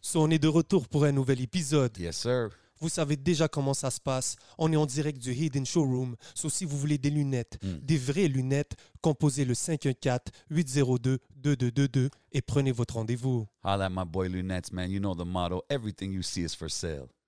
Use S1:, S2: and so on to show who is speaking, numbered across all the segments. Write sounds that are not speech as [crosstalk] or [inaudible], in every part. S1: So, on est de retour pour un nouvel épisode.
S2: Yes, sir.
S1: Vous savez déjà comment ça se passe. On est en direct du Hidden Showroom. So, si vous voulez des lunettes, des vraies lunettes, composez le 514-802-2222 et prenez votre rendez-vous.
S2: Holla at my boy Lunettes, man. You know the motto. Everything you see is for sale.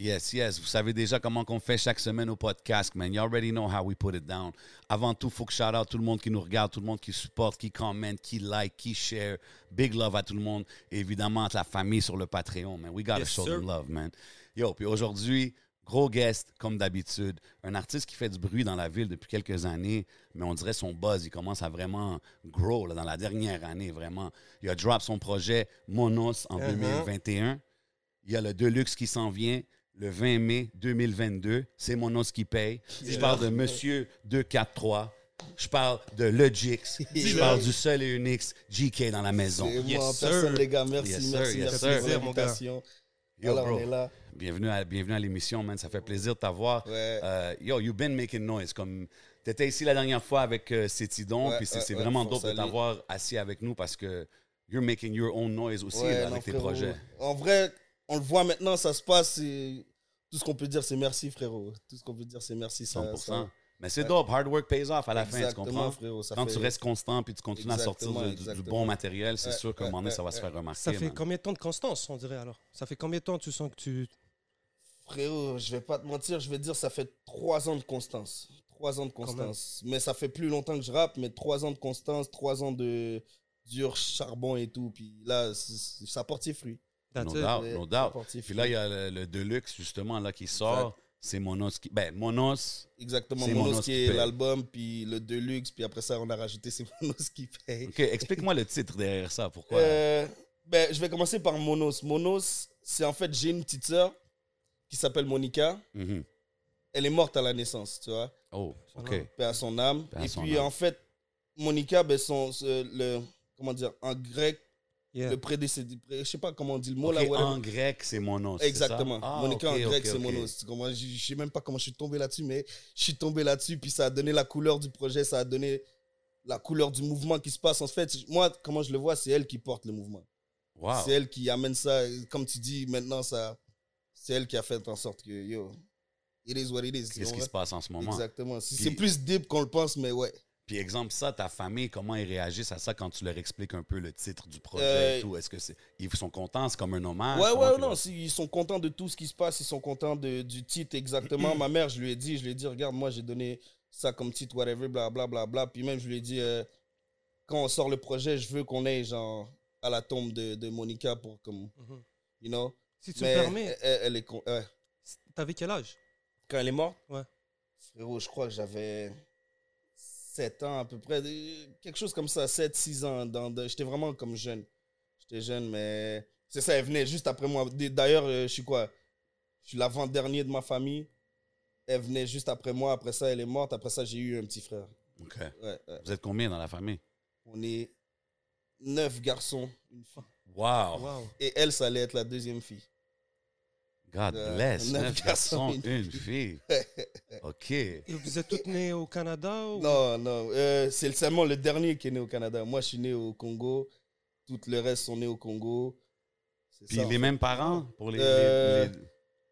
S2: Yes, yes. Vous savez déjà comment qu'on fait chaque semaine au podcast, man. You already know how we put it down. Avant tout, faut que shout out tout le monde qui nous regarde, tout le monde qui supporte, qui commente, qui like, qui share. Big love à tout le monde. Et évidemment, à la famille sur le Patreon, man. We gotta
S1: Yes,
S2: show
S1: sir.
S2: them love, man. Yo, puis aujourd'hui, gros guest, comme d'habitude. Un artiste qui fait du bruit dans la ville depuis quelques années, mais on dirait son buzz, il commence à vraiment grow là, dans la dernière année, vraiment. Il a drop son projet Monos en
S1: Uh-huh.
S2: 2021. Il y a le Deluxe qui s'en vient le 20 mai 2022. C'est mon os qui paye. Je parle de Monsieur 243. Je parle de
S3: [laughs]
S2: Logix. Je parle du seul et unique GK dans la maison.
S3: Et moi,
S1: Yes,
S3: en
S1: sir.
S3: personne, les gars, merci,
S2: Yes, sir.
S3: merci,
S2: Yes,
S3: merci
S2: sir.
S3: pour
S1: Plaisir, mon gars.
S3: l'invitation.
S2: Yo,
S3: Voilà,
S2: bro.
S3: on est là.
S2: Bienvenue à, bienvenue à l'émission, man. Ça fait plaisir de t'avoir.
S3: Ouais.
S2: Euh, yo, you've been making noise. Comme t'étais ici la dernière fois avec euh, Cétidon,
S3: Ouais,
S2: puis c'est
S3: ouais,
S2: c'est
S3: ouais,
S2: vraiment
S3: faut
S2: dope de
S3: saluer.
S2: t'avoir assis avec nous parce que you're making your own noise aussi
S3: Ouais,
S2: là,
S3: non,
S2: avec tes
S3: frérot.
S2: projets.
S3: En vrai, on le voit maintenant, ça se passe. et Tout ce qu'on peut dire, c'est merci, frérot. Tout ce qu'on peut dire, c'est merci. Ça,
S2: 100%.
S3: ça-
S2: Mais c'est dope. Hard work pays off à la fin, tu
S3: Exactement,
S2: comprends?
S3: frérot, ça
S2: Quand
S3: fait-
S2: tu restes constant puis tu continues à sortir
S3: Exactement,
S2: du- du, du
S3: exactement.
S2: bon matériel, c'est
S3: Ouais,
S2: sûr qu'à un
S3: ouais,
S2: moment donné,
S3: ouais,
S2: ça va se
S3: ouais.
S2: faire remarquer.
S1: Ça fait
S2: man.
S1: combien de temps de constance, on dirait alors Ça fait combien de temps tu sens que tu.
S3: Frérot, je vais pas te mentir, je vais dire, ça fait trois ans de constance. Trois ans de constance. Mais ça fait plus longtemps que je rappe, mais trois ans de constance, trois ans de dur charbon et tout. Puis là, c'est- ça porte ses fruits.
S2: No
S1: That's it.
S2: doubt,
S3: mais
S2: no
S3: ça
S2: doubt.
S3: porte ses
S2: Puis là, il
S3: fruits.
S2: y a le, le Deluxe, justement, là, qui sort. C'est Monos qui... Ben, Monos...
S3: Exactement,
S2: c'est
S3: Monos
S2: Monos
S3: qui
S2: qui
S3: est
S2: paye.
S3: l'album, puis le Deluxe, puis après ça, on a rajouté C'est [laughs] Monos qui paye.
S2: OK, explique-moi le titre derrière ça. Pourquoi?
S3: Euh, ben, je vais commencer par Monos. Monos, c'est en fait, j'ai une petite sœur qui s'appelle Monica.
S2: Mhm.
S3: Elle est morte à la naissance, tu vois.
S2: Oh, OK.
S1: Voilà.
S3: Paix à son âme.
S2: Paix à
S3: Et
S2: son
S3: puis,
S2: âme.
S3: en fait, Monica, ben, son, ce- le, comment dire, en grec,
S1: Yeah.
S3: le prédécédé, pré- je sais pas comment on dit le mot
S2: Ok,
S3: là. whatever.
S2: en grec, c'est Monos. c'est ça?
S3: Exactement.
S2: Ah,
S3: Monica
S2: ok,
S3: en grec,
S2: ok,
S3: c'est
S2: ok.
S3: Monos. Tu comprends? Je je sais même pas comment je suis tombé là-dessus, mais je suis tombé là-dessus. Puis ça a donné la couleur du projet, ça a donné la couleur du mouvement qui se passe. En fait, moi, comment je le vois, c'est elle qui porte le mouvement.
S2: Wow.
S3: C'est elle qui amène ça. Comme tu dis, maintenant, ça, c'est elle qui a fait en sorte que, yo, it is what it is.
S2: Qu'est-ce qui se passe en ce moment?
S3: Exactement. Si
S2: Puis-
S3: c'est plus deep qu'on le pense, mais ouais.
S2: Puis exemple ça, ta famille, comment ils réagissent à ça quand tu leur expliques un peu le titre du projet et
S3: Euh,
S2: tout? Est-ce que c'est... Ils sont contents? C'est comme un
S1: Ah,
S2: hommage?
S3: ouais,
S2: Comment
S3: ouais,
S2: qu'ils
S3: non.
S2: vont-
S3: si- ils sont contents de tout ce qui se passe. Ils sont contents de, du
S1: [clears throat]
S3: titre, exactement. Ma mère, je lui ai dit, je lui ai dit, regarde, moi, j'ai donné ça comme titre, whatever, blablabla. Bla, bla. Puis même, je lui ai dit, euh, quand on sort le projet, je veux qu'on ait, genre, à la tombe de, de Monica pour, comme,
S1: Mhm.
S3: you know.
S1: Si tu
S3: Mais
S1: me permets,
S3: elle, elle est con. ouais.
S1: t'avais quel âge
S3: Quand elle est morte
S1: Ouais.
S3: Frérot, je crois que j'avais 7 ans à peu près. euh, Quelque chose comme ça, 7, 6 ans. Dans, dans- J'étais vraiment comme jeune. J'étais jeune, mais c'est ça, elle venait juste après moi. D- D'ailleurs, euh, je suis quoi Je suis l'avant-dernier de ma famille. Elle venait juste après moi. Après ça, elle est morte. Après ça, j'ai eu un petit frère.
S2: OK.
S3: Ouais, ouais.
S2: Vous êtes combien dans la famille?
S3: On est 9 garçons. une fille.
S2: Wow.
S1: Wow.
S3: Et elle, ça allait être la deuxième fille.
S2: God
S3: Euh,
S2: bless.
S3: neuf
S2: Neuf garçons,
S3: garçons,
S2: une fille. [laughs] OK.
S1: Et vous êtes toutes nées au Canada ou...
S3: Non, non. euh, c'est seulement le dernier qui est né au Canada. Moi, je suis né au Congo. Tout le reste sont nés au Congo. C'est
S2: Puis
S3: ça, en
S2: les
S3: fait.
S2: mêmes parents pour les... les-
S3: Euh,
S2: les-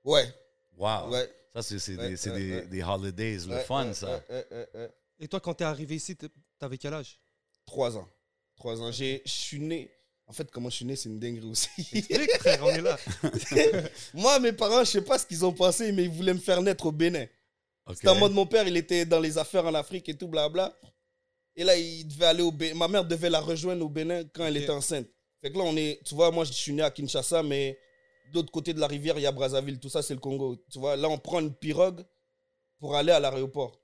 S3: Ouais,
S2: Wow.
S3: ouais.
S2: Ça, c'est c'est
S3: Ouais,
S2: des, c'est
S3: ouais,
S2: des-
S3: ouais.
S2: des holidays, Ah, le
S3: ouais,
S2: fun,
S3: ouais,
S2: ça.
S3: ouais, ouais, ouais, ouais.
S1: Et toi, quand t'es arrivé ici, t'- t'avais quel
S2: [laughs]
S1: âge
S3: Trois ans. Trois ans. J'ai- Je suis né. En fait, comment je suis né, c'est une dinguerie aussi.
S1: Explique, frère, on est là.
S3: [laughs] Moi, mes parents, je sais pas ce qu'ils ont pensé, mais ils voulaient me faire naître au Bénin.
S2: OK.
S3: C'était en mode mon père, il était dans les affaires en Afrique et tout, blabla. Et là, il devait aller au Bénin. Ma mère devait la rejoindre au Bénin quand elle
S1: Ok.
S3: était enceinte. Fait que là, on est. Tu vois, moi, je suis né à Kinshasa, mais de l'autre côté de la rivière, il y a Brazzaville. Tout ça, c'est le Congo. Tu vois, là, on prend une pirogue pour aller à l'aéroport.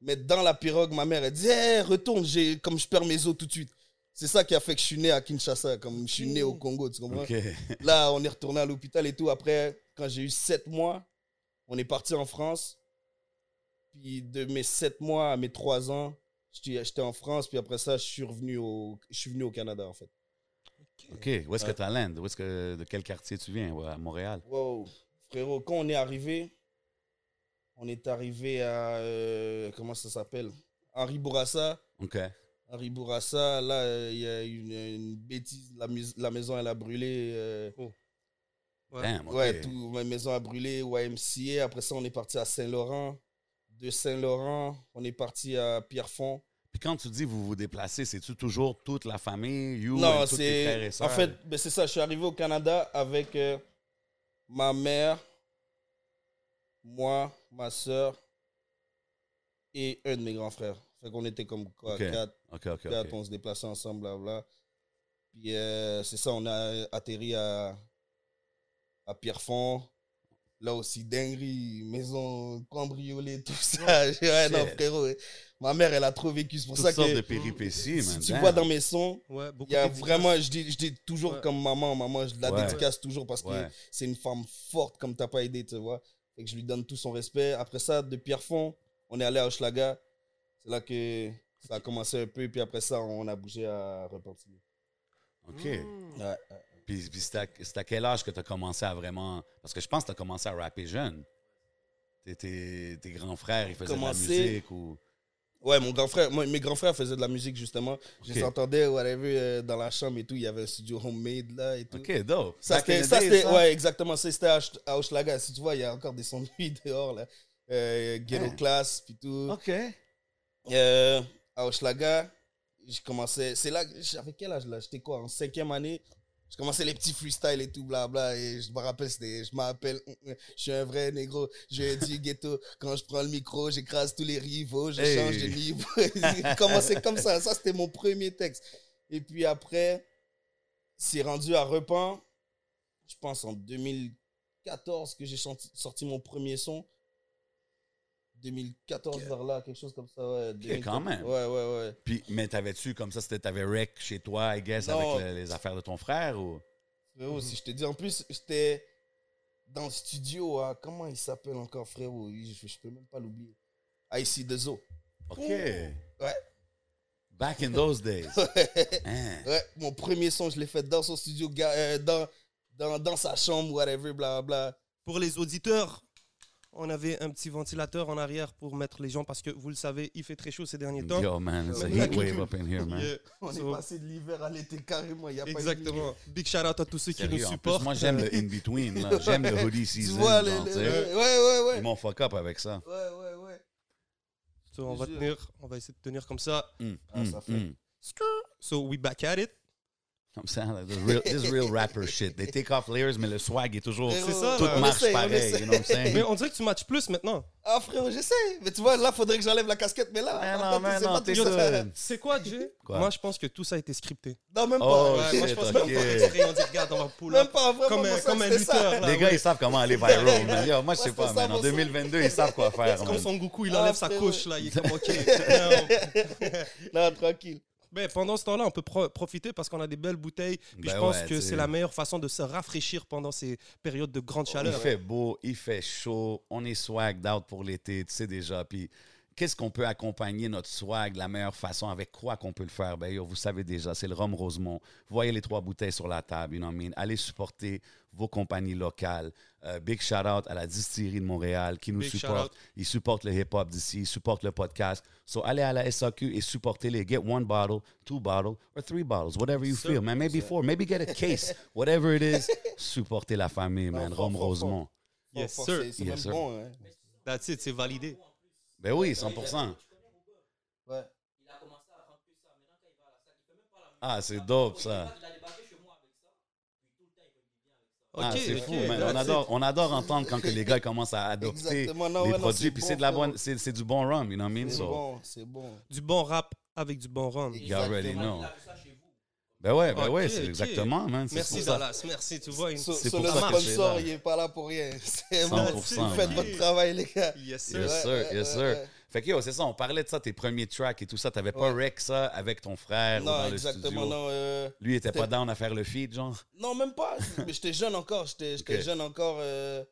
S3: Mais dans la pirogue, ma mère, elle dit Hey, retourne, j'ai- comme je perds mes os tout de suite. C'est ça qui a fait que je suis né à Kinshasa, comme je suis né au Congo, tu comprends
S2: OK.
S3: Là, on est retourné à l'hôpital et tout. Après, quand j'ai eu 7 mois, on est parti en France. Puis de mes 7 mois à mes 3 ans, j'étais j'étais en France. Puis après ça, je suis revenu au, je suis venu au Canada, en fait.
S2: OK. Où est-ce que tu land? Où est-ce que, de quel quartier tu viens? Ouais, À Montréal?
S3: Wow, frérot, quand on est arrivé, on est arrivé à. euh, comment ça s'appelle Henri Bourassa.
S2: OK.
S3: Henri Bourassa, là, euh, il y a une, une bêtise. La, mus- la maison, elle a brûlé. euh,
S2: Damn, OK.
S3: Ouais, tout, ma maison a brûlé, YMCA. Après ça, on est parti à Saint-Laurent. De Saint-Laurent, on est parti à Pierrefonds.
S2: Puis quand tu dis vous vous déplacez, c'est-tu toujours toute la famille, you,
S3: non,
S2: and tous tes frères
S3: c'est.
S2: et
S3: En
S2: sœurs?
S3: fait, ben, c'est ça. Je suis arrivé au Canada avec euh, ma mère, moi, ma soeur et un de mes grands frères. Fait qu'on était comme quoi,
S2: Ok,
S3: quatre,
S2: OK, OK,
S3: quatre,
S2: OK.
S3: on se déplaçait ensemble, blablabla. Puis euh, c'est ça, on a atterri à, à Pierrefonds. Là aussi, dinguerie, maison cambriolée, tout ça. [laughs] Ouais, non,
S2: Oh, Shit.
S3: frérot. Ma mère, elle a trop vécu. C'est pour
S2: Toutes
S3: ça
S2: sortes de
S3: que
S2: péripéties, man.
S3: si tu
S2: damn.
S3: vois dans mes sons,
S1: Ouais, beaucoup
S3: il y a
S1: d'éducation.
S3: vraiment, je dis, je dis toujours
S1: Ouais.
S3: comme maman, maman, je la
S2: Ouais.
S3: dédicace toujours parce que
S2: Ouais.
S3: c'est une femme forte comme t'as pas aidé, tu vois. Fait que je lui donne tout son respect. Après ça, de Pierrefonds, on est allé à Hochelaga. C'est là que ça a commencé un peu. Puis après ça, on a bougé à Repentigny.
S2: OK.
S1: Mm.
S3: Ouais.
S2: Puis, puis c'est à, c'est à quel âge que tu as commencé à vraiment... Parce que je pense que tu as commencé à rapper jeune. Tes, tes, tes grands frères, ils faisaient de
S3: Commencé-
S2: la musique ou...
S3: Ouais, mon grand frère, moi, mes grands frères faisaient de la musique justement. Je les
S2: Ok.
S3: entendais, whatever, euh, dans la chambre et tout. Il y avait un studio homemade là et tout.
S2: OK, dope.
S3: Ça,
S2: Back in
S3: c'était,
S2: the
S3: ça,
S2: day,
S3: c'était- ouais, exactement. ça, C'était à Hoch- à Hochelaga. Si tu vois, il y a encore des sons de nuit [laughs] dehors, là. Euh, ghetto
S2: Hein.
S3: class, puis tout.
S2: OK.
S3: Euh, à Hochelaga, je commençais. C'est là, que- j'avais quel âge là J'étais quoi En cinquième année Je commençais les petits freestyles et tout, blabla. Et je me rappelle, c'était. Je m'appelle. Je suis un vrai négro. Je dis ghetto. Quand je prends le micro, j'écrase tous les rivaux. Je
S2: Hey.
S3: change de niveau. [laughs] Je commençais comme ça. Ça, c'était mon premier texte. Et puis après, c'est rendu à Repent. Je pense en 2014 que j'ai sorti, sorti mon premier son. 2014 vers là, quelque chose comme ça. Ouais,
S2: quand même.
S3: Ouais, ouais, ouais.
S2: Puis, mais t'avais-tu comme ça, c'était t'avais rec chez toi, I guess,
S3: Non.
S2: avec le- les affaires de ton frère ou...
S3: Frérot, si je te dis, en plus, j'étais dans le studio à. Comment il s'appelle encore, frérot je, je peux même pas l'oublier. Icy Dezo.
S2: OK.
S3: Ouais.
S2: Back in those days.
S3: [laughs] ouais,
S2: Hein.
S3: mon premier son, je l'ai fait dans son studio, ga- euh, dans, dans, dans sa chambre, whatever, blablabla.
S1: Pour les auditeurs, on avait un petit ventilateur en arrière pour mettre les gens parce que vous le savez, il fait très chaud ces derniers temps.
S2: Yo, man, it's a
S1: Ouais.
S2: heat wave up in here, man.
S1: Yeah.
S3: [laughs] On
S1: So-
S3: est passé de l'hiver à l'été carrément, il n'y a pas
S1: Exactement. Big shout out à tous ceux qui
S2: Sérieux,
S1: nous
S2: en plus,
S1: supportent.
S2: moi, j'aime le in-between. là. J'aime le hoodie
S3: eu. [laughs] Tu
S2: season.
S3: vois, le-
S2: genre,
S3: le-
S2: tu sais.
S3: le- ouais, ouais,
S2: Ils
S3: ouais.
S2: m'ont fuck up avec ça.
S3: Ouais, ouais, ouais.
S1: [laughs] So, on va
S3: Jure.
S1: tenir, on va essayer de tenir comme ça.
S2: Mm,
S3: Ah,
S2: mm,
S3: ça fait.
S2: mm.
S1: So we back at it.
S2: Comme ça, là, this real, this real rapper shit. They take off layers, mais le swag est toujours...
S3: Frérot,
S1: ça,
S3: on
S2: Tout
S1: là.
S2: marche
S3: essaye, on
S2: pareil, you
S3: essaye.
S2: know what I'm
S1: Mais [laughs]
S2: saying?
S1: on dirait que tu matches plus maintenant.
S3: Ah frérot, j'essaie. Mais tu vois, là, faudrait que j'enlève la casquette, mais là,
S2: Ah,
S3: en
S2: non,
S3: fait,
S2: mais
S3: c'est
S2: non,
S3: pas
S2: t'es
S3: tout ça.
S2: good.
S1: C'est quoi, Jay
S2: Quoi?
S1: Moi, je pense que tout ça a été scripté.
S3: Non, même pas.
S2: Oh,
S1: Ouais, moi, je
S2: shit,
S1: pense
S2: OK.
S1: même pas exprès, on dit, regarde, on va pull
S3: Même
S1: up.
S3: pas vraiment.
S1: Comme,
S3: moi,
S1: un-
S3: ça,
S1: comme un
S3: c'était ça.
S1: lutteur, là.
S2: Les
S1: ouais.
S2: gars, ils savent comment aller viral, man. Yo, moi, je
S3: Moi,
S2: sais
S3: c'est
S2: pas,
S3: ça,
S2: man. En
S3: moi, c'est-
S2: 2022, ils savent quoi faire,
S1: C'est comme
S2: man.
S1: son Goku, il
S3: Ah,
S1: enlève sa
S3: frérot.
S1: couche, là. Il est comme,
S2: [laughs]
S1: OK. non.
S3: Non, tranquille.
S1: Mais pendant ce temps-là, on peut pro- profiter parce qu'on a des belles bouteilles. Puis
S2: Ben
S1: je pense
S2: ouais,
S1: que
S2: tu
S1: c'est
S2: sais.
S1: la meilleure façon de se rafraîchir pendant ces périodes de grande
S2: Il
S1: chaleur. hein.
S2: fait beau, il fait chaud, on est swagged out pour l'été, tu sais déjà. Puis qu'est-ce qu'on peut accompagner notre swag de la meilleure façon? Avec quoi qu'on peut le faire? Ben, yo, vous savez déjà, c'est le rhum Rosemont. Voyez les trois bouteilles sur la table, you know what I mean? Allez supporter vos compagnies locales. Euh, big shout-out à la distillerie de Montréal qui nous
S1: Big
S2: supporte.
S1: shout-out.
S2: Ils supportent le hip-hop d'ici, ils supportent le podcast. So, allez à la SAQ et supportez les Get One Bottle, Two Bottle, or Three Bottles, whatever you
S1: Sir.
S2: feel, man. Maybe four, maybe get a case, whatever it is. Supportez la famille, man.
S3: fort,
S2: Rhum
S3: fort,
S2: Rosemont.
S1: Yes,
S3: Bon,
S1: sir.
S3: C'est c'est
S2: Yes,
S3: même
S2: sir.
S3: bon. hein.
S1: That's it, c'est validé.
S2: Ben oui, 100%.
S3: Ouais.
S2: Ah, c'est dope, ça.
S1: OK,
S2: ah, c'est
S1: OK,
S2: fou, man.
S1: that's
S2: On
S1: it.
S2: adore, on adore entendre quand que les gars commencent à adopter
S3: Exactement. Non,
S2: les
S3: ouais, non,
S2: produits.
S3: c'est
S2: Puis
S3: bon,
S2: c'est de la
S3: frérot.
S2: bonne, c'est c'est du bon rhum, you know what I mean?
S3: C'est
S2: So,
S3: bon, c'est bon.
S1: Du bon rap avec du bon rhum.
S2: you already
S3: Exactement.
S2: know. Ben ouais, ben
S1: Ok,
S2: ouais, c'est
S1: ok.
S2: exactement, man. C'est
S1: Merci,
S2: pour ça.
S1: Dallas. Merci, tu vois. Une...
S3: Sur,
S2: C'est
S3: sur
S2: pour
S3: le
S2: ça que c'est
S3: sponsor,
S2: là.
S3: il est pas là pour rien. [laughs] C'est bon.
S2: 100%,
S3: Faites
S1: man.
S3: votre travail, les gars.
S1: Yes, sir.
S2: Yes,
S3: Ouais,
S2: sir,
S3: ouais,
S2: yes,
S3: ouais,
S2: sir.
S3: ouais.
S2: Fait que yo, c'est ça, on parlait de ça, tes premiers tracks et tout ça. T'avais pas
S3: Ouais.
S2: rec ça avec ton frère ou
S3: Non,
S2: dans le
S3: exactement,
S2: studio.
S3: non. euh,
S2: Lui, il était pas
S3: C'était-
S2: down à faire le feed, genre.
S3: Non, même pas. Mais j'étais jeune encore. J'étais j'étais
S2: Ok.
S3: jeune encore. euh,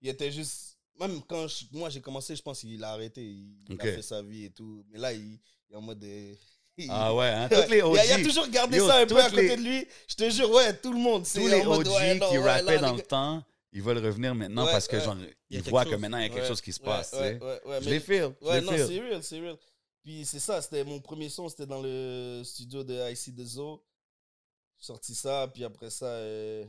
S3: il était juste. Même quand je- moi j'ai commencé, je pense qu'il a arrêté. Il
S2: Ok.
S3: a fait sa vie et tout. Mais là, il, il est en mode. euh, [laughs] il-
S2: Ah ouais,
S3: [laughs]
S2: hein? Toutes les
S3: Ouais,
S2: OG,
S3: il, a, il a toujours gardé
S2: Yo,
S3: ça un peu à
S2: toutes
S3: côté
S2: les-
S3: de lui. Je te jure, ouais, tout le monde. c'est
S2: tous les
S3: en mode,
S2: OG
S3: ouais, non,
S2: qui
S3: ouais,
S2: rappaient
S3: là,
S2: dans
S3: les
S2: le
S3: gars-
S2: temps, ils veulent revenir maintenant
S3: Ouais,
S2: parce que
S3: ouais.
S2: genre,
S4: Il y a
S2: ils
S4: quelque
S2: voient que
S4: chose.
S2: maintenant il y a quelque
S3: Ouais,
S2: chose qui se
S3: ouais,
S2: passe. tu
S3: ouais,
S2: sais.
S3: ouais, ouais,
S2: Je
S3: mais-
S2: les feel. je
S3: Ouais,
S2: les
S3: non,
S2: feel.
S3: c'est real, c'est real. Puis c'est ça, c'était mon premier son, c'était dans le studio de IC de Zo. J'ai sorti ça, puis après ça, euh,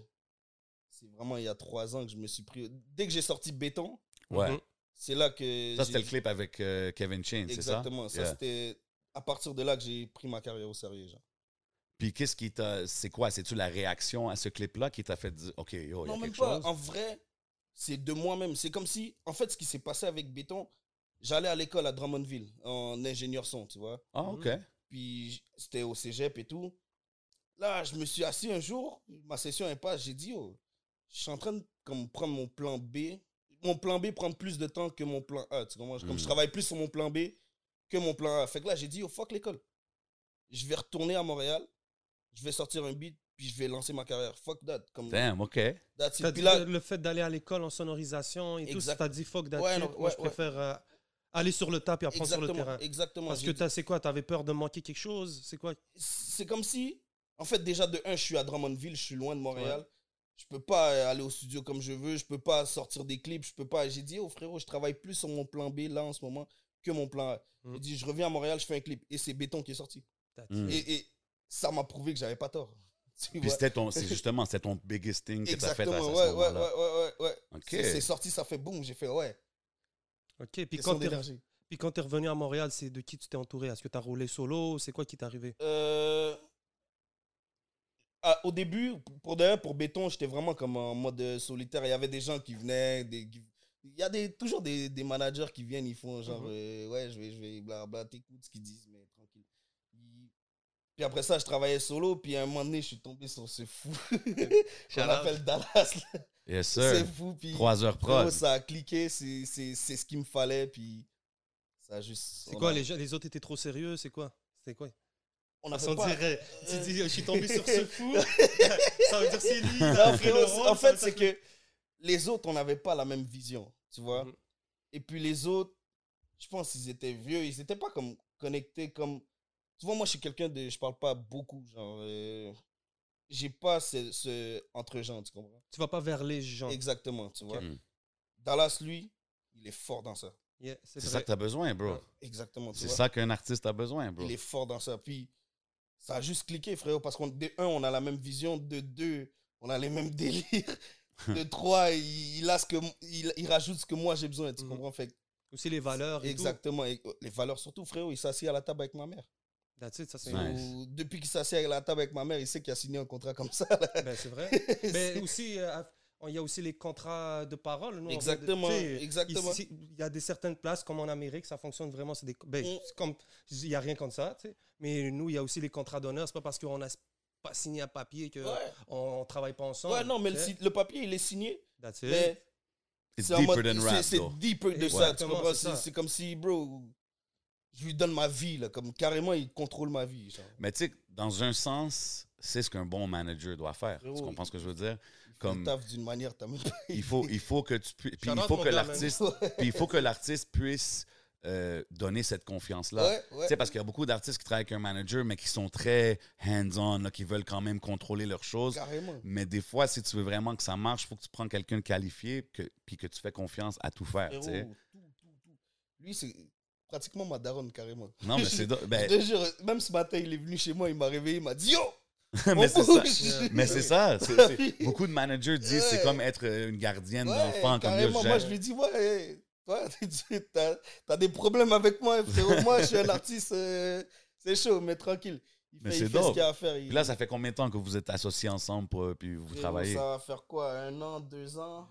S3: c'est vraiment il y a trois ans que je me suis pris. Dès que j'ai sorti Béton,
S2: Ouais.
S1: Mhm.
S3: c'est là que.
S2: Ça,
S3: j'ai-
S2: c'était le clip avec euh, Kevin Chain, c'est ça?
S3: Exactement, ça,
S2: Yeah.
S3: c'était à partir de là que j'ai pris ma carrière au sérieux. genre.
S2: Puis qu'est-ce qui t'a. C'est quoi? C'est-tu la réaction à ce clip-là qui t'a fait dire, OK, yo, Oh, il y a
S3: Non, même
S2: quelque
S3: pas.
S2: chose?
S3: En vrai, c'est de moi-même. C'est comme si, en fait, ce qui s'est passé avec Béton, j'allais à l'école à Drummondville en ingénieur son, tu vois.
S2: Ah, OK.
S3: Mm-hmm. puis j- c'était au cégep et tout. Là, je me suis assis un jour, ma session est pas, j'ai dit, oh, je suis en train de comme, prendre mon plan B. Mon plan B prend plus de temps que mon plan A. Tu comprends? Comme
S2: Mm.
S3: je
S1: Hmm.
S3: travaille plus sur mon plan B que mon plan A. Fait que là, j'ai dit, oh, fuck l'école. Je vais retourner à Montréal, je vais sortir un beat, puis je vais lancer ma carrière. Fuck that. Comme,
S2: Damn, OK.
S3: that's it.
S1: T'as
S3: Puis
S1: dit
S3: là,
S1: le- le fait d'aller à l'école en sonorisation et
S3: Exact.
S1: tout, t'as dit fuck that
S3: Ouais,
S1: shit,
S3: non,
S1: moi
S3: ouais,
S1: je
S3: ouais.
S1: préfère euh, aller sur le tap et apprendre sur le terrain.
S3: exactement, exactement.
S1: Parce
S3: j'ai
S1: que
S3: dit-
S1: t'as- c'est quoi, t'avais peur de manquer quelque chose C'est quoi
S3: c'est comme si, en fait, déjà de un, je suis à Drummondville, je suis loin de Montréal. Je peux pas euh, aller au studio comme je veux, je peux pas sortir des clips, je peux pas. J'ai dit, oh frérot, je travaille plus sur mon plan B là en ce moment que mon plan A.
S1: Mm.
S3: J'ai dit, je reviens à Montréal, je fais un clip. Et c'est béton qui est sorti.
S2: Mm.
S3: Et, et ça m'a prouvé que j'avais pas tort. [laughs] Tu
S2: Puis
S3: vois.
S2: c'était ton.
S3: [laughs]
S2: C'est justement, c'était ton biggest thing que t'as fait à ce
S3: Exactement, ouais, ouais, ouais,
S2: moment-là.
S3: ouais, ouais, ouais.
S2: OK.
S3: C'est- C'est sorti, ça fait boum, j'ai fait, ouais.
S1: Ok, puis
S3: question
S1: quand t'es
S3: d'énergie.
S1: puis quand t'es revenu à Montréal, c'est de qui tu t'es entouré Est-ce que t'as roulé solo C'est quoi qui t'est arrivé
S3: Euh, à- au début, pour d'ailleurs pour béton, j'étais vraiment comme en mode euh, solitaire. Il y avait des gens qui venaient, des, qui- il y a des, toujours des, des managers qui viennent, ils font genre
S1: Mhm.
S3: euh, ouais je vais je vais blabla, t'écoutes ce qu'ils disent mais tranquille. Ils- Puis après ça, je travaillais solo, puis à un moment donné, je suis tombé sur ce fou. [laughs] je
S4: Shout-out.
S3: l'appelle Dallas. là.
S2: Yes,
S3: C'est
S2: sir.
S3: fou. Puis
S2: Trois heures
S3: frérot,
S2: prod.
S3: ça a cliqué, c'est c'est- c'est ce qu'il me fallait, puis ça a juste.
S1: C'est
S3: on
S1: quoi
S3: a-
S1: les, gens- les autres étaient trop sérieux C'est quoi C'est quoi
S3: On a
S1: Ça
S3: Bah, pas- hein.
S1: dirait. Tu dis, euh, je suis tombé sur ce
S3: [laughs]
S1: fou. ça veut dire c'est lui. [laughs]
S3: Non, frérot, c'est- en fait, c'est que les autres, on n'avait pas la même vision, tu vois.
S1: Mhm.
S3: Et puis les autres, je pense qu'ils étaient vieux, ils n'étaient pas comme connectés comme... Tu vois, moi, je suis quelqu'un de... Je parle pas beaucoup, genre... euh, J'ai pas ce, ce entre-gens, tu comprends
S1: Tu vas pas vers les gens.
S3: Exactement, tu vois.
S2: Mm.
S3: Dallas, lui, il est fort dans ça.
S1: Yeah, c'est
S2: C'est
S1: vrai.
S2: ça que t'as besoin, bro.
S1: Ouais.
S3: Exactement, tu
S2: C'est
S3: vois.
S2: ça qu'un artiste a besoin, bro.
S3: Il est fort dans ça. Puis, ça a juste cliqué, frérot, parce qu'on, de un, on a la même vision, de deux, on a les mêmes [laughs] délires, de trois, il, il a ce que, m- il, il rajoute ce que moi j'ai besoin, tu
S1: Mhm.
S3: comprends? Fait que-
S1: Aussi les valeurs. Et
S3: exactement. Et, euh, les valeurs, surtout, frérot, il s'assied à la table avec ma mère.
S1: Tout. That's it, ça c'est.
S2: Nice.
S3: [laughs] Ou- depuis qu'il s'assied à la table avec ma mère, il sait qu'il a signé un contrat comme ça. là.
S1: Ben, c'est vrai. Mais aussi, euh, il y a aussi les contrats de parole. nous, on vient de-
S3: [laughs] Exactement,
S1: tu sais,
S3: exactement.
S1: ici, Il y a des certaines places, comme en Amérique, ça fonctionne vraiment. C'est des, ben,
S3: Mm.
S1: c'est comme, il n'y a rien comme ça. tu sais. Mais nous, il y a aussi les contrats d'honneur. C'est pas parce qu'on n'a pas signé à papier qu'on
S3: Ouais.
S1: on travaille pas ensemble.
S3: Ouais, non, mais le,
S1: tu sais.
S3: si- le papier, il est signé,
S1: That's it.
S3: mais
S2: It's
S3: C'est en
S2: deeper
S3: mode-
S2: than
S3: c'est-
S2: rap,
S3: C'est
S2: though.
S3: deeper de ça, tu
S1: Exactement,
S3: comprends?
S1: c'est ça.
S3: C'est c'est comme si, bro, je lui donne ma vie, là, comme carrément, il contrôle ma vie. genre.
S2: Mais tu sais, dans un sens, c'est ce qu'un bon manager doit faire. Tu
S3: Frérot,
S2: comprends ce que je veux dire?
S3: Il
S2: Comme
S3: taffe d'une manière, t'as même pas
S2: il faut, il faut que tu pu- puis il
S1: Shout-out,
S2: faut
S1: mon
S2: que
S3: hein.
S1: gars,
S3: [laughs]
S2: l'artiste,
S3: Ouais,
S2: puis il faut que l'artiste puisse euh, donner cette confiance-là.
S3: ouais.
S2: Tu sais, parce qu'il y a beaucoup d'artistes qui travaillent avec un manager, mais qui sont très hands-on, là, qui veulent quand même contrôler leurs choses.
S3: Carrément.
S2: Mais des fois, si tu veux vraiment que ça marche, il faut que tu prends quelqu'un de qualifié, que, puis que tu fais confiance à tout faire. tu
S3: Frérot,
S2: sais.
S3: tout, tout, tout. Lui, c'est pratiquement ma daronne, carrément.
S2: Non, mais c'est do- ben,
S3: [laughs] Je te jure, même ce matin, il est venu chez moi, il m'a réveillé, il m'a dit Yo
S2: [laughs]
S3: on
S2: mais c'est ça.
S3: bouge!
S2: Mais c'est ça. c'est- c'est- beaucoup de managers disent c'est
S3: Ouais.
S2: comme être euh, une gardienne
S3: Ouais,
S2: d'enfant. Comme yo,
S3: carrément, moi,
S2: je-
S3: je lui dis Ouais, [laughs] hey, toi, tu- t'as as des problèmes avec moi, frérot. Moi, je suis un artiste, euh, c'est chaud, mais tranquille. Il
S2: Mais
S3: fait, il
S2: c'est
S3: fait ce
S2: dope.
S3: qu'il y a à faire. Il-
S2: Puis là, ça fait combien de temps que vous êtes associés ensemble pour, euh, puis vous
S3: Frérot,
S2: travaillez?
S3: Ça va faire quoi Un an, deux ans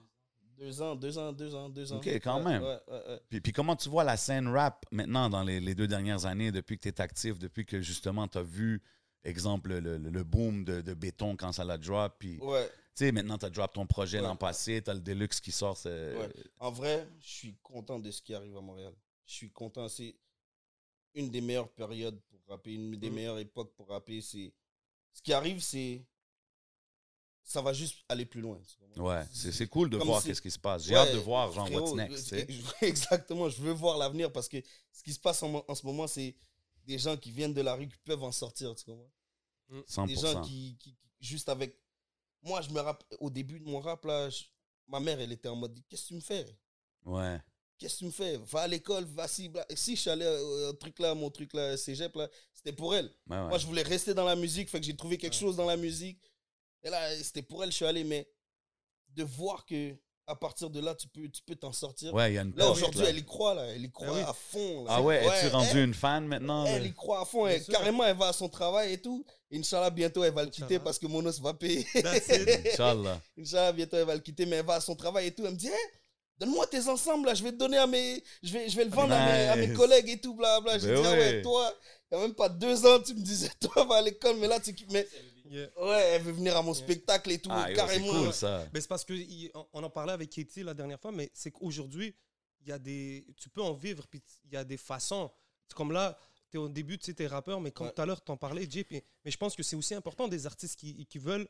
S3: Deux ans, deux ans, deux ans, deux ans.
S2: Ok, quand
S3: Ouais,
S2: même.
S3: ouais, ouais, ouais.
S2: Puis, puis comment tu vois la scène rap maintenant dans les, les deux dernières années, depuis que tu es actif, depuis que justement tu as vu, exemple, le, le- le boom de, de béton quand ça l'a drop. Puis, tu
S3: Ouais.
S2: sais, maintenant tu as drop ton projet
S3: Oh. Ouais.
S2: l'an passé, tu as le Deluxe qui sort. c'est-
S3: Ouais. En vrai, je suis content de ce qui arrive à Montréal. je suis content. C'est une des meilleures périodes pour rapper, une des
S2: Mm.
S1: Mhm.
S3: meilleures époques pour rapper. C'est ce qui arrive, c'est ça va juste aller plus loin. tu comprends?
S2: Ouais, c'est c'est cool de
S3: Comme
S2: voir
S3: si-
S2: qu'est-ce qui se passe. J'ai
S3: Ouais,
S2: hâte de voir, genre,
S3: frérot,
S2: what's next. tu sais.
S3: [laughs] je- Exactement, je veux voir l'avenir parce que ce qui se passe en, en ce moment, c'est des gens qui viennent de la rue qui peuvent en sortir, tu comprends? Des gens
S2: 100%.
S3: qui, qui- qui- juste avec. Moi, je me rappelle, au début de mon rap, là, je- ma mère, elle était en mode Qu'est-ce que tu me fais
S2: Ouais.
S3: Qu'est-ce que tu me fais Va à l'école, va si. bla- Si je suis allé euh, au truc là, mon truc là, cégep là, c'était pour elle.
S2: Ouais, ouais.
S3: Moi, je voulais rester dans la musique, fait que j'ai trouvé quelque
S1: Ouais.
S3: chose dans la musique. Et là, c'était pour elle, je suis allé, mais de voir que à partir de là, tu peux tu peux t'en sortir.
S2: Ouais, il y a une
S3: Là,
S2: porte,
S3: aujourd'hui,
S2: là.
S3: elle y croit, là. Elle y croit
S1: oui.
S3: à fond. là.
S2: bah. Ah ouais, es-tu
S3: elle-
S2: rendu une fan maintenant?
S3: Elle,
S2: là?
S3: y croit à fond.
S1: Bien
S3: elle-
S1: sûr.
S3: carrément, elle va à son travail et tout. Inch'Allah, bientôt, elle va le quitter
S1: Inch'Allah.
S3: parce que Monos va payer. [laughs]
S1: That's it.
S2: Inch'Allah.
S3: Inch'Allah, bientôt, elle va le quitter, mais elle va à son travail et tout. Elle me dit, Eh, donne-moi tes ensembles, là. Je vais te donner à mes... Je vais, je vais le vendre à, mes, à mes
S2: Nice.
S3: collègues et tout, blablabla. J'ai
S2: Ben
S3: dit, ah ouais,
S2: ouais.
S3: toi, il n'y a même pas deux ans, tu me disais, [laughs] toi, va à l'école, mais là, tu... quittes- Mais
S1: Yeah.
S3: ouais, elle veut venir à mon
S1: Yeah.
S3: spectacle et tout,
S2: Ah, yo, c'est
S3: carrément.
S2: cool, ça.
S1: Ben, c'est parce que il- on- on en parlait avec Katie la dernière fois, mais c'est qu'aujourd'hui, il y a des, tu peux en vivre, puis il y a des façons. C'est Comme là, tu es au début, tu sais, t'es rappeur, mais comme
S3: Ouais.
S1: tout à l'heure, t'en parlais, Jay, puis- mais je pense que c'est aussi important des artistes qui, qui veulent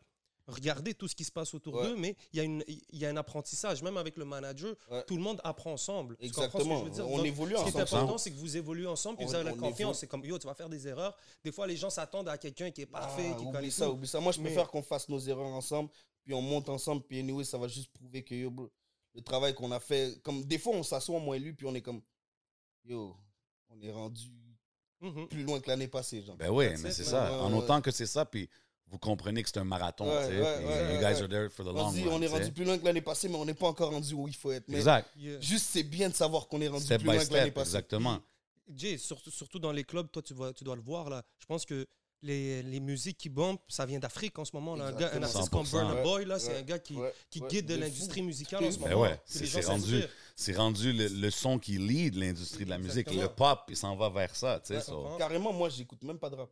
S1: regarder tout ce qui se passe autour
S3: Ouais.
S1: d'eux, mais il y, a une- il y a un apprentissage, même avec le manager,
S3: Ouais.
S1: tout le monde apprend ensemble. Tu comprends ce que je
S3: Exactement.
S1: veux dire?
S3: On
S1: Donc,
S3: évolue
S1: ce qui est
S3: ensemble.
S1: important, c'est que vous évoluez ensemble, puis
S3: On-
S1: vous avez la
S3: on
S1: confiance.
S3: évolue.
S1: C'est comme, yo, tu vas faire des erreurs. Des fois, les gens s'attendent à quelqu'un qui est parfait,
S3: Ah,
S1: qui connaît
S3: oublie ça,
S1: tout.
S3: oublie ça. Moi, je
S1: Mais-
S3: préfère qu'on fasse nos erreurs ensemble, puis on monte ensemble, puis anyway, ça va juste prouver que yo, bro, le travail qu'on a fait, comme des fois, on s'assoit, moi et lui, puis on est comme, yo, on est rendu
S1: Mhm.
S3: plus loin que l'année passée, genre.
S2: Ben oui,
S1: That's
S2: mais
S1: it,
S2: c'est
S1: man.
S2: ça.
S3: Ouais,
S2: en
S3: ouais.
S2: autant que c'est ça, puis vous comprenez que c'est un marathon,
S3: Ouais,
S2: tu sais.
S3: ouais,
S2: puis
S3: ouais,
S2: you
S3: ouais,
S2: guys
S3: ouais.
S2: are there for the long
S3: on se dit,
S2: run,
S3: on est
S2: tu sais.
S3: rendu plus loin que l'année passée, mais on n'est pas encore rendu où il faut être. Mais
S2: Exact.
S1: Yeah.
S3: juste, c'est bien de savoir qu'on est rendu
S2: Step
S3: plus loin
S2: by
S3: que l'année
S2: step,
S3: passée.
S2: exactement.
S1: Jay, surtout, surtout dans les clubs, toi, tu, vois, tu dois le voir, là. Je pense que les, les musiques qui bombent, ça vient d'afrique en ce moment. Là. Un, gars, un
S3: Exactement.
S1: artiste comme
S2: 100%.
S1: Burna
S3: Ouais,
S1: Boy, là, c'est
S3: ouais,
S1: un gars qui,
S3: Ouais,
S1: qui
S3: ouais,
S1: guide
S3: de
S1: l'industrie
S3: fou.
S1: musicale en ce
S3: Ben
S1: moment.
S2: ouais,
S1: Puis
S2: c'est-
S1: les gens
S2: c'est rendu-
S1: s'inspirent.
S2: C'est rendu le, le son qui lead l'industrie de la musique. Le
S1: Exactement.
S2: pop, il s'en va vers ça, tu sais.
S1: Ouais,
S2: so-
S1: comprends.
S3: Carrément, moi, j'écoute même pas de rap.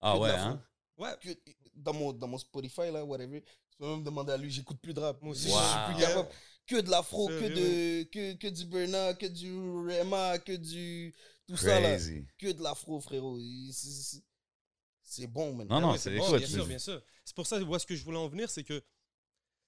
S2: Ah
S3: Que uh-huh. de
S2: ouais,
S3: la
S2: hein?
S1: Ouais,
S3: Que- Dans mon, dans mon Spotify, là, whatever, tu peux même demander à lui, j'écoute plus de rap.
S1: Moi aussi,
S3: Je
S2: Wow.
S3: suis plus capable. que de l'afro, que,
S1: Sérieux?
S3: de, que, que du Burna, que du Rema, que du. Tout ça là.
S2: Crazy.
S3: Que de l'afro, frérot. Il- c'est- c'est- C'est bon, man.
S2: Non,
S1: Ah
S2: non,
S1: ouais,
S2: c'est
S1: bon,
S2: écoute,
S1: bien
S2: c'est-
S1: sûr, bien sûr. C'est pour ça moi, ce que je voulais en venir, c'est que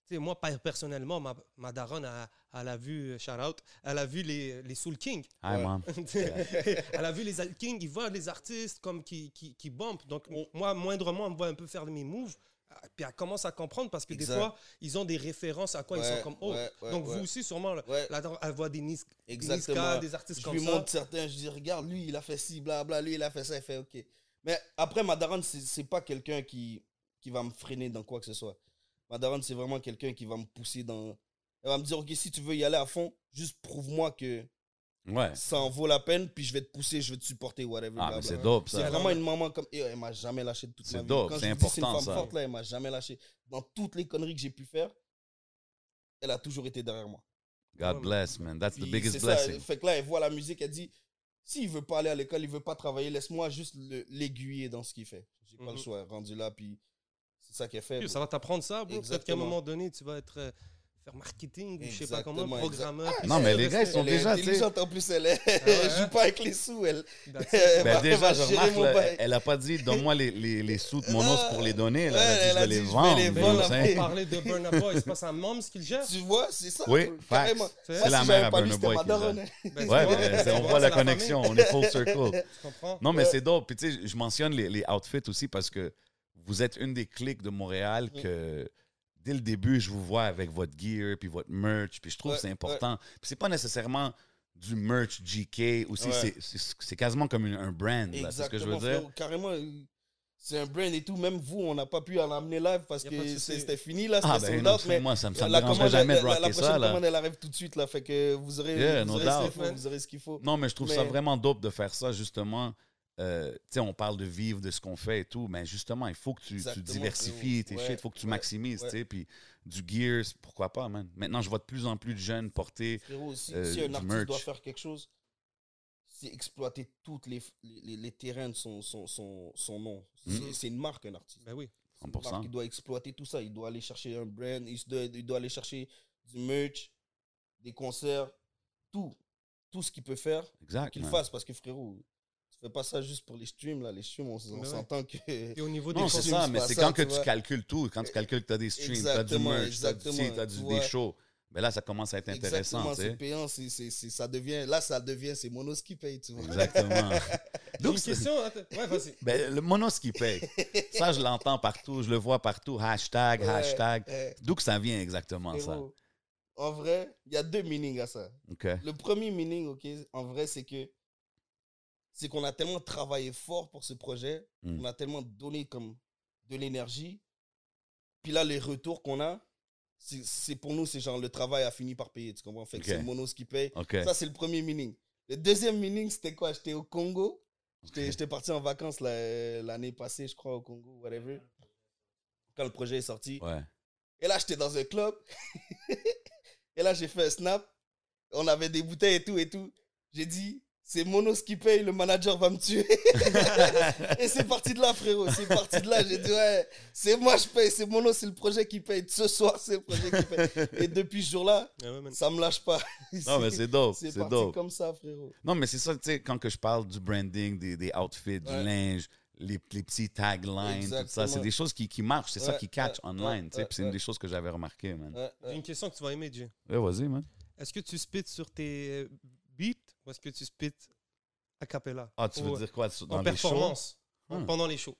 S1: tu sais, moi, per- personnellement, ma, ma daronne, elle, elle a vu, euh, shout out, elle a vu les, les Soul King.
S2: Hi, mom.
S1: elle a vu les Al- King, ils voient les artistes comme qui, qui, qui bumpent. Donc, on- moi, moindrement, elle me voit un peu faire mes moves. ah, Puis elle commence à comprendre parce que
S3: Exact.
S1: des fois, ils ont des références à quoi ils sont comme oh. Donc, vous aussi, sûrement, là,
S3: Ouais,
S1: là, elle voit des Niska, des,
S3: exactement.
S1: artistes
S3: Je
S1: comme
S3: lui
S1: ça.
S3: montre certains, je dis, regarde, lui, il a fait ci, blabla, lui, il a fait ça, il fait OK. Mais après, ma daronne, c'est- c'est pas quelqu'un qui, qui va me freiner dans quoi que ce soit. Ma daronne, c'est vraiment quelqu'un qui va me pousser dans. Elle va me dire, OK, si tu veux y aller à fond, juste prouve-moi que
S2: Ouais.
S3: ça en vaut la peine, puis je vais te pousser, je vais te supporter, whatever.
S2: Ah,
S3: blabla.
S2: mais c'est dope,
S3: C'est
S2: ça.
S3: vraiment une maman comme. Et elle m'a jamais lâché de toute
S2: C'est
S3: ma vie.
S2: dope,
S3: Quand
S2: c'est
S3: je vous dis, C'est une
S2: important,
S3: femme
S2: ça.
S3: forte, là, elle m'a jamais lâché. Dans toutes les conneries que j'ai pu faire, elle a toujours été derrière moi.
S2: God bless, man. That's the
S3: Puis
S2: biggest
S3: c'est ça,
S2: blessing.
S3: Fait que là, elle voit la musique, elle dit s'il veut pas aller à l'école, il veut pas travailler, laisse-moi juste le- l'aiguiller dans ce qu'il fait. J'ai pas
S1: Mhm.
S2: Mm-hmm.
S3: le choix, rendu là, puis c'est ça qu'elle fait.
S1: Yo,
S3: bro.
S1: Ça va t'apprendre ça, bro. Peut-être qu'à un
S3: Exactement.
S1: moment donné, tu vas être euh, faire marketing ou je sais pas comment,
S3: Exactement, exact.
S1: programmeur. puis
S2: Non,
S1: ça,
S2: mais les
S1: reste-
S2: gars, ils sont
S3: Elle est
S2: déjà, tu sais.
S3: intelligente en plus, elle,
S1: ouais,
S3: est- [laughs] elle joue
S1: hein?
S3: pas avec les sous, elle.
S1: That's it.
S3: Elle
S2: [laughs]
S3: va-
S2: Ben
S3: elle
S2: déjà,
S3: va
S2: je
S3: gérer
S2: remarque,
S3: mon
S2: là,
S3: bail. Ah.
S2: elle a pas dit donne-moi les, les, les sous de mon os pour les donner. Elle
S3: Ouais,
S2: a dit
S3: elle
S2: je
S3: a
S2: vais
S3: dit,
S2: les
S3: je vais
S2: vendre.
S3: les
S2: tu
S1: Ben,
S3: vendre
S1: on
S2: sais.
S3: après.
S1: parlait de Burna Boy, c'est pas sa mom ce qu'il
S3: [laughs]
S1: gère.
S3: Tu vois, c'est ça.
S2: Oui,
S3: bro,
S2: facts.
S3: carrément.
S1: C'est
S3: Moi,
S2: la
S3: si
S2: mère
S3: j'avais
S2: à
S3: pas lu,
S2: Burna
S3: c'était
S2: Boy
S3: ma
S2: qui les a.
S3: daronne. hein.
S1: Ben,
S3: [laughs]
S1: tu
S2: Ouais,
S1: vois,
S2: ben,
S1: tu
S2: c'est- on
S1: vois,
S2: voit
S1: c'est
S2: la
S1: famille,
S2: connexion, on est full circle.
S1: Tu comprends?
S2: Non, mais
S3: Ouais.
S2: c'est dope. Puis, tu sais, je mentionne les, les outfits aussi parce que vous êtes une des cliques de Montréal que dès le début, je vous vois avec votre gear, puis votre merch. Puis, je trouve
S3: Ouais,
S2: que c'est important. Puis, c'est pas nécessairement du merch GK aussi.
S3: Ouais.
S2: c'est- C'est c'est quasiment comme une- un brand. là, C'est ce que je veux
S3: Exactement,
S2: dire.
S3: frérot. Carrément, euh, c'est un brand et tout. Même vous, on n'a pas pu l'amener live parce
S1: Y a pas de
S3: que
S1: souci.
S3: c'est- c'était fini là, c'était
S2: Ah, ben,
S3: sold
S2: non,
S3: out, mais
S2: moi, ça me, ça me
S3: la
S2: dérangerait
S3: commande,
S2: jamais
S3: la,
S2: de
S3: la- la
S2: rocker
S3: prochaine
S2: ça. Là.
S3: commande, elle arrive tout de suite là, fait que vous aurez,
S2: Yeah,
S3: vous,
S2: no
S3: aurez ce
S2: doubt.
S3: qu'il faut, vous aurez ce qu'il faut.
S2: Non, mais je trouve ça
S3: Mais-
S2: vraiment dope de faire ça, justement. Euh, tu sais, on parle de vivre, de ce qu'on fait et tout, mais justement, il faut que tu, tu
S3: Exactement,
S2: diversifies tes
S3: frérot.
S2: shit, il
S3: Ouais,
S2: faut que tu
S3: ouais,
S2: maximises,
S3: ouais.
S2: tu sais, puis du gear, c'est- pourquoi pas, man. Maintenant, je vois de plus en plus de jeunes porter,
S3: Frérot, si,
S2: Euh,
S3: si un
S2: du
S3: artiste
S2: merch.
S3: doit faire quelque chose, c'est exploiter tous les, les, les- les terrains de son, son, son, son nom.
S2: Mhm.
S3: C'est- C'est une marque, un artiste.
S1: Ben oui.
S3: C'est une marque,
S2: 100%.
S3: Il doit exploiter tout ça. Il doit aller chercher un brand, il se doit, il doit aller chercher du merch, des concerts, tout. tout ce qu'il peut faire,
S2: Exact.
S3: qu'il
S2: man.
S3: fasse. Parce que frérot, tu fais pas ça juste pour les streams, là. Les streams, on s- on
S1: Mais ouais.
S3: s'entend que.
S1: Et au niveau
S2: Non,
S1: des
S2: c'est
S3: streams,
S2: ça,
S3: c'est
S2: mais
S3: pas
S2: c'est
S3: ça,
S2: quand
S3: tu
S2: que tu
S3: vois.
S2: calcules tout, quand tu calcules que tu as des streams, tu as du
S3: Exactement,
S2: merch, tu as du ci,
S3: exactement,
S2: tu as du,
S3: tu
S2: des
S3: vois.
S2: shows. Mais là, ça commence à être intéressant,
S3: Exactement,
S2: tu
S3: c'est
S2: sais.
S3: payant, c'est- c'est- c'est- ça devient, là, ça devient, c'est Monos qui paye, tu vois. [laughs]
S2: Exactement.
S1: J'ai
S2: Donc,
S1: une
S2: c'est-
S1: question. attends. Ouais, vas-y.
S2: ben, le mono qui paye. Ça, je l'entends partout, je le vois partout. Hashtag,
S3: Ouais,
S2: hashtag.
S3: ouais,
S2: D'où que ça vient exactement, ça?
S3: frérot. Eh, En vrai, il y a deux meanings à ça.
S2: OK.
S3: Le premier meaning, ok, en vrai, c'est que c'est qu'on a tellement travaillé fort pour ce projet,
S2: Mm.
S3: on a tellement donné comme de l'énergie, puis là, les retours qu'on a, c'est- c'est pour nous, c'est genre le travail a fini par payer, tu comprends? Fait que
S2: Ok.
S3: c'est Monos qui paye.
S2: OK.
S3: Ça, c'est le premier meaning. Le deuxième meaning, c'était quoi? J'étais au Congo. J'étais
S2: [laughs] Ok.
S3: j'étais parti en vacances la- euh, l'année passée, je crois, au Congo, whatever. Quand le projet est sorti.
S2: Ouais.
S3: Et là, j'étais dans un club. [laughs] et là, j'ai fait un snap. On avait des bouteilles et tout et tout. J'ai dit, c'est Monos qui paye, le manager va me tuer. [laughs] et c'est parti de là, frérot. C'est parti de là. J'ai dit, ouais, c'est moi, je paye. C'est Monos, c'est le projet qui paye. Ce soir, c'est le projet qui paye. Et depuis ce jour-là,
S1: Ah ouais, man.
S3: ça me lâche pas. [laughs]
S2: Non, mais c'est dope.
S3: [laughs] C'est
S2: C'est
S3: parti
S2: dope.
S3: comme ça, frérot.
S2: Non, mais c'est ça, tu sais, quand que je parle du branding, des, des outfits, du
S3: Ouais.
S2: linge, les, les petits taglines, tout ça,
S3: Exactement.
S2: c'est des choses qui, qui marchent, c'est ça
S3: Ouais,
S2: qui catch
S3: ouais,
S2: online,
S3: ouais,
S2: tu sais,
S3: ouais,
S2: puis c'est une
S3: ouais.
S2: des choses que j'avais remarqué, man.
S3: Ouais,
S1: J'ai
S3: ouais.
S1: une question que tu vas aimer, Jay.
S2: Ouais, vas-y, man.
S1: Est-ce que tu spits sur tes euh, beats ou est-ce que tu spits a cappella
S2: Ah, tu veux
S1: Ou, euh,
S2: dire quoi sur- dans
S1: en
S2: les shows?
S1: performance en-
S2: Hmm.
S1: pendant les shows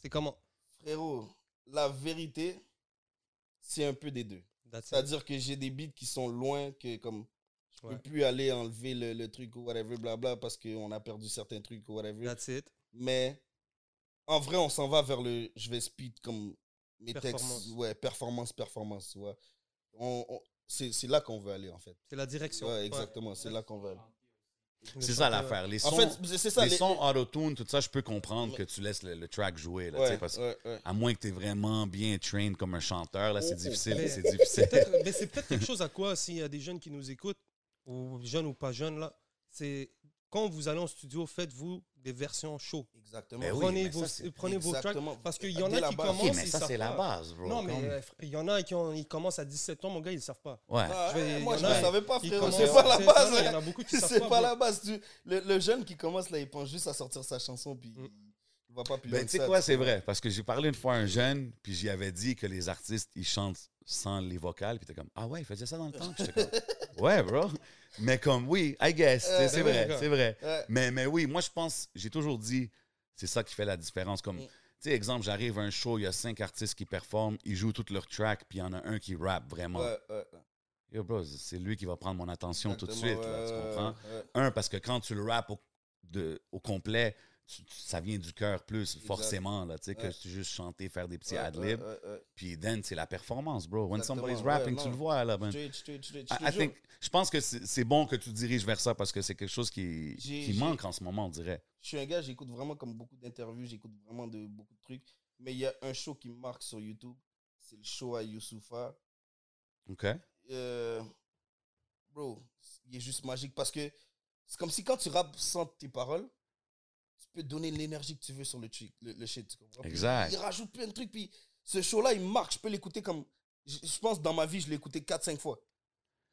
S1: C'est comment
S3: Frérot, la vérité, c'est un peu des deux.
S1: That's it.
S3: C'est-à-dire que j'ai des beats qui sont loin, que comme je
S1: Ouais.
S3: peux plus aller enlever le, le truc ou whatever, blabla, parce qu'on a perdu certains trucs ou whatever.
S1: That's it.
S3: Mais en vrai, on s'en va vers le je vais speed comme mes
S1: Performance.
S3: textes. Ouais, performance, performance, tu vois. On, on- c'est c'est là qu'on veut aller, en fait.
S1: C'est la direction.
S3: Ouais,
S1: Ouais.
S3: exactement, c'est là qu'on veut aller.
S1: Le
S2: C'est ça
S1: chanteur.
S2: l'affaire. Les sons,
S3: En fait, c'est- c'est ça.
S2: les
S3: les-
S2: sons auto-tune, tout ça, je peux comprendre que tu laisses le, le track jouer, là, tu sais,
S3: ouais,
S2: parce que
S3: ouais, ouais.
S2: à moins que tu es vraiment bien trained comme un chanteur, là, c'est
S3: Oh, oh.
S2: difficile,
S1: Mais-
S2: c'est
S3: [laughs]
S2: difficile.
S1: Peut-être- mais c'est peut-être quelque chose à quoi, s'il y a des jeunes qui nous écoutent, ou jeunes ou pas jeunes, là, c'est quand vous allez en studio, faites-vous des versions show.
S3: Exactement.
S2: Ben oui,
S1: prenez
S2: mais
S1: vos,
S2: ça, c'est-
S1: prenez vos tracks.
S3: Exactement.
S1: Parce qu'il y en
S3: Dès
S1: a
S3: la
S1: qui
S3: base.
S1: commencent.
S2: OK, mais
S1: ils
S2: ça,
S1: savent
S2: c'est la
S1: pas.
S2: base, bro.
S1: Non, mais
S2: Comme-
S1: euh, il y en a qui ont- ils commencent à 17 ans, mon gars, ils ne savent pas.
S2: Ouais.
S3: Ah,
S1: Je vais-
S3: moi,
S1: il y
S3: je
S1: en a-
S3: ne savais pas,
S1: Ils
S3: Ah, frérot.
S1: commencent-
S3: C'est pas la
S1: c'est-
S3: base.
S1: non, non, Il y en
S3: hein.
S1: a beaucoup qui savent
S3: [laughs] C'est pas
S1: bro.
S3: la base. Tu- le, le jeune qui commence là, il pense juste à sortir sa chanson, puis
S1: Mm.
S3: il va pas plus loin
S2: Ben,
S3: que
S2: tu sais
S3: ça,
S2: quoi,
S3: tu
S2: c'est
S3: vois.
S2: vrai. Parce que j'ai parlé une fois à un jeune, puis j'y avais dit que les artistes, ils chantent sans les vocales. Puis t'es comme, ah ouais, il faisait ça dans le temps. Puis j'étais comme, ouais, bro. Mais comme, oui, I guess.
S3: Euh,
S2: tu sais, c'est
S1: ben oui,
S2: vrai,
S1: gars.
S2: c'est vrai.
S3: Ouais.
S2: Mais, mais oui, moi, je pense, j'ai toujours dit, c'est ça qui fait la différence. Comme, tu
S3: Mm.
S2: sais, exemple, j'arrive à un show, il y a cinq artistes qui performent, ils jouent toutes leurs tracks, puis il y en a un qui rappe vraiment.
S3: Ouais, ouais,
S2: Yo, bro, c'est lui qui va prendre mon attention tout de suite,
S3: exactement,
S2: là, tu
S3: ouais,
S2: comprends?
S3: ouais.
S2: Un, parce que quand tu le rappes au, de- au complet, tu- tu- ça vient du cœur plus,
S3: Exact.
S2: forcément, là, tu sais,
S3: Ouais.
S2: que tu juste chanter, faire des petits
S3: Ouais,
S2: ad
S3: ouais, ouais, ouais.
S2: Puis then, c'est la performance, bro. When
S3: Exactement,
S2: somebody's
S3: ouais,
S2: rapping, tu
S3: non.
S2: le vois, là, man. I-
S3: Straight, straight, straight, je te
S2: I,
S3: jure.
S2: think- je pense que c'est c'est bon que tu diriges vers ça parce que c'est quelque chose qui,
S3: J'ai-
S2: qui
S3: j'ai-
S2: manque en ce moment, on dirait.
S3: Je suis un gars, j'écoute vraiment comme beaucoup d'interviews, j'écoute vraiment de beaucoup de trucs. Mais il y a un show qui me marque sur YouTube, c'est le show à Youssoufa.
S2: OK?
S3: Euh, bro, il est juste magique parce que c'est comme si quand tu rappes sans tes paroles, tu peux donner l'énergie que tu veux sur le, truc, le, le shit. tu comprends? Puis
S2: Exact.
S3: Il rajoute plein de trucs. Puis ce show-là, il marque. Je peux l'écouter comme. Je je pense dans ma vie, je l'ai écouté 4-5 fois.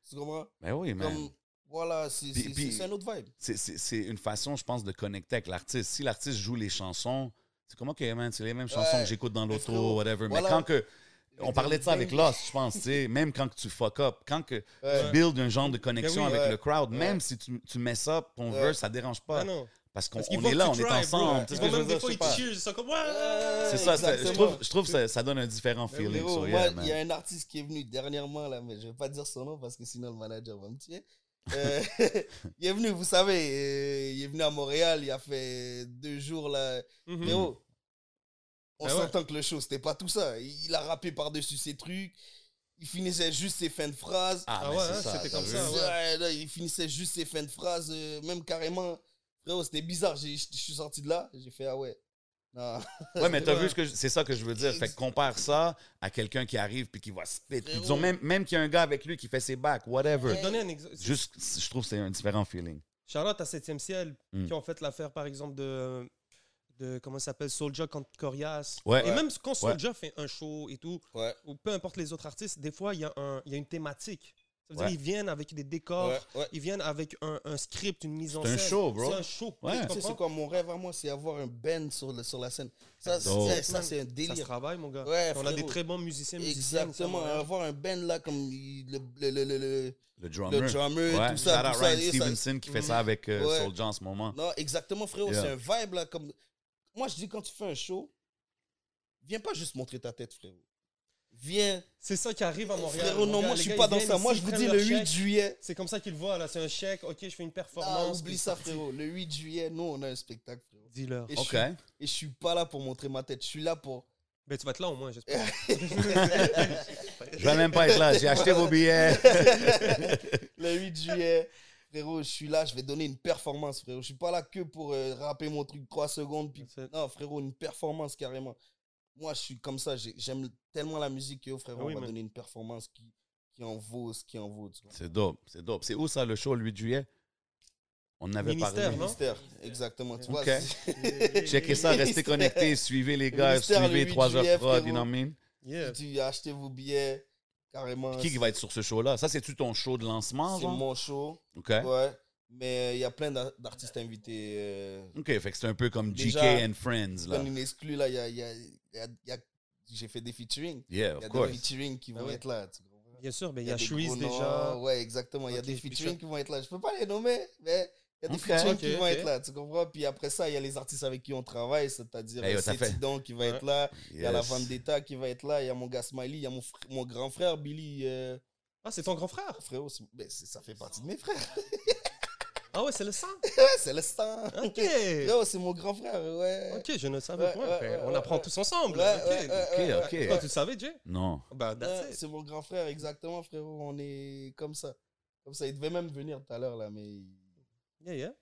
S3: Tu comprends?
S2: Ben oui, man.
S3: Comme. Voilà, c'est
S2: Puis-
S3: c'est-
S2: puis-
S3: c'est- c'est un autre vibe.
S2: c'est- c'est c'est une façon, je pense, de connecter avec l'artiste. Si l'artiste joue les chansons, c'est comme, OK, man, c'est les mêmes chansons
S3: Ouais.
S2: que j'écoute dans
S3: Mais
S2: l'auto,
S3: frérot,
S2: whatever. Mais
S3: voilà.
S2: quand que. On parlait de ça avec Lost, je pense, tu sais, même quand que tu fuck up, quand que tu
S3: Ouais.
S2: builds Euh, un genre de connexion
S1: Ben oui,
S2: avec
S3: ouais.
S2: le crowd,
S3: Ouais.
S2: même si tu, tu mets ça, ton
S3: Ouais.
S2: verse, ça dérange pas.
S1: Ah non.
S2: Parce qu'on
S1: Parce qu'ils
S2: on
S1: voient
S2: est
S1: que
S2: là,
S1: tu
S2: on est
S1: try,
S2: ensemble.
S1: bro.
S2: tu sais ce
S1: Ils
S2: que
S1: vont
S2: je veux
S1: Même des
S2: dire, je
S1: fois,
S2: sais
S1: ils
S2: pas.
S1: cheers. Ils sont comme. Ouais.
S2: C'est ça, c'est- je
S3: Exactement. Ben
S2: trouve, je trouve que ça, ça donne un différent
S3: Mais
S2: feeling.
S3: frérot,
S2: so,
S3: moi,
S2: yeah, man.
S3: il y a un artiste qui est venu dernièrement, là, mais je vais pas dire son nom parce que sinon le manager va me tuer. Euh, [laughs] il est venu, vous savez, euh, il est venu à Montréal, il a fait deux jours là.
S2: Hmm.
S1: Mhm.
S3: Mais oh, on
S1: Ben ouais.
S3: s'entend que le show, c'était pas tout ça. Il il a rappé par-dessus ses trucs, il finissait juste ses fins de phrases.
S2: Ah,
S1: Ah
S2: mais
S1: ouais,
S2: c'est
S1: hein,
S2: ça,
S1: c'était
S2: t'as
S1: comme
S2: vu?
S1: ça, ouais.
S3: Ouais, là, il finissait juste ses fins de phrases, euh, même carrément. Frérot, c'était bizarre. J'ai- Je je suis sorti de là, j'ai fait ah ouais. Non.
S2: Ouais, mais t'as
S1: Ouais.
S2: vu ce que je- c'est ça que je veux dire. Fait que compare ça à quelqu'un qui arrive puis qui va spit. Puis disons même, même qu'il y a un gars avec lui qui fait ses bacs,
S1: Je
S2: whatever.
S1: vais te donner un exemple.
S2: Juste, je trouve que c'est un différent feeling.
S1: Charlotte à 7e ciel,
S2: Mm.
S1: qui ont fait l'affaire, par exemple, de. de comment ça s'appelle Soldier contre Corias.
S2: Ouais.
S1: Et
S2: Ouais.
S1: même quand Soldier fait un show et tout,
S3: Ouais.
S1: ou peu importe les autres artistes, des fois, il y, a un- il y a une thématique. Ça veut
S2: Ouais.
S1: dire ils viennent avec des décors,
S3: Ouais, ouais.
S1: ils viennent avec un, un script, une mise en
S2: C'est
S1: scène.
S2: un show, bro.
S1: C'est un show.
S2: Ouais.
S1: Tu
S3: Tu sais, c'est
S1: comprends?
S3: quoi mon rêve à moi, c'est avoir un band sur, le, sur la scène. Ça, c'est-
S2: Dope.
S3: ça, ça, c'est un
S1: Ça se
S3: délire.
S1: travaille, mon gars.
S3: Ouais,
S1: on a
S3: frérot.
S1: des très bons musiciens, musiciennes. ici à
S3: Exactement,
S1: Montréal.
S3: avoir un band là comme il- le, le, le, le, le-
S2: Le
S3: le
S2: drummer.
S3: drummer,
S2: Ouais,
S3: tout ça.
S2: shout out
S3: tout ça,
S2: Ryan
S3: et ça-
S2: Stevenson qui fait ça avec euh,
S3: Ouais.
S2: Soulja en ce moment.
S3: Non, exactement, frérot,
S2: Yeah.
S3: c'est un vibe là. Comme... Moi, je dis quand tu fais un show, viens pas juste montrer ta tête, frérot. Viens.
S1: C'est ça qui arrive à Montréal.
S3: frérot, non,
S1: Montréal,
S3: moi,
S1: les
S3: je suis
S1: gars,
S3: pas
S1: ils
S3: dans
S1: viennent
S3: ça.
S1: ici,
S3: Moi,
S1: ils
S3: je vous
S1: prennent
S3: dis
S1: leur
S3: le 8
S1: chèque.
S3: juillet.
S1: C'est comme ça qu'ils le voient, là. C'est un chèque. OK, je fais une
S3: Ah,
S1: performance.
S3: oublie
S1: puis-
S3: ça, frérot. Le 8 juillet, nous, on a un spectacle, frérot.
S1: Dis-leur.
S3: Et je
S2: OK.
S3: suis- et je suis pas là pour montrer ma tête. Je suis
S1: [laughs]
S3: là pour. [laughs]
S1: Ben, tu vas être là au moins, j'espère.
S2: Je vais même pas être là. J'ai acheté vos billets.
S3: Le 8 juillet, frérot, je suis là, je vais donner une performance, frérot. Je suis pas là que pour euh, rapper mon truc 3 secondes. Puis...
S1: That's it.
S3: Non, frérot, une performance carrément. Moi, je suis comme ça, j'ai- j'aime tellement la musique que, oh, frérot,
S1: Ah oui,
S3: on va
S1: man.
S3: donner une performance qui, qui en vaut ce qui en vaut. Tu vois.
S1: Hein?
S2: C'est dope. C'est dope. C'est où ça, le show, le 8 juillet? On en avait
S1: Ministère,
S2: parlé.
S1: non?
S3: Mystère, exactement. Tu vois,
S2: Ok.
S3: c'est-
S2: Checkez ça, restez
S3: Ministère.
S2: connectés, suivez les gars,
S3: Ministère, le
S2: suivez
S3: 8
S2: 3
S3: juillet,
S2: heures prod, you
S3: frérot.
S2: know what I mean?
S1: Yeah.
S3: [laughs] tu achetez vos billets, carrément.
S2: Qui qui va être sur ce show-là? Ça, c'est-tu ton show de lancement?
S3: Ah, C'est
S2: genre?
S3: mon show,
S2: OK.
S3: ouais. Mais il y a plein d'a- d'artistes invités. euh,
S2: OK, fait que c'est un peu comme GK
S3: Déjà,
S2: and Friends, là.
S3: Comme une exclue, là, il y a- il y a- il y a- il y a- j'ai fait des featuring.
S2: Yeah,
S3: Il y
S2: of
S3: a des
S2: course.
S3: featuring qui
S1: Ah
S3: vont
S1: ouais.
S3: être là. tu comprends?
S1: Bien sûr, ben, il y a
S3: des
S1: Shreeze
S3: gros noms,
S1: déjà.
S3: Ouais, exactement. Il y a
S1: Ok,
S3: des
S1: Bishop.
S3: featuring qui vont être là. Je peux pas les nommer, mais il y a des
S2: Ok.
S3: featuring
S1: Ok,
S3: qui vont
S1: ok.
S3: être là. Tu comprends? Puis après ça, il y a les artistes avec qui on travaille, c'est-à-dire
S2: Hey, yo,
S3: euh,
S2: Eh, t'as fait-
S3: Cétidon qui va
S1: Ouais.
S3: être là. Il y a la
S2: Yes.
S3: Vendetta qui va être là. Il y a mon gars Smiley. Il y a mon, fr- mon grand frère Billy. euh,
S1: Ah, c'est ton grand frère.
S3: Frérot, c'est- ben, c'est- ça fait partie de mes frères. [laughs]
S1: Ah ouais, c'est le sang.
S3: ouais, c'est le stand.
S1: OK.
S3: Frérot, c'est mon grand frère. Ouais.
S1: OK, je ne savais
S3: Ouais,
S1: point.
S3: ouais,
S1: frère.
S3: ouais,
S1: On
S3: ouais,
S1: apprend
S3: ouais.
S1: tous ensemble.
S3: Ouais,
S1: OK.
S3: ouais, ouais,
S2: OK,
S3: ouais,
S2: OK.
S3: ouais.
S1: Toi, tu le savais, Jay?
S2: Non.
S1: Bah,
S3: Ouais,
S1: that's it.
S3: C'est mon grand frère, exactement, frérot. On est comme ça. Comme ça. Il devait même venir tout à l'heure, là, mais. il-
S1: Yeah, yeah.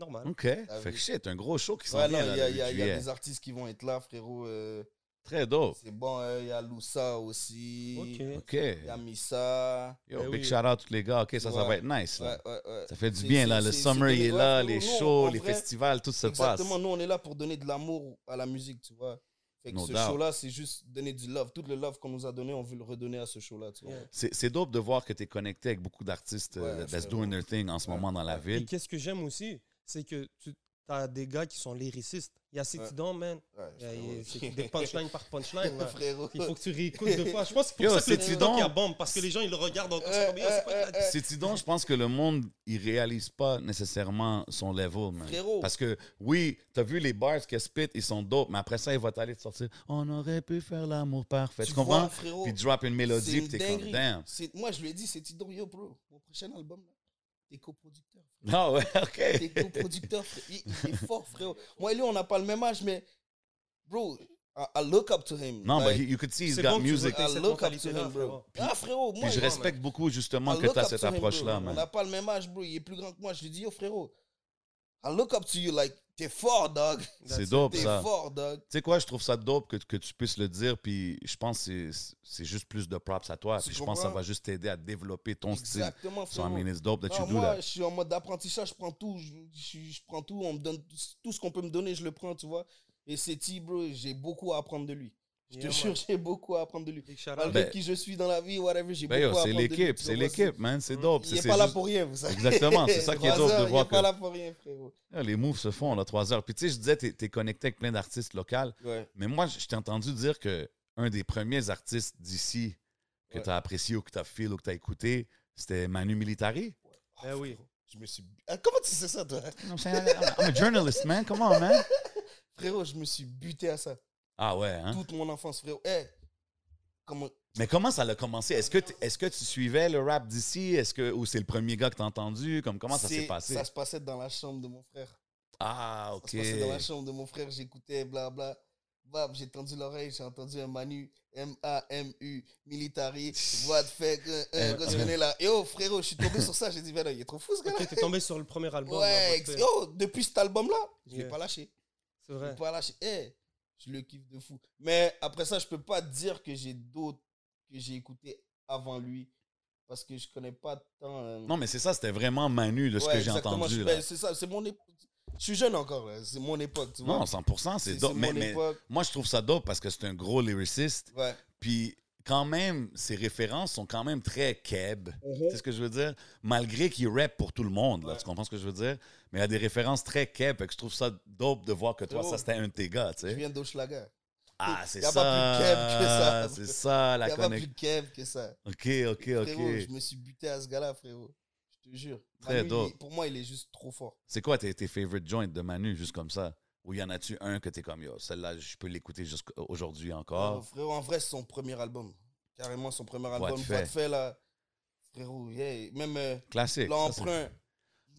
S1: Normal.
S2: OK. Fait que shit, un gros show qui s'en
S3: Ah, Ouais, non,
S2: vient,
S3: il y,
S2: là,
S3: a-
S2: le
S3: il y a
S2: 8
S3: il y a
S2: juillet.
S3: des artistes qui vont être là, frérot. euh,
S2: Très dope.
S3: c'est bon, euh, il y a Loussa aussi.
S1: OK.
S2: OK.
S3: Il y a Missa.
S2: Yo,
S1: Eh
S2: big
S1: oui.
S2: shout-out tous les gars. OK, ça, ça
S3: Ouais.
S2: va être nice,
S3: Ouais,
S2: là.
S3: ouais, ouais.
S2: Ça fait du
S3: C'est-
S2: bien,
S3: c'est-
S2: là. Le
S3: c'est-
S2: summer,
S3: c'est
S2: il est
S3: des-
S2: là.
S3: ouais,
S2: Les
S3: frérot, nous,
S2: shows,
S3: en
S2: les
S3: vrai,
S2: festivals, tout se passe.
S3: Exactement, nous, on est là pour donner de l'amour à la musique, tu vois. Fait que
S2: No
S3: ce
S2: doubt.
S3: show-là, c'est juste donner du love. Tout le love qu'on nous a donné, on veut le redonner à ce show-là, tu vois.
S1: Yeah.
S2: C'est c'est dope de voir que tu es connecté avec beaucoup d'artistes euh,
S3: Ouais,
S2: that's
S3: frérot.
S2: doing their thing en ce
S3: Ouais.
S2: moment dans la
S1: Et
S2: ville.
S1: qu'est-ce que j'aime aussi, c'est que tu as des gars qui sont lyricistes. Il y a Cétidon, man.
S3: Ouais, Ah,
S1: Il y a-
S3: frérot. [laughs]
S1: C'est des punchlines par punchline. là.
S3: Frérot.
S1: Il faut que tu réécoutes deux fois. Je pense que c'est
S2: Yo,
S1: pour ça que
S2: c'est
S1: c'est Cétidon
S2: Tidon.
S1: qui a bombe, parce que les gens, ils le regardent encore. C'est comme, Yo, c'est quoi que la-
S2: C'est Tidon, je pense que le monde, il réalise pas nécessairement son level, man.
S3: Frérot.
S2: Parce que, oui, t'as vu les bars qu'elle spit, ils sont dope, mais après ça, il va t'aller te sortir « On aurait pu faire l'amour parfait », tu
S3: vois,
S2: comprends?
S3: frérot,
S2: Puis drop une
S3: c'est
S2: mélodie,
S3: une
S2: puis t'es comme «
S3: dinguerie.
S2: Damn [laughs]
S3: C'est- Moi, je lui ai dit, c'est Tidon, yo, bro, mon prochain album, là, t'es coproducteur. ».
S2: [laughs] Ah ouais, OK.
S3: T'es coproducteur, frère. Il, il est fort, frérot. Moi et lui, on n'a pas le même âge, mais bro, I, I look up to him.
S2: Non, mais
S3: Like,
S2: you could see he's
S1: C'est
S2: got
S1: bon que tu veux
S2: music.
S1: t'aies
S3: I
S1: cette
S3: look up to
S1: mentalité-là,
S3: him, bro.
S1: frérot.
S3: Ah, frérot, moi,
S2: Puis je
S3: I
S2: respecte beaucoup, justement, que
S3: Ah, look
S2: t'as
S3: up
S2: cette
S3: to him, bro.
S2: approche-là,
S3: On
S2: man.
S3: n'a pas le même âge, bro. Il est plus grand que moi. Je lui dis, yo, frérot, I look up to you, like, t'es fort, dog.
S2: C'est dope,
S3: T'es
S2: ça.
S3: fort, dog.
S2: Tu sais quoi, je trouve ça dope que, que tu puisses le dire, puis je pense que c'est- c'est juste plus de props à toi.
S3: Tu
S2: Puis je pense que ça
S3: comprends?
S2: va juste t'aider à développer ton style.
S3: Exactement,
S2: So I
S3: frérot.
S2: mean, it's dope that
S3: Non,
S2: you do
S3: Ah, moi,
S2: that.
S3: je suis en mode d'apprentissage, je prends tout, je, je- je prends tout, on me donne tout- tout ce qu'on peut me donner, je le prends, tu vois. Et c'est bro, j'ai beaucoup à apprendre de lui. Je te
S1: Yeah,
S3: jure,
S1: man.
S3: [laughs] j'ai beaucoup à apprendre de lui.
S1: Big shout-out.
S3: Malgré
S2: Ben-
S3: qui je suis dans la vie, whatever, j'ai
S2: Ben yo,
S3: beaucoup à
S2: c'est
S3: apprendre de lui,
S2: l'équipe,
S3: tu
S2: c'est
S3: comprends,
S2: l'équipe, man. C'est dope.
S3: Mm. Il
S2: C'est-
S3: est
S2: c'est
S3: pas là
S2: juste-
S3: pour rien, vous savez.
S2: Exactement, c'est
S3: [laughs]
S2: ça qui est
S3: Trois
S2: dope de
S3: heures,
S2: voir
S3: Il est pas
S2: que-
S3: là pour rien, frérot.
S2: Ah, Les moves se font, là, trois heures. Puis tu sais, je disais, t'es t'es connecté avec plein d'artistes locaux.
S3: Ouais.
S2: Mais moi, je t'ai entendu dire que un des premiers artistes d'ici que
S3: Ouais.
S2: t'as apprécié ou que t'as feel ou que t'as écouté, c'était Manu
S1: Eh
S2: Militari.
S1: oui.
S3: Ah, frérot, Je me suis... Ah, Comment tu sais ça, toi
S2: You know what I'm saying? I'm a journalist, man. Come on, man.
S3: Frérot, je me suis buté à ça.
S2: Ah ouais, hein?
S3: Toute mon enfance, frérot. Eh, comment...
S2: Mais comment ça a commencé? Est-ce que, t- est-ce que tu suivais le rap d'ici? Est-ce que ou c'est le premier gars que t'as entendu? Comme, comment ça s'est
S3: C'est-
S2: passé?
S3: Ça se passait dans la chambre de mon frère.
S2: Ah, ok.
S3: Ça se passait dans la chambre de mon frère, j'écoutais, blabla. Bab, j'ai tendu l'oreille, j'ai entendu un Manu, M-A-M-U, military, voix de fait, euh, euh,
S2: Euh,
S3: quand je venais là. Et oh, frérot, je suis tombé sur ça, j'ai dit, ben non, il est trop fou ce
S1: Ok,
S3: gars-là.
S1: t'es tombé sur le premier album. là,
S3: Ouais,
S1: votre
S3: ex-
S1: père.
S3: oh, depuis cet album-là, je l'ai
S1: Yeah.
S3: pas lâché.
S1: c'est
S3: Je l'ai
S1: vrai.
S3: pas lâché. Eh, je le kiffe de fou. Mais après ça, je peux pas dire que j'ai d'autres que j'ai écouté avant lui. Parce que je connais pas tant. euh,
S2: Non, mais c'est ça, c'était vraiment Manu de ce
S3: ouais,
S2: que j'ai
S3: exactement, je-
S2: entendu. Là.
S3: ben, C'est ça, c'est mon époque. Je suis jeune encore, là, c'est mon époque, tu vois.
S2: Non, 100 c'est
S3: C'est
S2: dope.
S3: c'est
S2: Mais,
S3: mon
S2: mais
S3: époque.
S2: moi, je trouve ça dope parce que c'est un gros lyriciste.
S3: Ouais.
S2: Puis, quand même, ses références sont quand même très keb.
S1: Uh-huh.
S2: C'est ce que je veux dire? Malgré qu'il rap pour tout le monde, là, tu comprends ce que je veux dire? Mais il y a des références très keb, fait que je trouve ça dope de voir que toi,
S3: Oh.
S2: ça, c'était un de tes gars, tu
S3: Je
S2: sais.
S3: viens d'Oschlaga.
S2: Ah, c'est
S3: y a
S2: ça.
S3: pas plus keb que ça.
S2: C'est ça,
S3: Il
S2: la
S3: n'y a pas plus
S2: connexion.
S3: de Kev que ça.
S2: OK, OK,
S3: Frérot, je
S2: OK.
S3: me suis buté à ce gars-là, frérot. Je te jure.
S2: Très
S3: Manu, il est-
S2: dope.
S3: pour moi, il est juste trop fort.
S2: C'est quoi tes, tes favorite joints de Manu, juste comme ça? Ou y en a-tu un que t'es comme, yo, celle-là, je peux l'écouter jusqu'aujourd'hui
S3: Euh,
S2: encore?
S3: frérot, en vrai, c'est son premier album. Carrément son premier
S2: Voix de
S3: album.
S2: fait.
S3: Pas de fait, là. Frérot, yeah. même euh,
S2: Classique. ça, c'est-
S3: l'emprunt.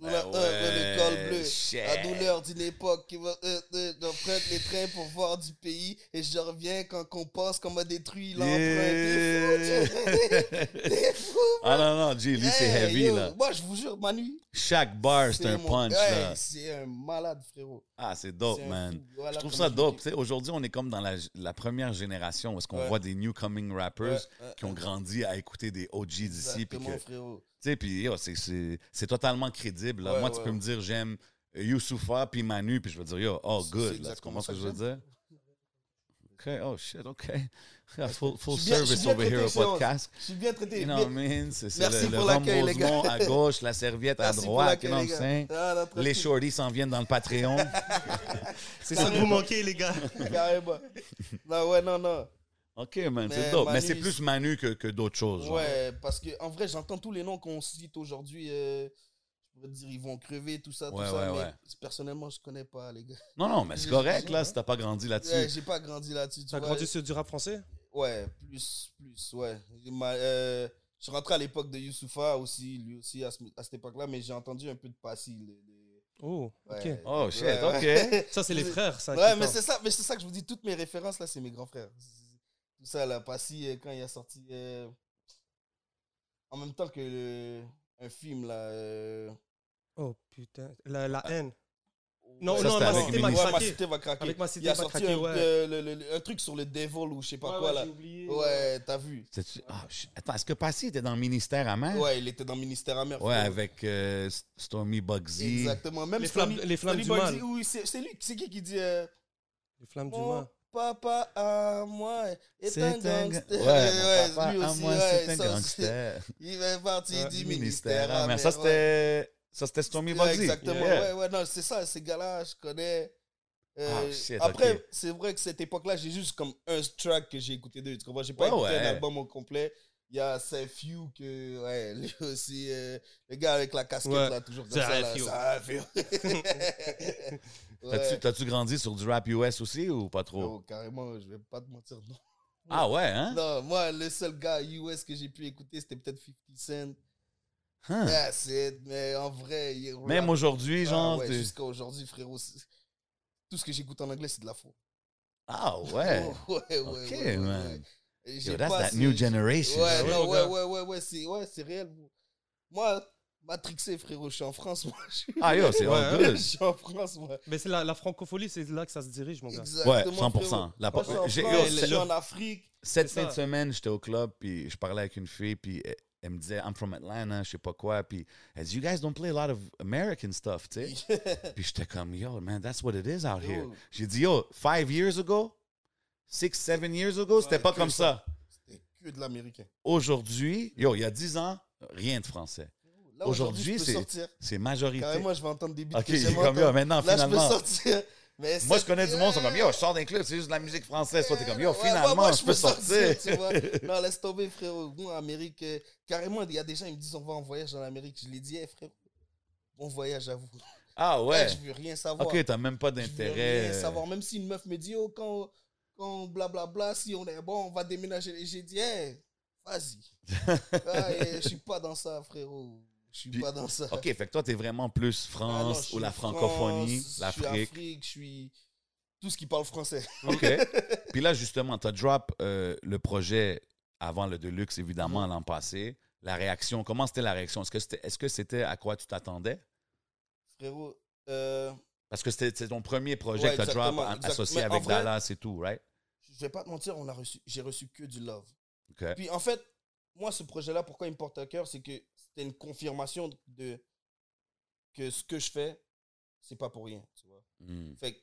S2: Ben
S3: La- euh, le col
S2: ouais,
S3: bleu.
S2: shit.
S3: La douleur d'une époque qui va- euh, euh, j'emprunte les trains pour voir du pays et je reviens quand qu'on pense qu'on m'a détruit l'emprunt. T'es fou, Jay. T'es fou.
S2: [laughs] Ah non, non, G, lui, c'est
S3: Hey,
S2: heavy,
S3: yo,
S2: là.
S3: Moi, je vous jure, Manu.
S2: Chaque bar, c'est un
S3: mon-
S2: punch,
S3: Hey,
S2: là.
S3: C'est un malade, frérot.
S2: Ah, c'est dope,
S3: C'est un
S2: man.
S3: fou. Voilà
S2: je trouve
S3: comment
S2: ça
S3: vous
S2: dope.
S3: dis.
S2: Tu sais, Aujourd'hui, on est comme dans la, la première génération où est-ce qu'on
S3: Ouais.
S2: voit des new coming rappers
S3: Ouais, ouais,
S2: qui ont grandi à écouter des OG d'ici. Puis
S3: Exactement,
S2: que- tu
S3: frérot.
S2: sais, puis yo, c'est- c'est c'est totalement crédible. là.
S3: Ouais,
S2: Moi, tu
S3: ouais,
S2: peux me
S3: ouais.
S2: dire, j'aime Youssoufa puis Manu, puis je vais dire, yo, oh,
S3: C'est- c'est
S2: good. Là, tu
S3: exactement
S2: comprends ce
S3: ça
S2: que je veux
S3: que
S2: dire? OK, oh shit, OK. [laughs] Yeah, full full
S3: Je suis bien- je suis
S2: service
S3: bien
S2: over here au
S3: traité, Clémence.
S2: podcast.
S3: Je suis bien traité.
S2: You know what I mean? C'est c'est
S3: Merci
S2: le, le
S3: pour
S2: rhum
S3: l'accueil, les gars.
S2: Rosemont à gauche, la serviette à
S3: Merci pour
S2: droite.
S3: l'accueil,
S2: You know
S3: les
S2: what I'm saying?
S3: gars. Ah, non,
S2: Les
S3: tranquille.
S2: shorties s'en viennent dans le Patreon.
S1: C'est ça que vous manquez, les gars.
S3: [laughs] Carrément. Non, ouais, non, non.
S2: OK, man, c'est
S3: Mais
S2: dope. Mais
S3: Manu,
S2: c'est plus Manu que, que d'autres choses. genre.
S3: Ouais, parce que en vrai, j'entends tous les noms qu'on cite aujourd'hui. euh, je pourrais te dire, ils vont crever, tout ça,
S2: Ouais,
S3: tout ça.
S2: ouais,
S3: mais
S2: ouais.
S3: personnellement, je connais pas, les gars.
S2: Non, non, mais c'est correct, là, si t'as pas grandi
S3: Ouais,
S2: là-dessus.
S3: J'ai pas grandi là-dessus. tu
S1: Tu as
S3: vois.
S1: grandi sur du rap français
S3: Ouais, plus, plus, ouais. J'ai ma- euh, je rentrais à l'époque de Youssoufa aussi, lui aussi, à, ce- à cette époque-là, mais j'ai entendu un peu de Passy. les- les-
S1: Oh, ok.
S3: ouais.
S2: Oh, shit,
S3: Ouais,
S2: OK.
S3: ouais.
S1: Ça, c'est les frères, ça.
S3: Ouais,
S1: qui
S3: mais
S1: parlent.
S3: c'est ça, mais c'est ça que je vous dis. Toutes mes références là, c'est mes grands frères. Tout ça là, Passy euh, quand il a sorti euh, en même temps que le- un film là. euh,
S1: Oh, putain. La,
S3: Ah,
S1: la haine.
S3: ouais,
S1: Non,
S2: Ça,
S1: non,
S2: c'était
S1: ma
S2: avec
S1: cité
S2: Eminem.
S1: m'a
S3: ouais, Ma
S1: craqué.
S3: cité va craquer.
S1: Avec Ma Cité
S3: il a
S1: va
S3: sorti
S1: craquer,
S3: un,
S1: ouais.
S3: euh, le- le- le- un truc sur le devil ou je sais pas quoi là. Ouais, t'as vu.
S2: C'est-tu- ah, shit. Attends, est-ce que Passy était dans Ministère à
S1: Hein?
S2: mer?
S3: Ouais, il était dans Ministère amer.
S2: Ouais,
S3: frérot.
S2: avec euh, S- Stormy Bugsy.
S3: Exactement. Même
S1: Les
S3: Stoney-
S1: flammes- les flammes
S3: Stoney
S1: du
S3: Boy
S1: mal.
S3: dit- oui, c'est c'est lui. C'est qui qui dit euh,
S1: Les flammes du
S3: Mon
S1: mal.
S3: papa à moi est
S2: C'est
S3: un
S2: un ga-
S3: gangster. [laughs] Ouais,
S2: Ouais, mon papa,
S3: lui
S2: à
S3: aussi,
S2: moi,
S3: ouais,
S2: c'est un
S3: ça aussi.
S2: gangster.
S3: [laughs]
S2: Euh,
S3: Il fait partie
S1: Ouais,
S3: du
S2: Du
S3: ministère.
S2: Ministère à mer. Ça,
S3: amer, ouais.
S2: c'était... Ça, c'était Stormy
S3: Ouais,
S2: Bugsy.
S3: Exactement.
S2: Yeah.
S3: Ouais, ouais, non, c'est ça, ces gars-là, je connais. Euh,
S2: Ah, shit,
S3: après,
S2: ok.
S3: c'est vrai que cette époque-là, j'ai juste comme un track que j'ai écouté d'eux. Tu comprends? J'ai
S2: Ouais,
S3: pas écouté
S2: ouais.
S3: un album au complet. Il y a Safiou que, ouais, [laughs] lui aussi, euh, le gars avec la casquette,
S1: Ouais.
S3: là, toujours comme
S1: C'est
S3: ça. là,
S1: Safiou.
S3: Safiou.
S2: T'as-tu- [laughs]
S3: ouais.
S2: T'as-tu grandi sur du rap US aussi ou pas trop?
S3: Oh, carrément, je vais pas te mentir. Non.
S2: Ah ouais, hein?
S3: non, moi, le seul gars US que j'ai pu écouter, c'était peut-être 50 Cent.
S2: Hein?
S3: That's it, mais en vrai. il-
S2: Même
S3: rap-
S2: aujourd'hui,
S3: Ah
S2: genre...
S3: ouais,
S2: t'es-
S3: jusqu'à aujourd'hui, frérot. c'est- Tout ce que j'écoute en anglais, c'est de la faux.
S2: Ah ouais.
S3: [laughs] ouais, ouais,
S2: Ok,
S3: ouais, ouais,
S2: man.
S3: ouais. Et Oh, j'ai
S2: Yo, that's
S3: pas
S2: that
S3: ce-
S2: new
S3: j'ai-
S2: generation.
S3: Ouais,
S1: ouais,
S3: non,
S1: mon
S3: ouais,
S1: gars.
S3: ouais, ouais, ouais, c'est, ouais, c'est réel. bro. Moi, matrixé, frérot, je suis en France, [laughs] moi. Je suis,
S2: Ah yo, c'est
S1: Ouais,
S2: all
S1: hein.
S3: [laughs]
S2: good.
S3: je suis en France, moi.
S1: Mais c'est la, la francophonie, c'est là que ça se dirige, mon gars.
S2: Ouais,
S3: Exactement,
S2: 100%. La
S3: frérot.
S2: po-
S3: Moi, je suis
S2: Ah, j'ai-
S3: en
S2: yo,
S3: France, je
S2: c'est-
S3: suis en Afrique.
S2: Cette
S1: C'est
S2: fin de
S1: ça.
S2: semaine, j'étais au club, puis je parlais avec une fille, puis elle, elle me disait, I'm from Atlanta, je sais pas quoi, puis elle dit, You guys don't play a lot of American stuff, tu sais.
S3: [laughs]
S2: puis j'étais comme, Yo, man, that's what it is out here.
S3: Yo.
S2: J'ai dit, Yo, five years ago, six, seven years ago, c'était
S3: Ouais,
S2: pas
S3: que
S2: comme ça.
S3: C'était que de l'américain.
S2: Aujourd'hui, yo, il y a dix ans, rien de français.
S3: Là,
S2: Aujourd'hui,
S3: je peux
S2: c'est-
S3: sortir.
S2: c'est majorité.
S3: Carrément, je vais entendre des beats
S2: Ok,
S3: que
S2: il est
S3: j'aime
S2: comme, Yo,
S3: entendre.
S2: maintenant,
S3: Là, je peux
S2: finalement.
S3: sortir. [laughs] Mais
S2: Moi,
S3: ça-
S2: je connais du monde, ils sont comme, yo, je sors d'un club, c'est juste de la musique française. Toi, t'es comme, yo,
S3: Ouais, ouais,
S2: finalement,
S3: moi,
S2: je peux sortir.
S3: tu vois. Non, laisse tomber, frérot. Nous, en Amérique, euh, carrément, il y a des gens, ils me disent, on va en voyage en Amérique. Je les dis, hey, frérot, bon voyage à vous.
S2: ah ouais.
S3: Ouais, je veux rien savoir.
S2: Ok, t'as même pas
S3: Je veux
S2: d'intérêt.
S3: rien
S2: euh,
S3: savoir. Même si une meuf me dit, oh, quand, quand blablabla, si on est bon, on va déménager. Et J'ai dit, hey,
S2: [laughs]
S3: vas-y. Ah, et je suis pas dans ça, frérot. Je suis
S2: Puis-
S3: pas dans ça.
S2: OK, fait que toi, t'es vraiment plus
S3: Ah non, je
S2: France
S3: suis
S2: ou la
S3: France,
S2: francophonie,
S3: Je suis
S2: l'Afrique.
S3: Afrique, je suis tout ce qui parle français. [laughs]
S2: OK. Puis là, justement, t'as drop euh, le projet avant le Deluxe,
S3: Mhm.
S2: évidemment, l'an passé. La réaction, comment c'était la réaction? Est-ce que c'était est-ce que c'était à quoi tu t'attendais?
S3: Frérot, euh,
S2: Parce que c'était c'est ton premier projet
S3: Ouais,
S2: que t'as drop
S3: exactement,
S2: a-
S3: exact-
S2: associé
S3: mais en
S2: avec
S3: vrai-
S2: Dallas et tout, right?
S3: je vais pas te mentir, on a reçu, j'ai reçu que du love.
S2: OK.
S3: Puis en fait, moi, ce projet-là, pourquoi il me porte à cœur, c'est que c'était une confirmation de que ce que je fais, c'est pas pour rien, tu vois.
S2: Hmm.
S3: Fait que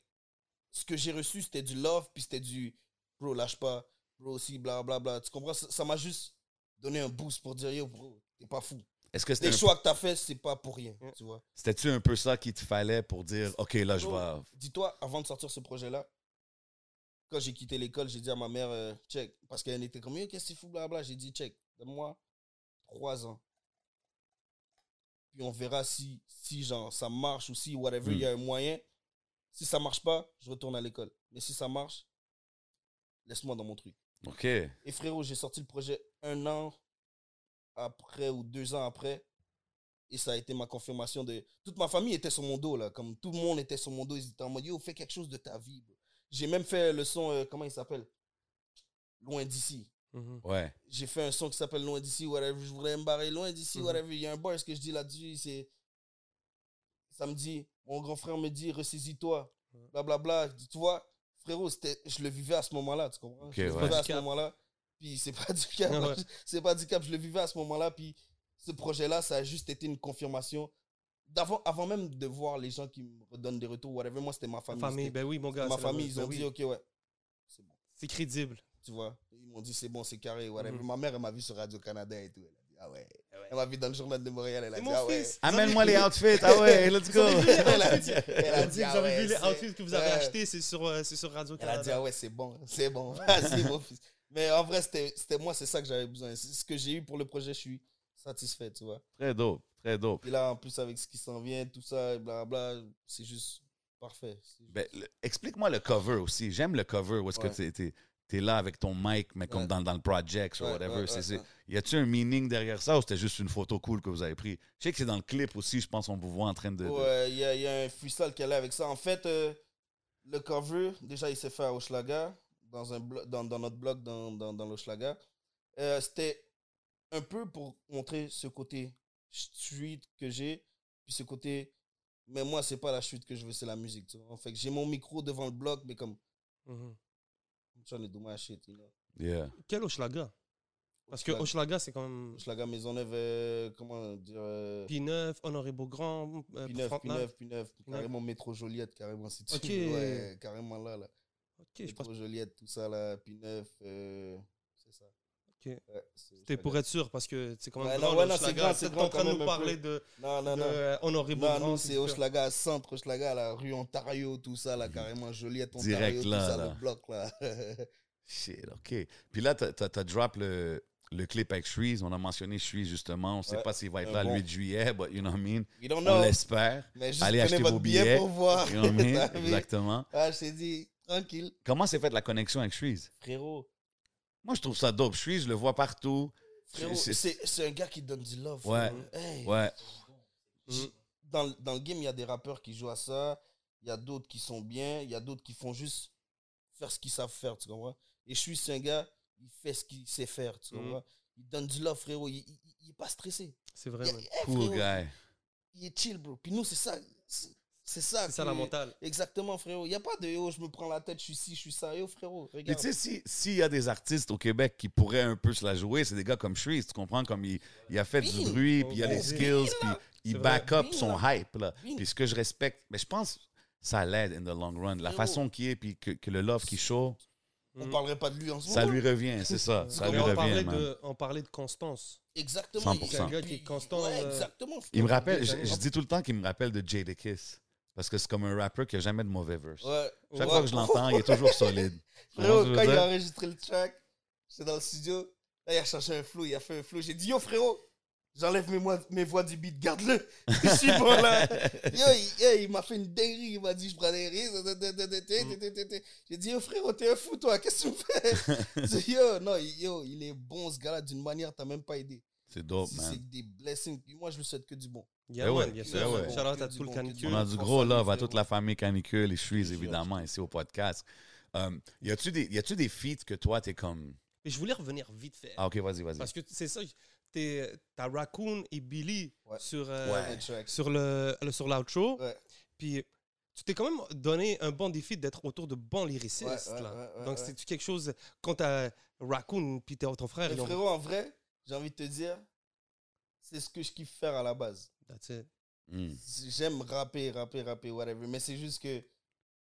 S3: ce que j'ai reçu, c'était du love, puis c'était du bro, lâche pas, bro, si, blablabla. Bla, bla. Tu comprends? Ça ça m'a juste donné un boost pour dire, yo, bro, t'es pas fou.
S2: Est-ce que c'était
S3: Les
S2: un-
S3: choix que t'as fait, c'est pas pour rien, tu vois.
S2: c'était-tu un peu ça qu'il te fallait pour dire, OK, là, je
S3: Bro,
S2: vais.
S3: Dis-toi, avant de sortir ce projet-là, quand j'ai quitté l'école, j'ai dit à ma mère, euh, check. Parce qu'elle était comme, Yo, qu'est-ce que c'est fou, blabla. J'ai dit, check, donne-moi trois ans. Puis on verra si, si genre, ça marche ou si, whatever,
S2: Mm.
S3: il y a un moyen. Si ça marche pas, je retourne à l'école. Mais si ça marche, laisse-moi dans mon truc.
S2: OK.
S3: Et frérot, j'ai sorti le projet un an après ou deux ans après. Et ça a été ma confirmation de. Toute ma famille était sur mon dos, là. Comme tout le monde était sur mon dos, ils étaient en mode Yo, fais quelque chose de ta vie. bro. J'ai même fait le son, euh, comment il s'appelle Loin d'ici.
S1: Mhm.
S2: Ouais.
S3: J'ai fait un son qui s'appelle Loin d'ici, whatever. Je voulais me barrer loin d'ici,
S1: Mhm.
S3: whatever. Il y a un bar, ce que je dis là-dessus, c'est. Ça me dit, mon grand frère me dit, ressaisis-toi,
S1: Ouais.
S3: blablabla. Tu vois, frérot, c'était- je le vivais à ce moment-là, tu comprends
S2: Ok,
S3: Je le
S2: ouais.
S3: vivais
S1: Pas
S3: à
S1: du
S3: ce
S1: cap.
S3: moment-là. Puis c'est pas du
S1: Ouais.
S3: cap. [laughs] C'est pas du cap, je le vivais à ce moment-là. Puis ce projet-là, ça a juste été une confirmation. D'avant, avant même de voir les gens qui me redonnent des retours, whatever, moi, c'était ma
S1: Ma
S3: famille.
S1: famille,
S3: C'était-
S1: ben oui, mon gars.
S3: ma
S1: c'est la
S3: famille,
S1: même-
S3: ils
S1: ben
S3: ont
S1: oui,
S3: dit, OK, ouais, c'est bon,
S1: C'est crédible.
S3: tu vois. Ils m'ont dit, c'est bon, c'est carré, whatever.
S1: Mhm. Eh
S3: Ma mère, elle m'a vu sur Radio-Canada et tout. Elle a dit, ah ouais. Elle m'a vu dans le journal de Montréal, elle a
S1: C'est
S3: dit,
S1: mon
S3: ah ouais.
S1: fils.
S2: Amène-moi les outfits. Ah ouais, let's go.
S3: Elle a dit, [laughs]
S1: [laughs]
S3: elle a dit,
S1: Vous
S3: ah
S1: avez
S3: ouais,
S1: vu les
S3: c'est-
S1: outfits que vous avez
S3: ouais.
S1: achetés, c'est sur, euh, c'est sur
S3: Elle a dit,
S1: Radio-Canada.
S3: ah ouais, c'est bon, [laughs] c'est bon, vas-y, mon fils. Mais en vrai, c'était c'était moi, c'est ça que j'avais besoin. C'est Ce que j'ai eu pour le projet, je suis satisfait, tu vois.
S2: Très dope. Très dope.
S3: Et là, en plus, avec ce qui s'en vient, tout ça, et blablabla, c'est juste parfait. C'est juste-
S2: Ben, le- Explique-moi le cover aussi. J'aime le cover où est-ce
S3: Ouais.
S2: que t'es- t'es es là avec ton mic, mais comme
S3: Ouais.
S2: dans, dans le project ou
S3: Ouais,
S2: whatever.
S3: ouais,
S2: C'est-
S3: ouais,
S2: c'est-
S3: ouais.
S2: Y a-tu un meaning derrière ça ou c'était juste une photo cool que vous avez pris? Je sais que c'est dans le clip aussi, je pense qu'on vous voit en train de. de-
S3: Ouais, il y, a- il y a un freestyle qu'elle a avec ça. En fait, euh, le cover, déjà, il s'est fait à Hochelaga, dans, un blo- dans, dans notre blog, dans, dans, dans l'Hochelaga. Euh, C'était un peu pour montrer ce côté street que j'ai, puis ce côté. Mais moi, c'est pas la chute que je veux, c'est la musique. tu vois. En fait, j'ai mon micro devant le blog, mais comme.
S1: Mhm.
S3: I'm trying to do my shit, you know.
S2: Yeah.
S1: Quel Hochelaga Parce que
S3: Hochelaga.
S1: Hochelaga, c'est quand même
S3: Hochelaga Maisonneuve, euh, comment dire. euh,
S1: P9, Honoré Beaugrand, euh,
S3: Puis neuf, puis
S1: Frontenac.
S3: neuf, puis neuf. Carrément métro Joliette, carrément si tu
S1: Ok.
S3: veux. Ouais, carrément là, là.
S1: Ok, je pense
S3: métro Joliette, tout ça là, puis neuf, euh, c'est ça.
S1: Ok.
S3: Ouais, c'est-
S1: C'était pour être sûr, parce que c'est quand même
S3: Ouais,
S1: grand,
S3: non, ouais,
S1: le
S3: non, c'est
S1: Hochelaga.
S3: grand,
S1: Vous
S3: c'est
S1: êtes
S3: grand
S1: en train
S3: quand
S1: de nous
S3: même un
S1: parler
S3: peu.
S1: de
S3: Non, non, non.
S1: de euh, Honoré
S3: Non,
S1: Beaugrand.
S3: nous, c'est Hochelaga centre, Hochelaga, la rue Ontario, tout ça, là, carrément Joliette, Ontario,
S2: Mhm. Direct
S3: tout
S2: là,
S3: ça,
S2: là.
S3: le bloc, là. [laughs]
S2: Shit, OK. Puis là, t'as as, drop le, le clip avec Shreeze. On a mentionné Shreeze, justement. On sait
S3: Ouais.
S2: pas s'il va être
S3: Un
S2: là le
S3: bon.
S2: 8 juillet, but you know what I mean.
S3: We don't
S2: On
S3: know, [laughs]
S2: l'espère.
S3: mais juste
S2: Allez
S3: prenez
S2: acheter
S3: votre
S2: vos billets.
S3: billet pour voir.
S2: You know what I mean?
S3: [laughs] T'as vu?
S2: Exactement.
S3: Ah, je t'ai dit, tranquille.
S2: Comment s'est faite la connexion avec Shreeze?
S3: Frérot,
S2: Moi, je trouve ça dope. Shreeze, je le vois partout.
S3: frérot,
S2: C'est-
S3: c'est c'est un gars qui donne du love.
S2: Ouais.
S3: frérot. Hey.
S2: Ouais.
S3: J- dans, le- dans le game, il y a des rappeurs qui jouent à ça, il y a d'autres qui sont bien, il y a d'autres qui font juste faire ce qu'ils savent faire, tu comprends Et je suis c'est un gars, il fait ce qu'il sait faire, tu
S1: Mhm.
S3: comprends Il donne du love, frérot, il, il, il est pas stressé.
S1: C'est
S3: Il,
S1: vrai, man.
S3: il- hey,
S2: Cool
S3: frérot,
S2: guy.
S3: il est chill, bro. Puis nous, c'est ça, c'est c'est ça.
S1: C'est ça
S3: que-
S1: la mentale.
S3: Exactement, frérot. Il n'y a pas de yo, je me prends la tête, je suis ci, je suis ça. Yo, frérot,
S2: Puis
S3: regarde.
S2: tu sais, si- s'il y a des artistes au Québec qui pourraient un peu se la jouer, c'est des gars comme Shreeze, tu comprends? Comme il, il a fait du
S3: Bing.
S2: bruit, puis il a
S1: Oh,
S2: les
S1: Bing,
S2: skills, puis il
S1: C'est
S2: back
S1: vrai.
S2: up
S3: Bing,
S2: son hype, là.
S3: Bing.
S2: Puis ce que je respecte, mais je pense que ça l'aide in the long run. La
S3: Frérot.
S2: façon qui est, puis que, que le love qui chaud,
S1: Mhm.
S3: On parlerait pas de lui en ce
S2: ça
S3: moment.
S2: lui revient, c'est ça. Ça
S1: Mais
S2: lui
S1: on, parlait
S2: revient, man.
S1: de, on parlait de constance.
S3: Exactement.
S2: 100%.
S3: il-
S2: C'est un
S1: gars qui est
S3: il-
S1: constant,
S3: ouais,
S1: euh,
S3: exactement,
S2: Il me
S3: frérot.
S2: rappelle, je,
S1: Désolé.
S2: je dis tout le temps qu'il me rappelle de Jadakiss, parce que c'est comme un rapper qui a jamais de mauvais verse.
S3: Ouais.
S2: Chaque
S3: Ouais.
S2: fois que je l'entends, il est toujours solide. Tu comprends ce
S3: Frérot,
S2: que je
S3: quand
S2: veux
S3: il a
S2: dire?
S3: enregistré le track, j'étais dans le studio, là, il a changé un flow, il a fait un flow. J'ai dit, yo, frérot, j'enlève mes, moi- mes voix du beat, garde-le. [laughs] Je suis bon
S2: [laughs]
S3: là. Yo, il, yo, il m'a fait une dinguerie, il m'a dit, je prends des risques. J'ai dit, yo, frérot, t'es un fou, toi, qu'est-ce que tu
S2: [laughs]
S3: me fais? J'ai dit, yo, non, yo, il est bon, ce gars-là, d'une manière, t'as même pas aidé.
S2: C'est dope,
S3: Si
S2: Oh, man.
S3: c'est des blessings, moi, je lui souhaite que du bon.
S1: Yeah,
S2: Eh
S1: man,
S2: ouais,
S1: bien
S2: eh
S1: sûr.
S2: ouais.
S1: Shout out à
S3: Du
S1: tout le
S3: bon,
S1: canicule.
S2: On a du
S3: François
S2: gros love à
S3: Lefebvre.
S2: toute la famille Canicule et Shreeze,
S3: Bien sûr.
S2: évidemment, ici au podcast. Um, y a-tu des, y a-tu des feats que toi, t'es comme.
S1: Mais je voulais revenir vite fait.
S2: Ah, ok, vas-y, vas-y.
S1: Parce que c'est ça, t'es- t'as Raccoon et Billy
S3: Ouais.
S1: sur, euh,
S3: Le track.
S1: sur le, le- sur l'outro.
S3: Ouais.
S1: Puis tu t'es quand même donné un bon défi d'être autour de bons lyricistes.
S3: Ouais, ouais,
S1: là.
S3: ouais, ouais,
S1: Donc
S3: ouais.
S1: c'est quelque chose, quand t'as Raccoon puis t'es ton frère,
S3: Mais
S1: ils ont-
S3: frérot, en vrai, j'ai envie de te dire, c'est ce que je kiffe faire à la base.
S1: That's it.
S2: Hmm.
S3: J'aime rapper, rapper, rapper, whatever. Mais c'est juste que.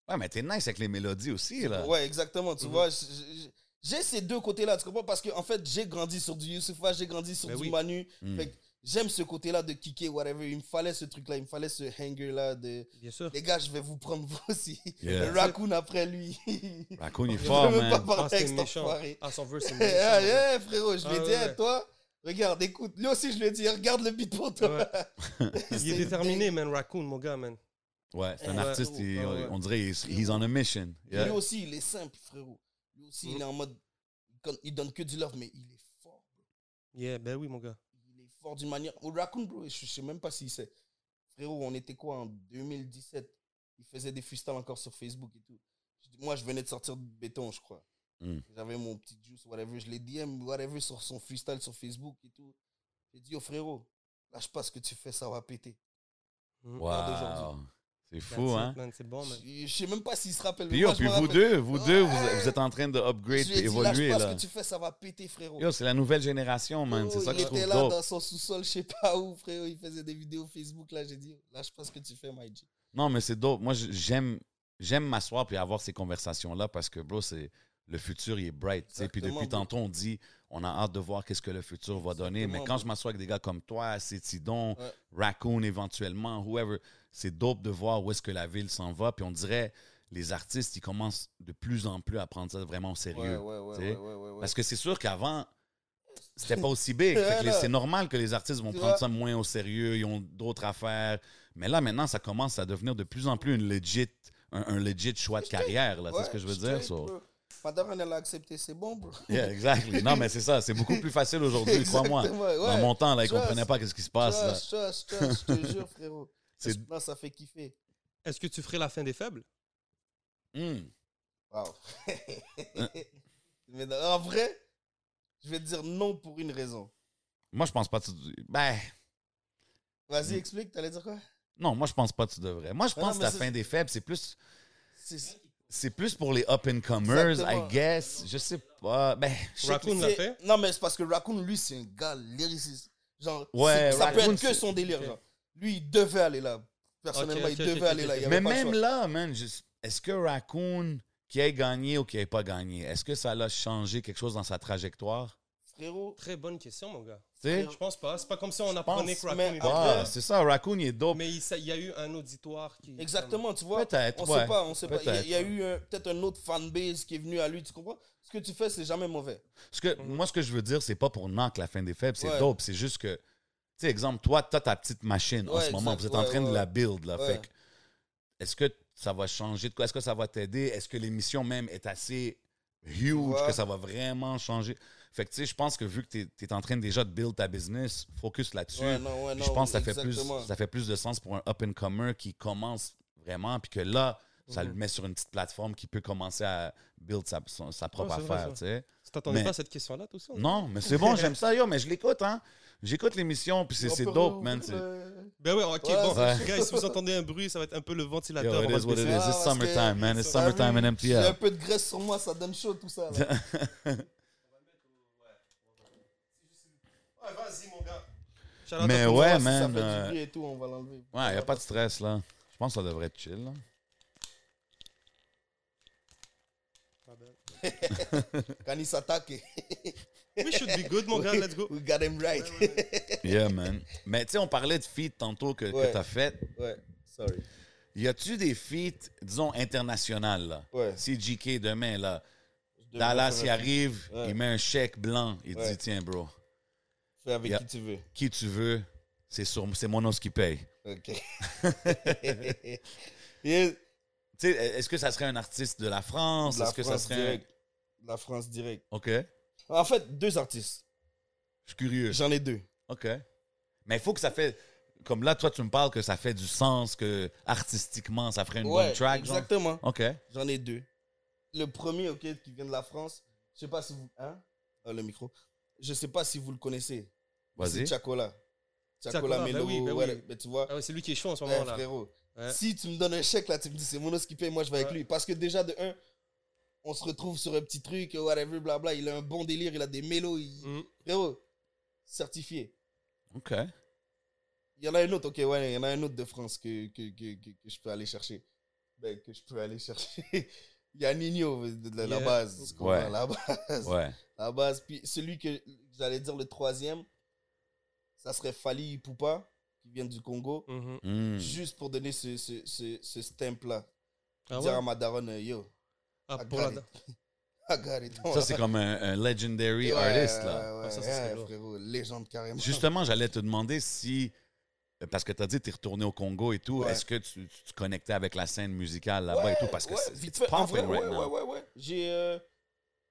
S2: Ouais, mais t'es nice avec les mélodies aussi, là.
S3: Ouais, exactement. Tu
S1: Mhm.
S3: vois, je- je- je- j'ai ces deux côtés-là, tu comprends? Parce que, en fait, j'ai grandi sur du Youssoufa, j'ai grandi sur
S1: Ben
S3: du
S1: oui.
S3: Manu.
S2: Hmm.
S3: Fait que j'aime ce côté-là de kicker, whatever. Il me fallait ce truc-là, il me fallait ce hanger-là de.
S1: Bien sûr.
S3: Les gars, je vais vous prendre vous aussi.
S2: Yeah.
S3: Le raccoon après lui. [laughs]
S2: Raccoon est
S3: Je
S2: fort,
S3: veux même pas
S2: man.
S3: parler
S1: Ah,
S3: avec
S1: c'est
S3: cet
S1: méchant.
S3: enfoiré.
S1: Ah, son
S3: [laughs]
S1: verse, c'est
S3: Eh,
S1: méchant.
S3: eh, eh, frérot, je
S1: Ah,
S3: lui ai dit,
S1: ouais,
S3: eh,
S1: ouais.
S3: toi, regarde, écoute. Lui aussi, je lui ai dit, regarde le beat pour toi.
S1: Ouais.
S3: C'est
S1: Il est déterminé, man. Raccoon, mon gars, man.
S2: Ouais, c'est un
S1: Ouais.
S2: artiste, il-
S1: Ouais, ouais.
S2: on dirait he's, he's on a mission.
S3: dingue. Lui
S2: Yeah. Mm.
S3: aussi, il est simple, frérot. Lui aussi, il est en mode. quand- Il donne que du love, mais il est fort.
S1: Yeah, ben oui, mon gars.
S3: Il est fort d'une manière. Au Raccoon, bro, je je sais même pas s'il sait. Frérot, on était quoi en 2017 Il faisait des freestyles encore sur Facebook et tout. Je dis, Moi, je venais de sortir de béton, je crois.
S2: Mm.
S3: J'avais mon petit juice, whatever. Je l'ai DM, whatever, sur son freestyle sur Facebook et tout. J'ai dit, oh frérot, lâche pas ce que tu fais, ça va péter.
S2: Wow. C'est
S1: That's
S2: fou,
S1: it,
S2: hein?
S1: man, C'est bon, Oh, man.
S3: Je, je sais même pas s'il se rappelle. mais
S2: Puis, yo,
S3: moi, je
S2: puis
S3: me
S2: vous
S3: rappelle.
S2: deux, vous deux, vous,
S3: Ouais.
S2: vous êtes en train de
S3: Je
S2: upgrade
S3: lui
S2: et
S3: ai dit, lâche
S2: évoluer,
S3: pas
S2: là.
S3: ce que tu fais, ça va péter, frérot.
S2: Yo, c'est la nouvelle génération, man.
S3: Oh,
S2: C'est ça que
S3: il
S2: je trouve
S3: était là
S2: dope.
S3: dans son sous-sol, je sais pas où, frérot. Il faisait des vidéos Facebook. Là, j'ai dit, lâche pas ce que tu fais, Maïji.
S2: Non, mais c'est dope. Moi, j- j'aime j'aime m'asseoir puis avoir ces conversations-là parce que, bro, c'est le futur, il est bright. tu sais. Puis
S3: Exactement,
S2: depuis
S3: bro.
S2: tantôt, on dit, on a hâte de voir qu'est-ce que le futur va donner. Mais
S3: Exactement,
S2: quand
S3: bro.
S2: je m'assois avec des gars comme toi, Cétidon,
S3: Ouais.
S2: Raccoon éventuellement, whoever, c'est dope de voir où est-ce que la ville s'en va. Puis on dirait, les artistes, ils commencent de plus en plus à prendre ça vraiment au sérieux.
S3: Ouais, ouais, ouais,
S2: tu sais.
S3: ouais, ouais, ouais, ouais.
S2: Parce que c'est sûr qu'avant, c'était pas
S3: [laughs]
S2: aussi big. Fait que les- c'est normal que les artistes vont
S3: Tu
S2: prendre
S3: vois?
S2: ça moins au sérieux, ils ont d'autres affaires. Mais là, maintenant, ça commence à devenir de plus en plus une legit, un, un legit choix de carrière. là.
S3: Ouais,
S2: bah, c'est ce que je veux
S3: straight,
S2: dire. so.
S3: bro. Madame, elle l'a accepté, c'est bon, bro. [laughs]
S2: Yeah, exactly. Non, mais c'est ça. C'est beaucoup plus facile aujourd'hui, crois-moi.
S3: Exactement, ouais.
S2: Dans mon temps, là, ils
S3: Trust.
S2: comprenaient pas ce qui se passe. là.
S3: Trust, trust, trust, je te
S2: [laughs]
S3: jure, frérot.
S2: C'est-
S3: Non, ça fait kiffer.
S1: Est-ce que tu ferais la fin des faibles
S2: Hmm.
S3: Wow.
S2: Hein?
S3: [laughs] Mais en vrai, je vais te dire non pour une raison.
S2: Moi, je pense pas que tu... Ben,
S3: Vas-y,
S2: Mm.
S3: explique, t'allais dire quoi
S2: non, moi, je pense pas que tu devrais. Moi, je
S3: Mais non,
S2: pense que
S3: mais
S2: la
S3: c'est-
S2: fin des faibles, c'est plus...
S3: C'est-
S2: C'est plus pour les up-and-comers,
S3: Exactement.
S2: I guess. Je sais pas. Ben, je sais
S1: Raccoon
S3: c'est-
S1: l'a fait
S3: Non, mais c'est parce que Raccoon, lui, c'est un gars lyriciste. Genre,
S2: Ouais,
S3: c'est- ça peut
S2: Raccoon,
S3: être que
S2: c'est-
S3: son délire.
S1: Ok.
S3: Genre. Lui, il devait aller là. Personnellement,
S1: Ok, ok,
S3: il devait
S1: ok,
S3: aller
S1: ok,
S3: là.
S1: ok.
S3: Il y avait
S2: Mais
S3: pas le
S2: même
S3: choix.
S2: là, man, je- est-ce que Raccoon, qui ait gagné ou qui ait pas gagné, est-ce que ça l'a changé quelque chose dans sa trajectoire?
S3: Frérot,
S1: Très bonne question, mon gars.
S2: Tu sais?
S3: Ah,
S1: Je pense pas. C'est pas comme si on apprenait que Raccoon
S3: mais
S1: était
S3: après-
S2: Ah, c'est ça, Raccoon, il est dope.
S1: Mais il, ça- il y a eu un auditoire qui.
S3: Exactement, tu vois.
S2: Peut-être,
S3: On
S2: ouais.
S3: sait pas, on sait pas. Il y a- il y a
S2: Peut-être.
S3: eu un- peut-être un autre fanbase qui est venu à lui, tu comprends Ce que tu fais, c'est jamais mauvais.
S2: Ce que, moi, ce que je veux dire, c'est pas pour knock la fin des faibles, c'est
S3: Mhm. Ouais.
S2: dope. C'est juste que, tu sais, exemple, toi, t'as ta petite machine en
S3: Ouais,
S2: ce moment. Vous
S3: exact,
S2: êtes en
S3: ouais,
S2: train de
S3: ouais.
S2: la build, là.
S3: Ouais.
S2: Fait que, est-ce que ça va changer de quoi? Est-ce que ça va t'aider? Est-ce que l'émission même est assez huge
S3: Ouais.
S2: que ça va vraiment changer? Fait que, tu sais, je pense que vu que t'es es en train déjà de build ta business, focus là-dessus.
S3: Ouais, non,
S2: Puis
S3: ouais, Ah non,
S2: je pense que ça fait, plus,
S3: exactement.
S2: ça fait plus de sens pour un up-and-comer qui commence vraiment, puis que là,
S3: Mhm.
S2: ça le met sur une petite plateforme qui peut commencer à build sa, son- sa propre
S1: Ouais, c'est vrai,
S2: affaire, tu sais.
S1: Tu t'attendais
S2: Mais-
S1: pas à cette question-là, tout ça
S2: Non, mais c'est bon, j'aime ça, yo, mais je l'écoute, hein. J'écoute l'émission, puis c'est
S3: On
S2: c'est
S3: peut
S2: dope,
S3: rouvrir
S2: man. c'est-
S3: le-
S1: Ben ouais, ok,
S3: Oh, Ouais,
S1: bon.
S2: c'est-
S1: Guys, si vous entendez un bruit, ça va être un peu le
S2: Yo,
S1: ventilateur.
S2: it
S1: on va
S2: is
S1: se
S2: what it
S1: baisser.
S2: is.
S3: Ah,
S2: It's
S3: parce que-
S2: summertime, man. It's
S3: T'as
S2: summertime
S3: vu?
S2: in
S3: J'ai un
S2: MTL.
S3: peu de graisse sur moi, ça donne chaud
S2: [laughs]
S3: tout ça. là.
S1: Ouais, vas-y, mon gars. Shout-out
S2: Mais
S1: à tout le
S2: ouais,
S1: monde.
S3: Si ça
S2: man,
S3: fait
S2: euh,
S3: du bruit et tout, on va l'enlever.
S2: Ouais, y a pas de stress, là. Je pense que ça devrait être chill, là.
S3: Quand il s'attaque,
S1: We should be good, mon
S3: [laughs]
S1: gars, let's
S2: [laughs]
S1: go.
S3: we got him right.
S2: Yeah, man. Mais tu sais, on parlait de feat tantôt que, que
S3: Ouais.
S2: t'as fait.
S3: Ouais, [laughs] sorry.
S2: Y a-tu des feats, disons, internationales, là?
S3: Ouais.
S2: Si JK demain, là,
S3: Je
S2: Dallas,
S3: devrais
S2: il arrive,
S3: Ouais.
S2: il met un chèque blanc, il
S3: Ouais.
S2: dit Tiens, bro,
S3: Fais avec
S2: Yeah.
S3: qui tu veux.
S2: qui tu veux, c'est sur- c'est mon os qui paye.
S3: [laughs] Ok.
S2: [laughs]
S3: Yeah.
S2: Tu sais, est-ce que ça serait un artiste de la France
S3: La
S2: Est-ce que ça
S3: France
S2: serait. un-
S3: direct. La France direct.
S2: Ok. Je
S3: En fait, deux artistes.
S2: suis curieux.
S3: J'en ai deux.
S2: Ok. Mais il faut que ça fait. Comme là, toi, tu me parles que ça fait du sens, que artistiquement, ça ferait une bonne track. genre.
S3: exactement.
S2: Ok.
S3: J'en ai deux. Le premier, ok, qui vient de la France. Je sais pas si vous. Hein Ah, le micro. Je sais pas si vous le connaissez.
S2: Vas-y.
S3: C'est Chacola.
S1: Chacola,
S3: Chacola,
S1: ben
S3: Melo.
S1: oui, ben
S3: ouais,
S1: oui.
S3: mais tu vois,
S1: Ah ouais, c'est lui qui est chaud en ce
S3: ouais,
S1: moment-là.
S3: Eh, frérot.
S1: Ouais.
S3: Si tu me donnes un chèque là, tu me dis c'est Mono qui paye, moi je vais avec
S1: Ouais.
S3: lui. Parce que déjà, de un, on se retrouve sur un petit truc, whatever, blabla. Il a un bon délire, il a des mélos. il-
S1: Mm.
S3: Frérot, certifié.
S2: Ok.
S3: Il y en a un autre, ok, ouais, il y en a un autre de France que, que, que, que, que je peux aller chercher. [laughs] Ben, que je peux aller chercher. Il y a Nino, de la, la
S1: Yeah.
S3: base. tu comprends,
S2: Ouais.
S3: La base.
S2: Ouais.
S3: La base. Puis celui que j'allais dire le troisième, ça serait Fali Poupa, qui vient du Congo,
S1: Mhm.
S2: Hmm.
S3: juste pour donner ce, ce, ce, ce stamp-là.
S1: Ah
S3: dire
S1: ouais?
S3: à ma daronne, euh, yo,
S1: Ah,
S3: I
S1: pour
S3: got
S1: la-
S3: it. [laughs] I got it.
S2: Ça, c'est comme un, un legendary
S3: Ouais,
S2: artist, là.
S3: ouais,
S1: Ah, ça, ça
S3: ouais,
S1: serait lourd.
S3: frérot, légende carrément.
S2: Justement, j'allais te demander si. euh, Parce que tu as dit que tu es retourné au Congo et tout.
S3: Ouais.
S2: Est-ce que tu, tu te connectais avec la scène musicale là-bas et tout? Parce que
S3: Ouais,
S2: c'est
S3: vite
S2: it's
S3: fait. En vrai,
S2: popping right
S3: ouais,
S2: now.
S3: ouais, ouais, ouais. J'ai. euh,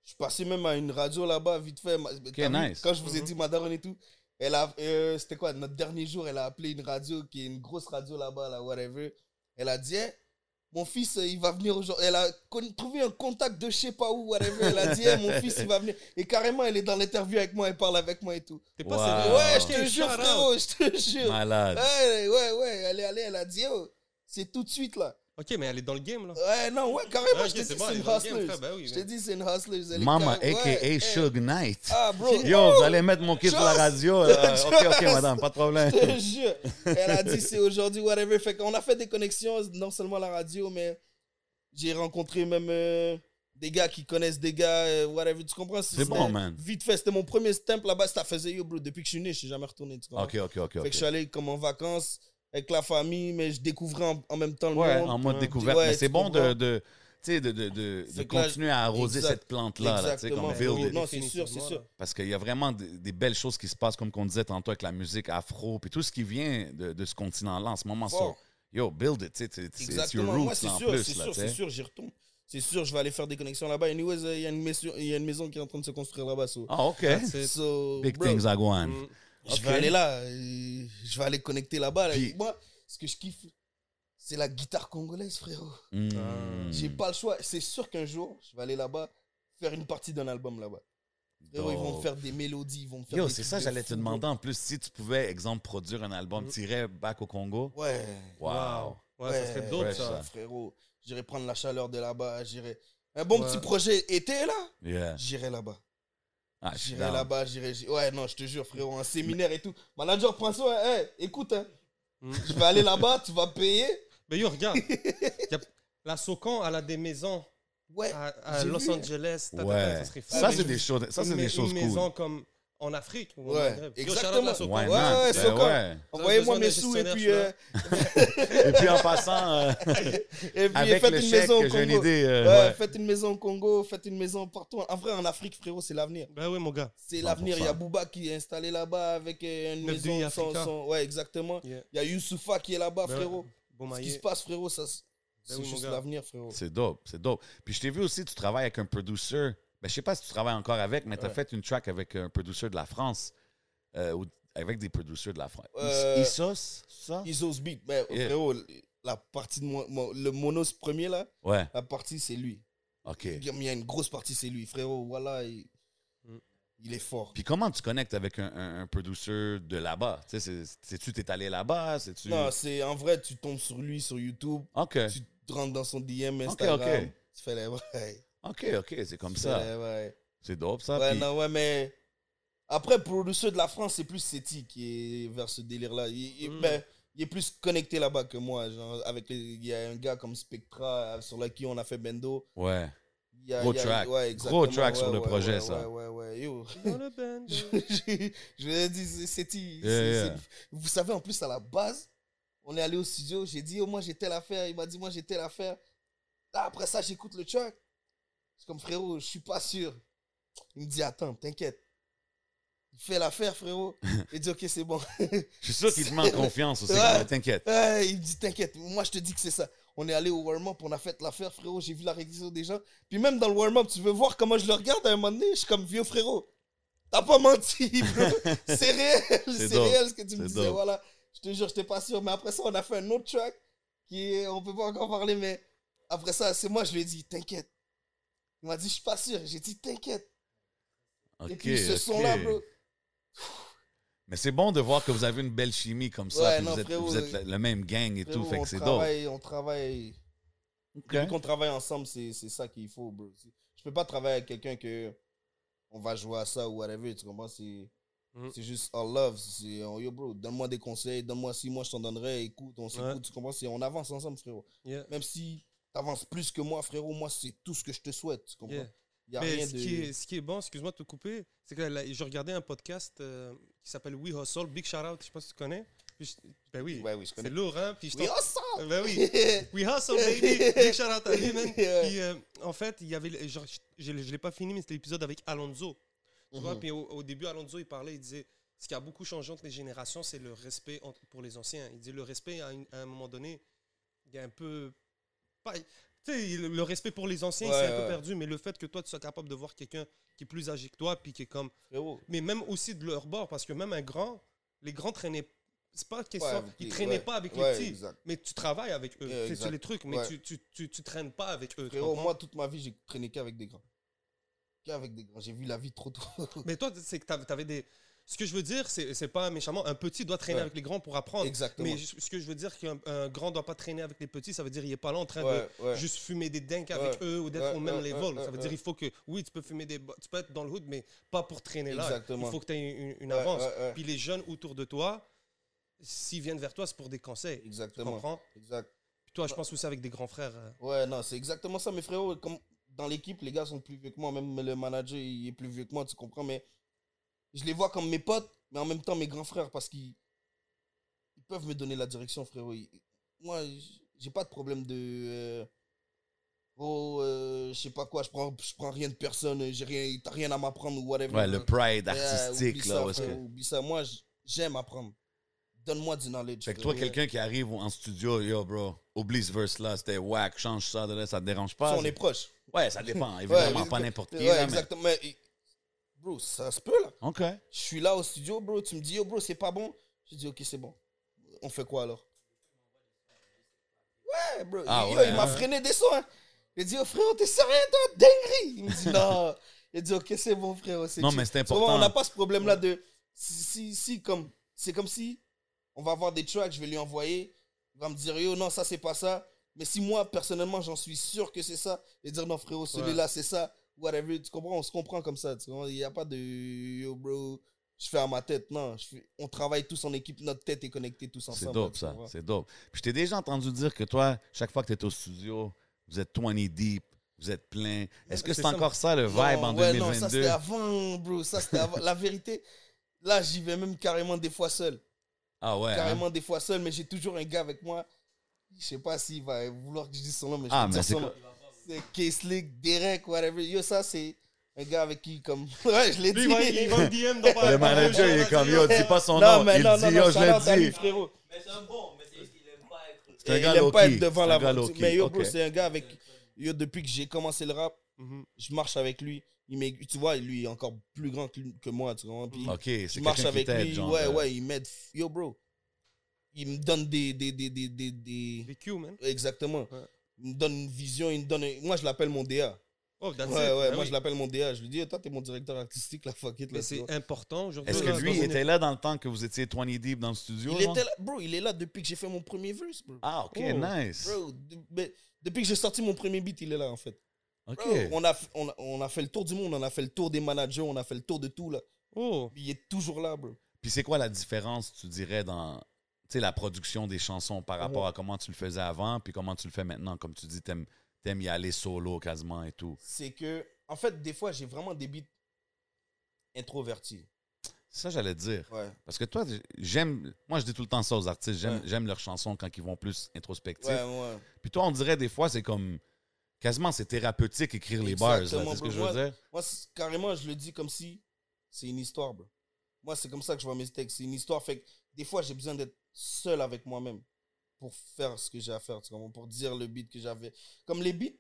S3: je suis passé même à une radio là-bas, vite fait. Ma- t'as vu,
S2: nice.
S3: Quand je vous ai
S1: Mhm.
S3: dit Madaron et tout, elle a. euh, C'était quoi Notre dernier jour, elle a appelé une radio qui est une grosse radio là-bas, là, whatever. Elle a dit. Eh, mon fils, euh, il va venir aujourd'hui. Elle a con- trouvé un contact de je sais pas où, whatever. Elle a dit, Eh, mon fils, il va venir. Et carrément, elle est dans l'interview avec moi, elle parle avec moi et tout.
S1: T'es
S2: Wow.
S1: pas sérieux?
S3: Ouais, je te
S1: Ah, Ok,
S3: jure,
S1: shout out.
S3: frérot, je te jure.
S2: Malade.
S3: Ouais, ouais, ouais, elle est allée, elle a dit, oh, c'est tout de suite là.
S1: Ok, mais elle est dans le game, là.
S3: Ouais, non, ouais, carrément,
S1: Ouais,
S3: je
S1: ok,
S3: te dis,
S1: c'est
S3: c'est
S1: bon, elle est
S3: une
S1: dans le game,
S3: hustler.
S1: frère, bah oui,
S3: Je te
S1: mais-
S3: dis, c'est une hustler. elle est
S2: Mama,
S3: carré-
S2: a.k.a.
S3: ouais, hey.
S2: Suge Knight.
S3: Ah, bro.
S2: Yo,
S3: oh,
S2: vous allez mettre mon kit sur la
S3: Just-
S2: radio. là.
S3: [laughs] Just-
S2: OK, OK, madame, pas de
S3: [laughs]
S2: problème.
S3: [laughs] Je te jure. Elle a dit, c'est aujourd'hui, whatever. Fait qu'on a fait des connexions, non seulement à la radio, mais j'ai rencontré même euh, des gars qui connaissent des gars, euh, whatever. Tu comprends?
S2: C'est bon,
S3: c'était-
S2: man.
S3: Vite fait, c'était mon premier stamp là-bas. Ça faisait, yo, bro, depuis que je suis né, je suis jamais retourné. Tu comprends?
S2: OK, OK, OK.
S3: Fait
S2: ok.
S3: que je suis allé comme en vacances avec la famille, mais je découvrais en, en même temps le
S2: Ouais,
S3: monde.
S2: en mode
S1: Ouais.
S2: découverte.
S3: Ouais,
S2: mais c'est
S3: tu
S2: bon de,
S3: comprends.
S2: de, tu sais, de, de, de, de
S3: Fait que là,
S2: continuer à arroser
S3: exact-
S2: cette plante-là, là, tu sais, comme
S3: exactement. Oh,
S2: build it.
S3: Non, c'est sûr, c'est sûr.
S2: Parce qu'il y a vraiment des, des belles choses qui se passent, comme qu'on disait tantôt avec la musique afro, puis tout ce qui vient de, de ce continent-là en ce moment.
S3: Fort.
S2: ça, Yo, build it, tu sais, c'est- c'est it's your
S3: Exactement. Moi,
S2: roots
S3: c'est
S2: là, en
S3: sûr, c'est
S2: plus. là,
S3: sûr,
S2: tu
S3: c'est
S2: sais.
S3: sûr, j'y retourne. C'est sûr, je vais aller faire des connexions là-bas. Anyways, euh, il y, a une maison- il y a une maison qui est en train de se construire là-bas. So,
S2: Ah, OK.
S1: C'est-
S3: so,
S2: Big
S3: bro,
S2: things are going.
S1: Mm.
S3: je
S2: Ok.
S3: vais aller là. euh, Je vais aller connecter là-bas. là.
S2: Puis-
S3: Moi, ce que je kiffe, c'est la guitare congolaise, frérot.
S2: Mm.
S1: Ah.
S3: Euh, J'ai pas le choix. C'est sûr qu'un jour, je vais aller là-bas faire une partie d'un album là-bas. Frérot,
S2: Dope.
S3: Ils vont me faire des mélodies, ils vont me faire
S2: Yo,
S3: des
S2: c'est
S3: trucs
S2: ça,
S3: de
S2: j'allais te
S3: fou,
S2: demander en plus si tu pouvais, exemple, produire un album,
S1: Mm.
S2: tirer back au Congo.
S3: bro. Ouais.
S2: Wow.
S1: Ouais, ça serait dope,
S2: fresh,
S1: ça.
S2: ça.
S3: Frérot, j'irai prendre la chaleur de là-bas, j'irai. Un bon
S1: Ouais.
S3: petit projet été là,
S2: Yeah.
S3: j'irai là-bas.
S2: Ah, je suis
S3: J'irai
S2: down.
S3: là-bas, j'irai. j'- Ouais, non, je te jure, frérot, un séminaire et tout. Manager François, hey, écoute, hein,
S1: Mm.
S3: je vais aller là-bas, tu vas payer.
S1: Mais yo,
S2: [laughs]
S1: regarde. Y a- La Socan, elle a des maisons
S3: Ouais,
S1: à, à
S3: J'ai vu.
S1: Los Angeles. ta, ta, ta,
S2: Ouais.
S1: Ça serait fou.
S2: Ça,
S1: Mais
S2: c'est des choses, ça, c'est
S1: une-
S2: des choses
S1: Une
S2: cool.
S1: maison comme en Afrique. ou au
S3: Ouais,
S1: Maghreb. Yo,
S3: exactement.
S1: shout out la Socan.
S2: Ouais,
S3: Ouais,
S2: man.
S3: ouais,
S2: Ben
S3: Soca.
S2: ouais.
S1: besoin
S3: envoyez-moi mes
S1: d'un
S3: sous et
S1: gestionnaire,
S3: puis,
S1: je
S3: euh,
S2: Et puis en passant,
S3: [laughs]
S2: euh,
S3: et puis
S2: avec
S3: faites
S2: le
S3: une
S2: chèque,
S3: maison au
S2: j'ai une
S3: Congo.
S2: idée. euh,
S3: Ouais,
S2: ouais.
S3: faites une maison au Congo, faites une maison partout. En vrai, en Afrique, frérot, c'est l'avenir.
S1: Ben oui, mon gars.
S3: C'est
S2: 100%.
S3: l'avenir. Il y a Booba qui est installé là-bas avec euh, une
S1: Le
S3: maison.
S1: Dui
S3: sans-
S1: Africa.
S3: sans- Ouais, exactement. Il
S1: Yeah.
S3: y a Youssoufa qui est là-bas,
S1: Ben
S3: Ah, frérot.
S1: ouais. Bon
S3: Ce qui se
S1: maillet.
S3: passe, frérot, ça. c'est-
S1: Ben
S3: C'est
S1: oui, mon
S3: juste
S1: gars.
S3: l'avenir, frérot.
S2: C'est dope, c'est dope. Puis je t'ai vu aussi, tu travailles avec un producer. Ben, je sais pas si tu travailles encore avec, mais tu as
S3: Ouais.
S2: fait une track avec un producer de la France. euh, ou avec des producers de la France. Is-
S3: Euh,
S2: Isos, ça?
S3: Isos Beat, mais
S2: Yeah.
S3: Ben, frérot, la partie de moi, moi- le monos premier là,
S2: Ouais,
S3: la partie c'est lui.
S2: OK.
S3: Il y a- il y a une grosse partie c'est lui, frérot. Voilà, il,
S1: Mm.
S3: il est fort.
S2: Puis comment tu connectes avec un, un, un producer de là-bas? Tu sais, c'est- c'est-tu t'es allé là-bas? C'est-tu...
S3: Non, c'est en vrai, tu tombes sur lui sur YouTube,
S2: OK,
S3: tu te rentres dans son DM Instagram,
S2: ok.
S3: tu fais les [laughs] ouais,
S2: OK, OK, c'est comme
S3: tu
S2: ça.
S3: fais les ouais.
S2: C'est dope, ça.
S3: Ouais,
S2: puis-
S3: non, ouais, mais après pour le ceux de la France, c'est plus Seti qui est vers ce délire là. Il, il-
S2: Hmm.
S1: Mm.
S3: ben, il est plus connecté là-bas que moi. genre, avec les- il y a un gars comme Spectra euh, sur la qui on a fait Bendo.
S2: ouais.
S3: Il y a-
S2: Gros
S3: il y a-
S2: track.
S3: ouais,
S2: Gros
S3: exactement,
S2: track sur
S3: ouais,
S2: le
S3: ouais,
S2: projet,
S3: ouais,
S2: ça.
S3: Ouais, ouais, ouais. Yo.
S1: Dans le band.
S3: [laughs] je je vous ai dit, c'est- c'est-
S2: yeah.
S3: c'est- Vous savez, en plus, à la base, on est allé au studio, j'ai dit, oh, moi j'ai telle affaire. Il m'a dit, moi j'ai telle affaire. Là, après ça, j'écoute le track. Je suis comme, frérot, je suis pas sûr. Il me dit, attends, t'inquiète. Il fait l'affaire,
S2: [laughs]
S3: frérot. Il dit, ok, c'est bon.
S2: Je suis sûr qu'il te manque confiance aussi.
S3: [laughs] Ouais.
S2: quand même, T'inquiète.
S3: Ouais, il me dit t'inquiète, moi je te dis que c'est ça. On est allé au warm-up, on a fait l'affaire, frérot, j'ai vu la réaction des gens. Puis même dans le warm-up, tu veux voir comment je le regarde à un moment donné, je suis comme vieux frérot. T'as pas menti, [laughs] bro. c'est réel, c'est
S2: dope,
S3: réel ce que tu me
S2: c'est
S3: disais,
S2: dope.
S3: voilà. Je te jure, j'étais pas sûr. Mais après ça, on a fait un autre track qui est, on peut pas encore parler, mais après ça, c'est moi, je lui ai dit t'inquiète. Il m'a dit je suis pas sûr, j'ai dit t'inquiète.
S2: OK,
S3: Et puis ce
S2: OK.
S3: son-là, bro.
S2: Mais c'est bon de voir que vous avez une belle chimie comme ça.
S3: Ouais,
S2: puis
S3: non,
S2: vous êtes,
S3: frérot, euh,
S2: vous êtes le, le même gang et
S3: frérot,
S2: tout. Fait
S3: on
S2: que c'est dope.
S3: travaille, on travaille.
S2: OK.
S1: Hein?
S3: Vu qu'on travaille ensemble, c'est c'est ça qu'il faut, bro. C'est- Je peux pas travailler avec quelqu'un que on va jouer à ça ou whatever, tu comprends? C'est
S1: Mm.
S3: c'est juste all love. C'est oh, yo, bro, donne-moi des conseils, donne-moi si moi je t'en donnerai, écoute, on s'écoute,
S1: Ouais.
S3: tu comprends? C'est- On avance ensemble, frérot.
S1: [laughs] Yeah.
S3: Même si t'as t'avances plus que moi, frérot. Moi, c'est tout ce que je te souhaite. Tu comprends?
S1: Yeah.
S3: Il y a
S1: Mais
S3: rien
S1: ce,
S3: de.
S1: qui est, ce qui est bon, excuse-moi de te couper, c'est que là, je regardais un podcast euh, qui s'appelle We Hustle, Big Shout Out, je sais pas si tu connais. Puis je- ben oui,
S3: Ouais, oui, je
S1: c'est
S3: connais.
S1: lourd, hein? Puis je
S3: Oui,
S1: t'en-
S3: oh, ça!
S1: Ben oui,
S3: [laughs]
S1: We Hustle, baby! Big shout out à lui, man.
S3: Yeah.
S1: Puis euh, en fait, il y avait, le- genre, je ne l'ai pas fini, mais c'était l'épisode avec Alonso. Tu vois,
S3: Mhm.
S1: puis au, au début, Alonso, il parlait, il disait ce qui a beaucoup changé entre les générations, c'est le respect entre- pour les anciens. Il dit le respect, à, une- à un moment donné, il y a un peu. pas- tu sais, il- le respect pour les anciens,
S3: Ouais,
S1: c'est un peu
S3: ouais.
S1: perdu, mais le fait que toi, tu sois capable de voir quelqu'un qui est plus âgé que toi, puis qui est comme.
S3: Frérot.
S1: Mais même aussi de leur bord, parce que même un grand, les grands traînaient. C'est pas qu'ils
S3: Ouais,
S1: sortent,
S3: avec
S1: ils
S3: les-
S1: traînaient
S3: ouais.
S1: pas avec
S3: Ouais,
S1: les petits.
S3: exact.
S1: Mais tu travailles avec eux,
S3: Yeah,
S1: tu sais,
S3: exact.
S1: tu les trucs, mais
S3: Ouais.
S1: tu, tu, tu, tu traînes pas avec eux. tu
S3: Frérot,
S1: comprends?
S3: moi, toute ma vie, j'ai traîné qu'avec des grands. Qu'avec des grands. J'ai vu la vie trop tôt.
S1: Mais toi, c'est que t'avais t'avais des. Ce que je veux dire, c'est c'est pas méchamment, un petit doit traîner
S3: Ouais.
S1: avec les grands pour apprendre.
S3: [laughs] Exactement.
S1: Mais je- ce que je veux dire, qu'un un grand doit pas traîner avec les petits, ça veut dire il est pas là en train
S3: ouais,
S1: de
S3: ouais.
S1: juste fumer des dinks avec
S3: Ouais.
S1: eux ou d'être
S3: Ouais,
S1: au même
S3: ouais,
S1: level.
S3: ouais,
S1: ça veut
S3: ouais,
S1: dire
S3: ouais.
S1: il faut que, oui, tu peux fumer des. bo- Tu peux être dans le hood, mais pas pour traîner là.
S3: Exactement.
S1: Il faut que tu aies une, une
S3: Ouais,
S1: avance.
S3: ouais, ouais.
S1: Puis les jeunes autour de toi, s'ils viennent vers toi, c'est pour des conseils. Tu
S3: Exactement.
S1: comprends
S3: Exact.
S1: Puis toi, je pense aussi avec des grands frères.
S2: [laughs]
S1: euh,
S3: Ouais, non, c'est exactement ça, mes frérots. Comme dans l'équipe, les gars sont plus vieux que moi. Même le manager, il est plus vieux que moi, tu comprends. Mais je les vois comme mes potes, mais en même temps mes grands frères parce qu'ils ils peuvent me donner la direction, frérot. Ils- Moi, j- j'ai pas de problème de. euh, oh, euh, je sais pas quoi, je prends, je prends rien de personne, j'ai rien, t'as rien à m'apprendre ou whatever.
S2: Ouais, le pride
S3: Ouais,
S2: artistique,
S3: oublie
S2: là.
S3: ça,
S2: où est-ce que-
S3: frérot, oublie ça. Moi, j- j'aime apprendre. Donne-moi du knowledge.
S2: Fait que toi,
S3: frérot.
S2: quelqu'un qui arrive en studio, yo, bro, oublie ce verse-là, c'était whack, change ça, de là, ça te dérange pas.
S3: Ça, on est proches.
S2: Ouais, ça dépend, évidemment,
S3: mais-
S2: pas n'importe qui.
S3: Ouais,
S2: là, mais-
S3: exactement. Mais, et- Bro, ça se peut là.
S2: OK.
S3: Je suis là au studio, bro. Tu me dis, yo, bro, c'est pas bon. Je dis, ok, c'est bon. On fait quoi alors Ouais, bro.
S2: Ah
S3: Yo,
S2: ouais,
S3: il m'a
S2: hein.
S3: freiné des soins. Il dit, oh frérot, t'es sérieux, toi, dinguerie. Il me
S2: [laughs]
S3: dit, non. Il dit, ok, c'est bon, frérot. c'est
S2: Non,
S3: chill.
S2: mais c'est
S3: Tu vois, on
S2: important.
S3: n'a pas ce problème-là de. Si, si, si, comme. C'est comme si on va avoir des tracks, je vais lui envoyer. Il va me dire, yo, non, ça, c'est pas ça. Mais si moi, personnellement, j'en suis sûr que c'est ça, et dire, non, frérot, celui-là, c'est ça, whatever. Tu comprends On se comprend comme ça. tu comprends Il n'y a pas de. Yo, bro, je fais à ma tête. Non, je fais- on travaille tous en équipe, notre tête est connectée tous ensemble.
S2: C'est dope,
S3: tu
S2: ça.
S3: comprends
S2: C'est dope. Puis je t'ai déjà entendu dire que toi, chaque fois que t'es au studio, vous êtes 20 deep, vous êtes plein. Est-ce que
S1: c'est
S2: c'est
S1: ça,
S2: encore ça, le vibe en
S3: ouais, non, ça
S2: 2022?
S3: c'était avant, bro. Ça c'était avant. La vérité, là, j'y vais même carrément des fois seul.
S2: ah ouais. hein?
S3: carrément des fois seul, mais j'ai toujours un gars avec moi. Je sais pas s'il va vouloir que je dise son nom, mais je
S2: Ah,
S3: peux
S2: mais
S3: dire
S2: c'est
S3: son
S2: quoi-
S3: nom. C'est Keslick, Derek, whatever. Yo, ça, c'est un gars avec qui, comme. [laughs] Ouais, je l'ai dit.
S1: Lui, il va- il va me DM dans pas-
S2: Le manager, il est comme, yo, dis pas son
S3: Non,
S2: nom.
S3: mais
S2: il
S3: non,
S2: dit,
S3: non,
S2: yo,
S3: non,
S2: je
S3: shout out à lui,
S2: l'ai dit.
S3: frérot.
S4: Mais c'est un bon, mais c'est juste qu'il aime pas être.
S2: C'est un
S3: Il
S2: gars
S3: aime pas
S2: low-key.
S3: être devant
S2: C'est un
S3: la
S2: gars
S3: voiture.
S2: low-key.
S3: Mais yo, bro,
S2: Ok.
S3: c'est un gars avec. Yo, depuis que j'ai commencé le rap,
S1: Mhm.
S3: je marche avec lui. Il m'aiguille. Tu vois, lui, il est encore plus grand que, que moi, tu comprends. Puis,
S2: OK, c'est
S3: je marche
S2: quelqu'un qui
S3: avec
S2: t'aide,
S3: lui.
S2: genre.
S3: ouais,
S2: euh,
S3: ouais, il m'aide. Yo, bro. Il me donne des- des, des, des, des, des...
S1: Des Q, man.
S3: Exactement.
S1: Ouais.
S3: Il me donne une vision, il me donne. un- Moi, je l'appelle mon DA.
S1: Oh, that's
S3: Ouais,
S1: it.
S3: ouais,
S1: Ben
S3: moi,
S1: oui.
S3: je l'appelle mon DA. Je lui dis, toi, t'es mon directeur artistique, la fuck it. là,
S1: Mais
S3: tu vois.
S1: c'est important aujourd'hui.
S2: Est-ce que
S1: là, dans
S2: lui
S1: une
S2: était là dans le temps que vous étiez 20 deep dans le studio?
S3: Il
S2: genre?
S3: était là, bro, il est là depuis que j'ai fait mon premier verse, bro.
S2: Ah, OK,
S1: Oh.
S2: nice.
S3: Bro, de- mais depuis que j'ai sorti mon premier beat, il est là, en fait.
S2: OK.
S3: Bro, on, a, f- on, a, on a fait le tour du monde, on a fait le tour des managers, on a fait le tour de tout, là.
S1: Oh,
S3: Il est toujours là, bro.
S2: Puis c'est quoi la différence, tu dirais, dans tu sais, la production des chansons par rapport à comment tu le faisais avant, puis comment tu le fais maintenant? Comme tu dis, t'aimes aimes y aller solo quasiment et tout.
S3: C'est que, en fait, des fois, j'ai vraiment des beats introvertis.
S2: C'est ça, que j'allais te dire.
S3: Ouais.
S2: Parce que toi, j'aime. Moi, je dis tout le temps ça aux artistes. J'aime j'aime leurs chansons quand ils vont plus introspectifs.
S3: Ouais, ouais.
S2: Puis toi, on dirait des fois, c'est comme. Quasiment, c'est thérapeutique écrire les bars. là.
S3: Exactement,
S2: C'est ce que
S3: bro.
S2: je veux
S3: Moi-
S2: dire?
S3: Moi, c'est- carrément, je le dis comme si c'est une histoire, bro. Moi, c'est comme ça que je vois mes textes. C'est une histoire. Fait que des fois, j'ai besoin d'être seul avec moi-même pour faire ce que j'ai à faire, tu comprends? Pour dire le beat que j'avais. Comme les beats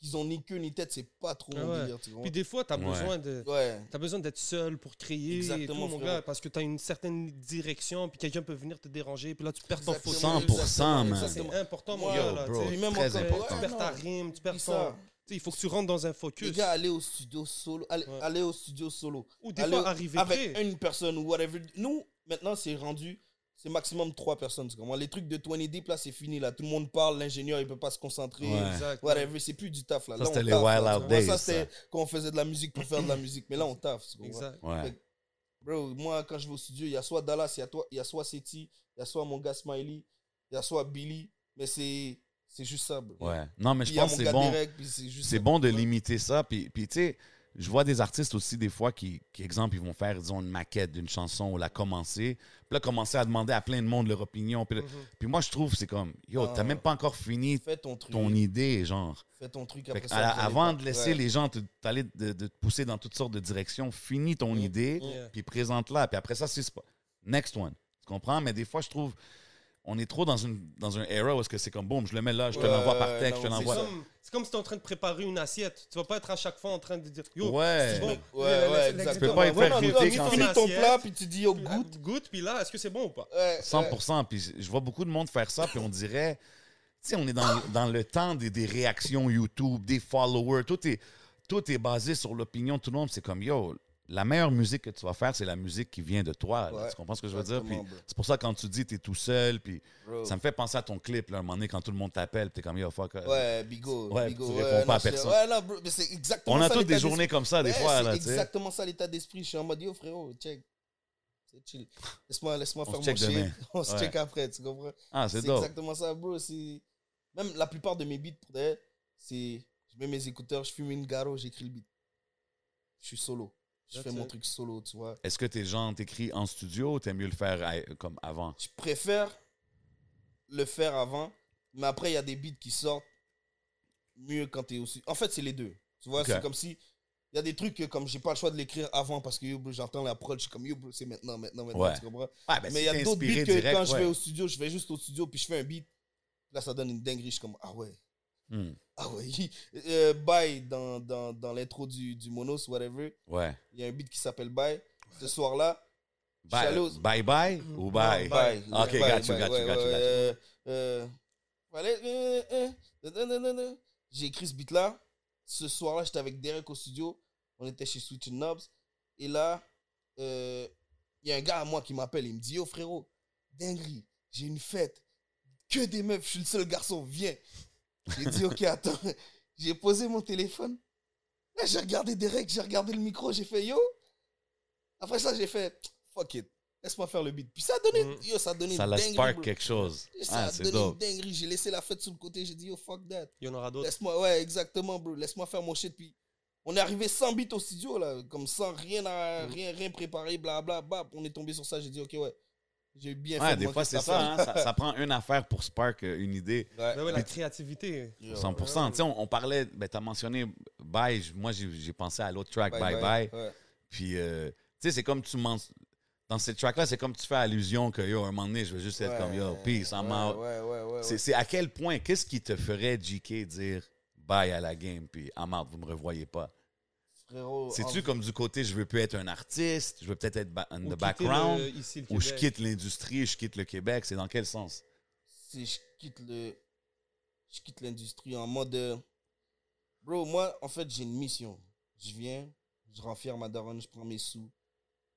S3: qu'ils ont ni queue ni tête, c'est pas trop
S1: Ah
S3: mon
S1: ouais.
S3: délire, tu comprends?
S1: puis des fois, t'as
S2: Ouais.
S1: besoin de.
S3: Ouais.
S1: T'as besoin d'être seul pour créer et tout,
S3: Exactement,
S1: mon
S3: frérot.
S1: gars, parce que t'as une certaine direction, puis quelqu'un peut venir te déranger, puis là, tu perds ton
S3: Exactement,
S1: focus.
S2: 100%,
S3: exactement,
S2: man.
S1: Ça, c'est
S3: exactement.
S1: important, mon
S3: Yo,
S1: gars, là,
S2: bro,
S1: tu sais.
S3: Puis même
S2: très
S3: encore-
S2: important.
S1: Tu
S3: Ouais,
S1: perds ta
S3: non.
S1: rime, tu perds
S3: Puis
S1: ton...
S3: ça,
S1: Tu sais, il faut que tu rentres dans un
S3: les
S1: focus.
S3: gars, aller au studio solo, aller,
S1: Ouais.
S3: aller au studio solo,
S1: Ou des
S3: aller
S1: fois,
S3: au-
S1: arriver
S3: avec
S1: prêt.
S3: une personne ou whatever. Nous, maintenant, c'est rendu, c'est maximum trois personnes. tu comprends? Les trucs de 20 Deep, là, c'est fini. Là. Tout le monde parle, l'ingénieur, il peut pas se concentrer.
S2: Ouais.
S1: Exact.
S3: Whatever, c'est plus du taf. Là.
S2: Ça,
S3: Là, on
S2: c'était les
S3: taffe, là,
S2: Wild
S3: tu
S2: Out
S3: comprends?
S2: Days,
S3: Ça,
S2: ça.
S3: c'était quand on faisait de la musique pour faire de la musique. Mais là, on taffe. tu comprends?
S1: Exact.
S2: Ouais.
S3: Bro, moi, quand je vais au studio, il y a soit Dallas, il y a toi- il y a soit Seti, il y a soit mon gars Smiley, il y a soit Billy. Mais c'est C'est juste ça, bro.
S2: Ouais. Non, mais je
S3: Puis il y a
S2: pense
S3: mon
S2: que c'est
S3: gars
S2: bon.
S3: direct, puis c'est juste
S2: C'est
S3: ça.
S2: bon de
S3: Ouais.
S2: limiter ça. Puis, puis tu sais, je vois des artistes aussi, des fois, qui, qui, exemple, ils vont faire, disons, une maquette d'une chanson ou la commencer. Puis là, commencer à demander à plein de monde leur opinion. Puis, là-
S1: Mhm.
S2: puis moi, je trouve, c'est comme, yo,
S3: Mm. Ah.
S2: t'as même pas encore fini
S3: Fais ton truc.
S2: ton idée, genre.
S3: Fais ton truc
S2: Fait
S3: après
S2: que
S3: ça.
S2: à-
S3: vous allez
S2: avant
S3: pas-
S2: de laisser
S3: Ouais.
S2: les gens te, t'aller de, de te pousser dans toutes sortes de directions, finis ton
S3: Mm.
S2: idée,
S1: Yeah.
S2: puis présente-la. Puis après ça, c'est pas. Next one. Tu comprends? Mais des fois, je trouve, on est trop dans, une, dans un era où est-ce que c'est comme, boum, je le mets là, je te
S3: Ouais,
S2: l'envoie par
S3: ouais,
S2: texte,
S3: non,
S2: je te
S3: c'est
S1: C'est
S2: l'envoie.
S3: ça.
S1: comme, c'est comme si tu en train de préparer une assiette. Tu vas pas être à chaque fois en train de dire Yo,
S2: Ouais.
S1: c'est bon.
S3: Ouais, ouais, exactement.
S2: Tu peux pas y
S3: Ouais,
S2: faire
S3: non,
S2: goûter
S3: non, tu
S2: quand
S3: finis
S1: c'est-
S3: ton plat, puis tu dis au goût.
S1: Goûte, goûte, puis là, est-ce que c'est bon ou pas
S2: 100%. Puis je vois beaucoup de monde faire ça, puis on dirait, tu sais, on est dans, dans le temps des, des réactions YouTube, des followers, tout est, tout est basé sur l'opinion de tout le monde. C'est comme, yo, la meilleure musique que tu vas faire, c'est la musique qui vient de toi. là.
S3: Ouais,
S2: tu comprends ce que je veux dire? Puis
S3: exactement, Oh. bro.
S2: c'est pour ça que quand tu dis t'es tout seul, puis ça me fait penser à ton clip, là, un moment donné, quand tout le monde t'appelle, puis t'es comme, yo, fuck. euh,
S3: Ouais, bigo.
S2: Ouais,
S3: bigo.
S2: tu réponds pas à
S3: non, je-
S2: personne.
S3: Ouais, non, bro, mais c'est exactement
S2: on a
S3: ça,
S2: toutes des
S3: l'état
S2: journées comme ça, des
S3: Ouais,
S2: fois,
S3: c'est
S2: là, tu sais.
S3: exactement ça l'état d'esprit. Je suis en mode, yo frérot, check. C'est chill. Laisse-moi laisse faire
S2: se
S3: mon
S2: check
S3: shit.
S2: demain.
S3: [laughs] On se
S2: Ouais.
S3: check après, tu comprends?
S2: Ah, c'est
S3: C'est
S2: dope.
S3: exactement ça, bro. C'est- Même la plupart de mes beats, pour d'ailleurs, c'est. Je mets mes écouteurs, je fume une garo, j'écris le beat. Je suis solo. Je
S1: That's
S3: fais mon
S1: it.
S3: truc solo, tu vois.
S2: Est-ce que tes gens t'écris en studio ou t'aimes mieux le faire à- comme avant?
S3: Je préfère le faire avant, mais après, il y a des beats qui sortent mieux quand t'es aussi. En fait, c'est les deux. Tu vois,
S2: Ok.
S3: c'est comme si. Il y a des trucs que, comme j'ai pas le choix de l'écrire avant parce que yo, bro, j'entends la prod, je suis comme yo, bro, c'est maintenant, maintenant, maintenant,
S2: Ouais.
S3: tu comprends?
S2: Ouais, ben,
S3: mais
S2: si
S3: il y a
S2: t'es
S3: d'autres
S2: inspiré
S3: beats que
S2: direct,
S3: quand je
S2: ouais.
S3: vais au studio, je vais juste au studio, puis je fais un beat. Là, ça donne une dinguerie, je suis comme ah ouais.
S2: Hmm,
S3: Ah oui, [laughs] euh, Bye dans, dans, dans l'intro du, du Monos, whatever.
S2: ouais.
S3: Il y a un beat qui s'appelle Bye. Ce soir-là,
S2: Bye,
S3: Shallow.
S2: bye bye ou bye?
S3: Mm-hmm. Bye.
S2: Ok, got you,
S3: Bye, bye,
S2: got you,
S3: ouais,
S2: got you,
S3: ouais,
S2: got you.
S3: euh, euh, voilà, euh, euh, nananana. J'ai écrit ce beat-là. Ce soir-là, j'étais avec Derek au studio. On était chez Switch and Knobs. Et là, euh, il y a un gars à moi qui m'appelle. Il me dit Yo frérot, dinguerie, j'ai une fête. Que des meufs, je suis le seul garçon, viens. J'ai dit Ok, attends. [laughs] J'ai posé mon téléphone. Là, j'ai regardé Derek, j'ai regardé le micro, j'ai fait Yo. Après ça, j'ai fait Fuck it, laisse-moi faire le beat. Puis ça a donné,
S1: Mm.
S3: yo, ça a donné
S2: Ça
S3: une
S2: la
S3: dinguerie,
S2: spark
S3: bro.
S2: quelque chose.
S3: Ça
S2: Ah,
S3: a
S2: c'est
S3: donné une
S2: dope.
S3: dinguerie. J'ai laissé la fête sur le côté. J'ai dit, yo, fuck that.
S1: Il y en aura d'autres.
S3: Laisse-moi, ouais, exactement, bro. Laisse-moi faire mon shit. Puis, on est arrivé sans beat au studio, là, comme sans rien, à,
S2: Mm.
S3: rien, rien préparé, blablabla. Bap, on est tombé sur ça. J'ai dit, ok, ouais. J'ai bien fait.
S2: Ouais,
S3: de
S2: des
S3: manquer
S2: fois,
S3: cette
S2: c'est ça, hein,
S3: affaire.
S2: ça. ça prend une affaire pour spark euh, une idée.
S3: Ouais.
S1: Mais Ben ouais, la créativité.
S3: Yo,
S2: 100%. Tu sais, on, on parlait, ben, t'as mentionné Bye, j- moi j'ai j'ai pensé à l'autre track, Bye Bye.
S3: Ouais.
S2: Puis, euh, tu sais, c'est comme tu mens. Dans cette track-là, c'est comme tu fais allusion que, yo, un moment donné, je veux juste être
S3: Ouais.
S2: comme, yo, peace, I'm
S3: Ouais,
S2: out.
S3: Ouais, ouais, ouais.
S2: C'est-
S3: ouais.
S2: C'est à quel point, qu'est-ce qui te ferait, JK, dire bye à la game, puis I'm out, vous me revoyez pas?
S3: Frérot.
S2: C'est-tu
S3: en-
S2: comme du côté, je veux plus être un artiste, je veux peut-être être ba- in
S1: Ou
S2: the
S1: quitter
S2: background?
S1: le- ici, le
S2: Ou je
S1: Québec.
S2: quitte l'industrie, je quitte le Québec, c'est dans quel sens?
S3: si je quitte le je quitte l'industrie en mode euh, bro moi en fait j'ai une mission je viens je renferme ma daronne je prends mes sous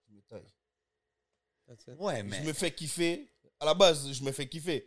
S3: je me taille
S1: That's it.
S2: Ouais,
S3: je me fais kiffer à la base je me fais kiffer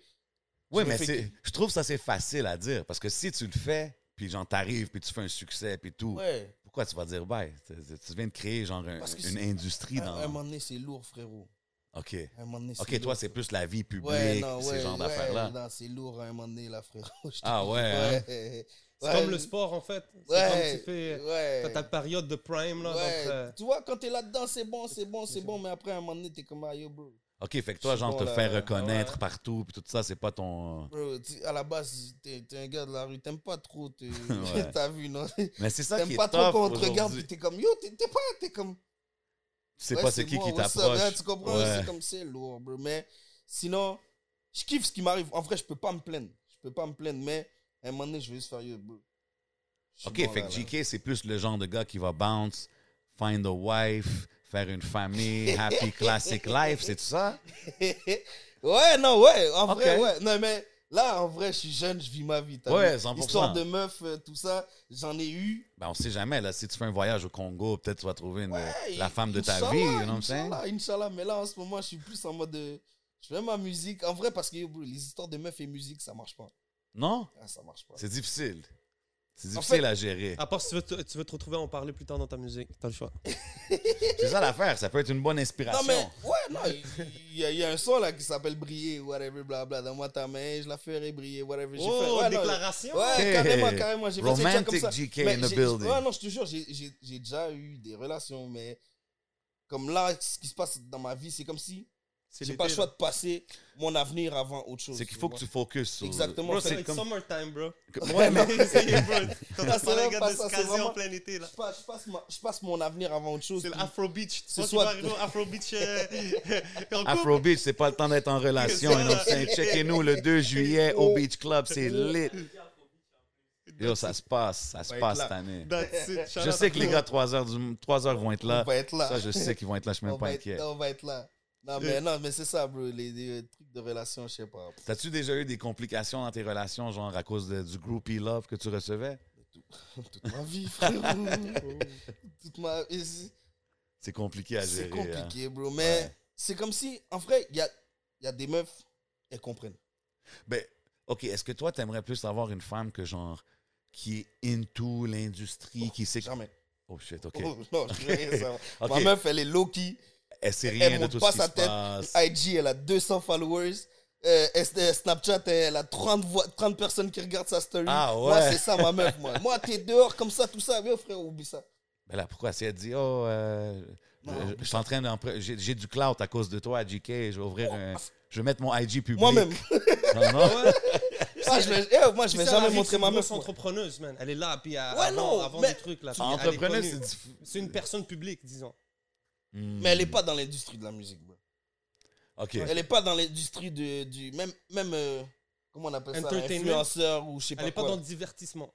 S3: je
S2: Ouais,
S3: me
S2: mais
S3: fais
S2: c'est-
S3: ki-
S2: je trouve ça c'est facile à dire parce que si tu le fais, puis genre t'arrives, puis tu fais un succès, puis tout,
S3: ouais
S2: pourquoi tu vas dire bye? Tu- Tu tu viens de créer genre un-
S3: Parce que
S2: une
S3: c'est-
S2: industrie
S3: à à un
S2: dans.
S3: moment donné c'est lourd frérot
S2: Ok.
S3: à un moment donné
S2: Ok, toi,
S3: lourd.
S2: c'est plus la vie publique,
S3: ouais non
S2: ces
S3: ouais,
S2: genres
S3: ouais,
S2: d'affaires-là.
S3: non, c'est lourd à un moment donné là frérot [laughs] je te
S2: Ah
S3: dis,
S2: ouais, hein?
S3: ouais,
S1: C'est
S3: Ouais.
S1: comme le sport, en fait. C'est
S3: ouais,
S1: comme tu
S2: euh,
S1: fais.
S3: ouais.
S1: T'as ta période de prime, là.
S3: Ouais,
S1: donc, euh,
S3: tu vois, quand t'es là-dedans, c'est bon, c'est bon, c'est bon, mais après, à un moment donné, t'es comme, ah, yo, bro.
S2: Ok, fait que toi,
S3: Je suis
S2: genre,
S3: bon,
S2: te
S3: là.
S2: faire reconnaître
S1: Ouais.
S2: partout, puis tout ça, c'est pas ton.
S3: Bro, tu- à la base, t'es t'es un gars de la rue, t'aimes pas trop, te-
S2: [laughs]
S3: [laughs]
S2: Ouais.
S3: t'as vu, non
S2: Mais c'est ça qui
S3: T'aimes
S2: est
S3: pas trop
S2: top
S3: quand on te regarde,
S2: aujourd'hui.
S3: puis t'es comme, yo, t'es t'es pas, t'es comme...
S2: Tu sais
S3: ouais,
S2: pas c'est qui
S3: moi,
S2: qui
S3: what's up, hein,
S2: t'approche.
S3: Tu comprends,
S2: Ouais.
S3: c'est comme, c'est lourd, bro, mais sinon, je kiffe ce qui m'arrive. En vrai, je peux pas me plaindre, je peux pas me plaindre, mais à un moment donné, je vais juste faire, yo, bro. je suis
S2: OK,
S3: bon
S2: fait
S3: là,
S2: que
S3: là.
S2: JK, c'est plus le genre de gars qui va bounce, find a wife, faire une famille, happy classic life, c'est tout ça?
S3: [laughs] ouais, non, ouais, en
S2: Ok.
S3: vrai, ouais. Non, mais là, en vrai, je suis jeune, je vis ma vie. t'as
S2: Ouais,
S3: vu.
S2: 100%.
S3: Histoire de meuf, euh, tout ça, j'en ai eu.
S2: Ben, on sait jamais, là. Si tu fais un voyage au Congo, peut-être tu vas trouver une- euh,
S3: Ouais,
S2: la femme de ta
S3: Inch'Allah,
S2: vie, you know what I'm saying?
S3: Inch'Allah, Inch'Allah. Mais là, en ce moment, je suis plus en mode. euh, je fais ma musique. En vrai, parce que yo, bro, les histoires de meuf et musique, ça marche pas.
S2: Non?
S3: Ah, ça marche pas.
S2: C'est difficile. C'est
S3: En
S2: difficile
S3: fait- Ah,
S2: à gérer.
S1: À part si tu veux, te, tu veux te retrouver à en parler plus tard dans ta musique. T'as le choix.
S2: C'est ça l'affaire, ça peut être une bonne inspiration.
S3: Non, mais. Ouais, non, il y, a- il y a un son là qui s'appelle Briller, whatever, blabla. Donne-moi ta main, je la ferai briller, whatever. J'ai fait-
S1: Oh,
S3: ouais, non,
S1: déclaration.
S3: Ouais,
S2: Hey,
S3: carrément, carrément. J'ai fait des trucs comme ça.
S2: Romantic GK
S3: Mais
S2: in the
S3: j'ai-
S2: building.
S3: Ouais, non, je te jure, j'ai- j'ai j'ai déjà eu des relations, mais comme là, ce qui se passe dans ma vie, c'est comme si
S1: C'est
S3: j'ai
S1: l'été,
S3: pas le choix
S1: là.
S3: de passer mon avenir avant autre chose.
S2: C'est qu'il faut que
S3: vois.
S2: tu focuses sur.
S3: Exactement,
S2: Bro,
S3: c'est
S1: C'est
S2: c'est
S1: comme...
S2: comme.
S1: summertime, bro.
S2: comme-
S1: Ouais, mais [laughs] essayez, bro. T'as pas
S3: C'est
S1: parlé,
S3: même
S1: gars,
S3: pas
S1: de
S3: ça,
S1: se
S3: c'est
S1: caser
S3: vraiment-
S1: en plein été, là.
S3: Je passe, je passe ma- je passe mon avenir avant autre chose.
S1: C'est
S3: puis-
S1: l'Afro Beach.
S3: C'est
S1: C'est soit
S3: soit-
S1: tu vas arriver au Afro Beach
S3: [laughs]
S1: euh, en couple.
S2: Afro Beach, c'est pas le temps d'être en relation.
S1: C'est ça.
S2: et donc, c'est- Checkez-nous le
S3: [laughs]
S2: 2 juillet au Beach Club, c'est lit. Yo, ça se passe, ça se
S3: va être
S2: passe
S3: là.
S2: cette année.
S1: That's it. Shout
S2: Je
S1: out
S2: sais
S1: à
S2: que les
S1: tout
S2: gars, 3 heures, du, 3 heures vont être
S3: on
S2: là.
S3: va être là.
S2: Ça, je sais qu'ils vont être là, je suis
S3: on
S2: même pas
S3: va, être,
S2: inquiet.
S3: on va être là. Non,
S1: Euh.
S3: mais, non, mais c'est ça, bro. Les, les trucs de relation, je sais pas.
S2: T'as-tu déjà eu des complications dans tes relations, genre à cause de- du groupie love que tu recevais?
S3: Toute ma vie, frérot. Toute ma et c'est-
S2: C'est compliqué à gérer. hein.
S3: C'est compliqué, bro. Mais
S2: Ouais.
S3: c'est comme si, en vrai, il y a, il y a des meufs, elles comprennent.
S2: hein. Ben, OK, est-ce que toi, t'aimerais plus avoir une femme que genre qui est into l'industrie, qui sait...
S3: Jamais.
S2: Oh shit, OK.
S3: Oh, [laughs] non, je veux rien savoir.
S2: OK,
S3: Ma meuf, elle est low-key.
S2: elle sait
S3: elle
S2: rien de
S3: monte
S2: tout
S3: pas
S2: ce qui
S3: sa
S2: se
S3: tête.
S2: passe.
S3: IG, elle a 200 followers. Euh, S- euh, Snapchat, elle a 30, voix- 30 personnes qui regardent sa story.
S2: Ah
S3: Moi,
S2: ouais.
S3: c'est ça, ma meuf, moi. Moi, t'es dehors comme ça, tout ça. Mais oh, frère, oublie ça.
S2: Ben là, pourquoi? Si elle dit, oh, euh,
S3: Non,
S2: je- je
S3: oublie
S2: suis en train d'empre- j'ai j'ai du clout à cause de toi, JK, je vais ouvrir un- Je vais mettre mon IG public.
S3: Oh, Moi-même.
S2: Non, non.
S1: le monde.
S3: Ah, je vais- eh, moi, je
S1: Tu
S3: vais
S1: sais,
S3: jamais
S1: Harry, c'est
S3: montrer
S1: une
S3: ma
S1: grosse
S3: meuf. moi.
S1: entrepreneuse, man. Elle est là, puis elle,
S3: Ouais,
S1: avant,
S3: non,
S1: avant
S3: mais-
S1: des trucs, là. puis elle est
S2: Entrepreneur,
S1: connue.
S2: c'est diff-
S1: C'est une personne publique, disons.
S2: Hmm.
S3: Mais elle est pas dans l'industrie de la musique, bro.
S2: OK.
S3: Elle est pas dans l'industrie de- du. Même. même euh, comment on appelle ça là,
S1: Entertainment.
S3: Influenceur ou je sais pas
S1: Elle est pas
S3: quoi,
S1: dans
S3: là.
S1: le divertissement.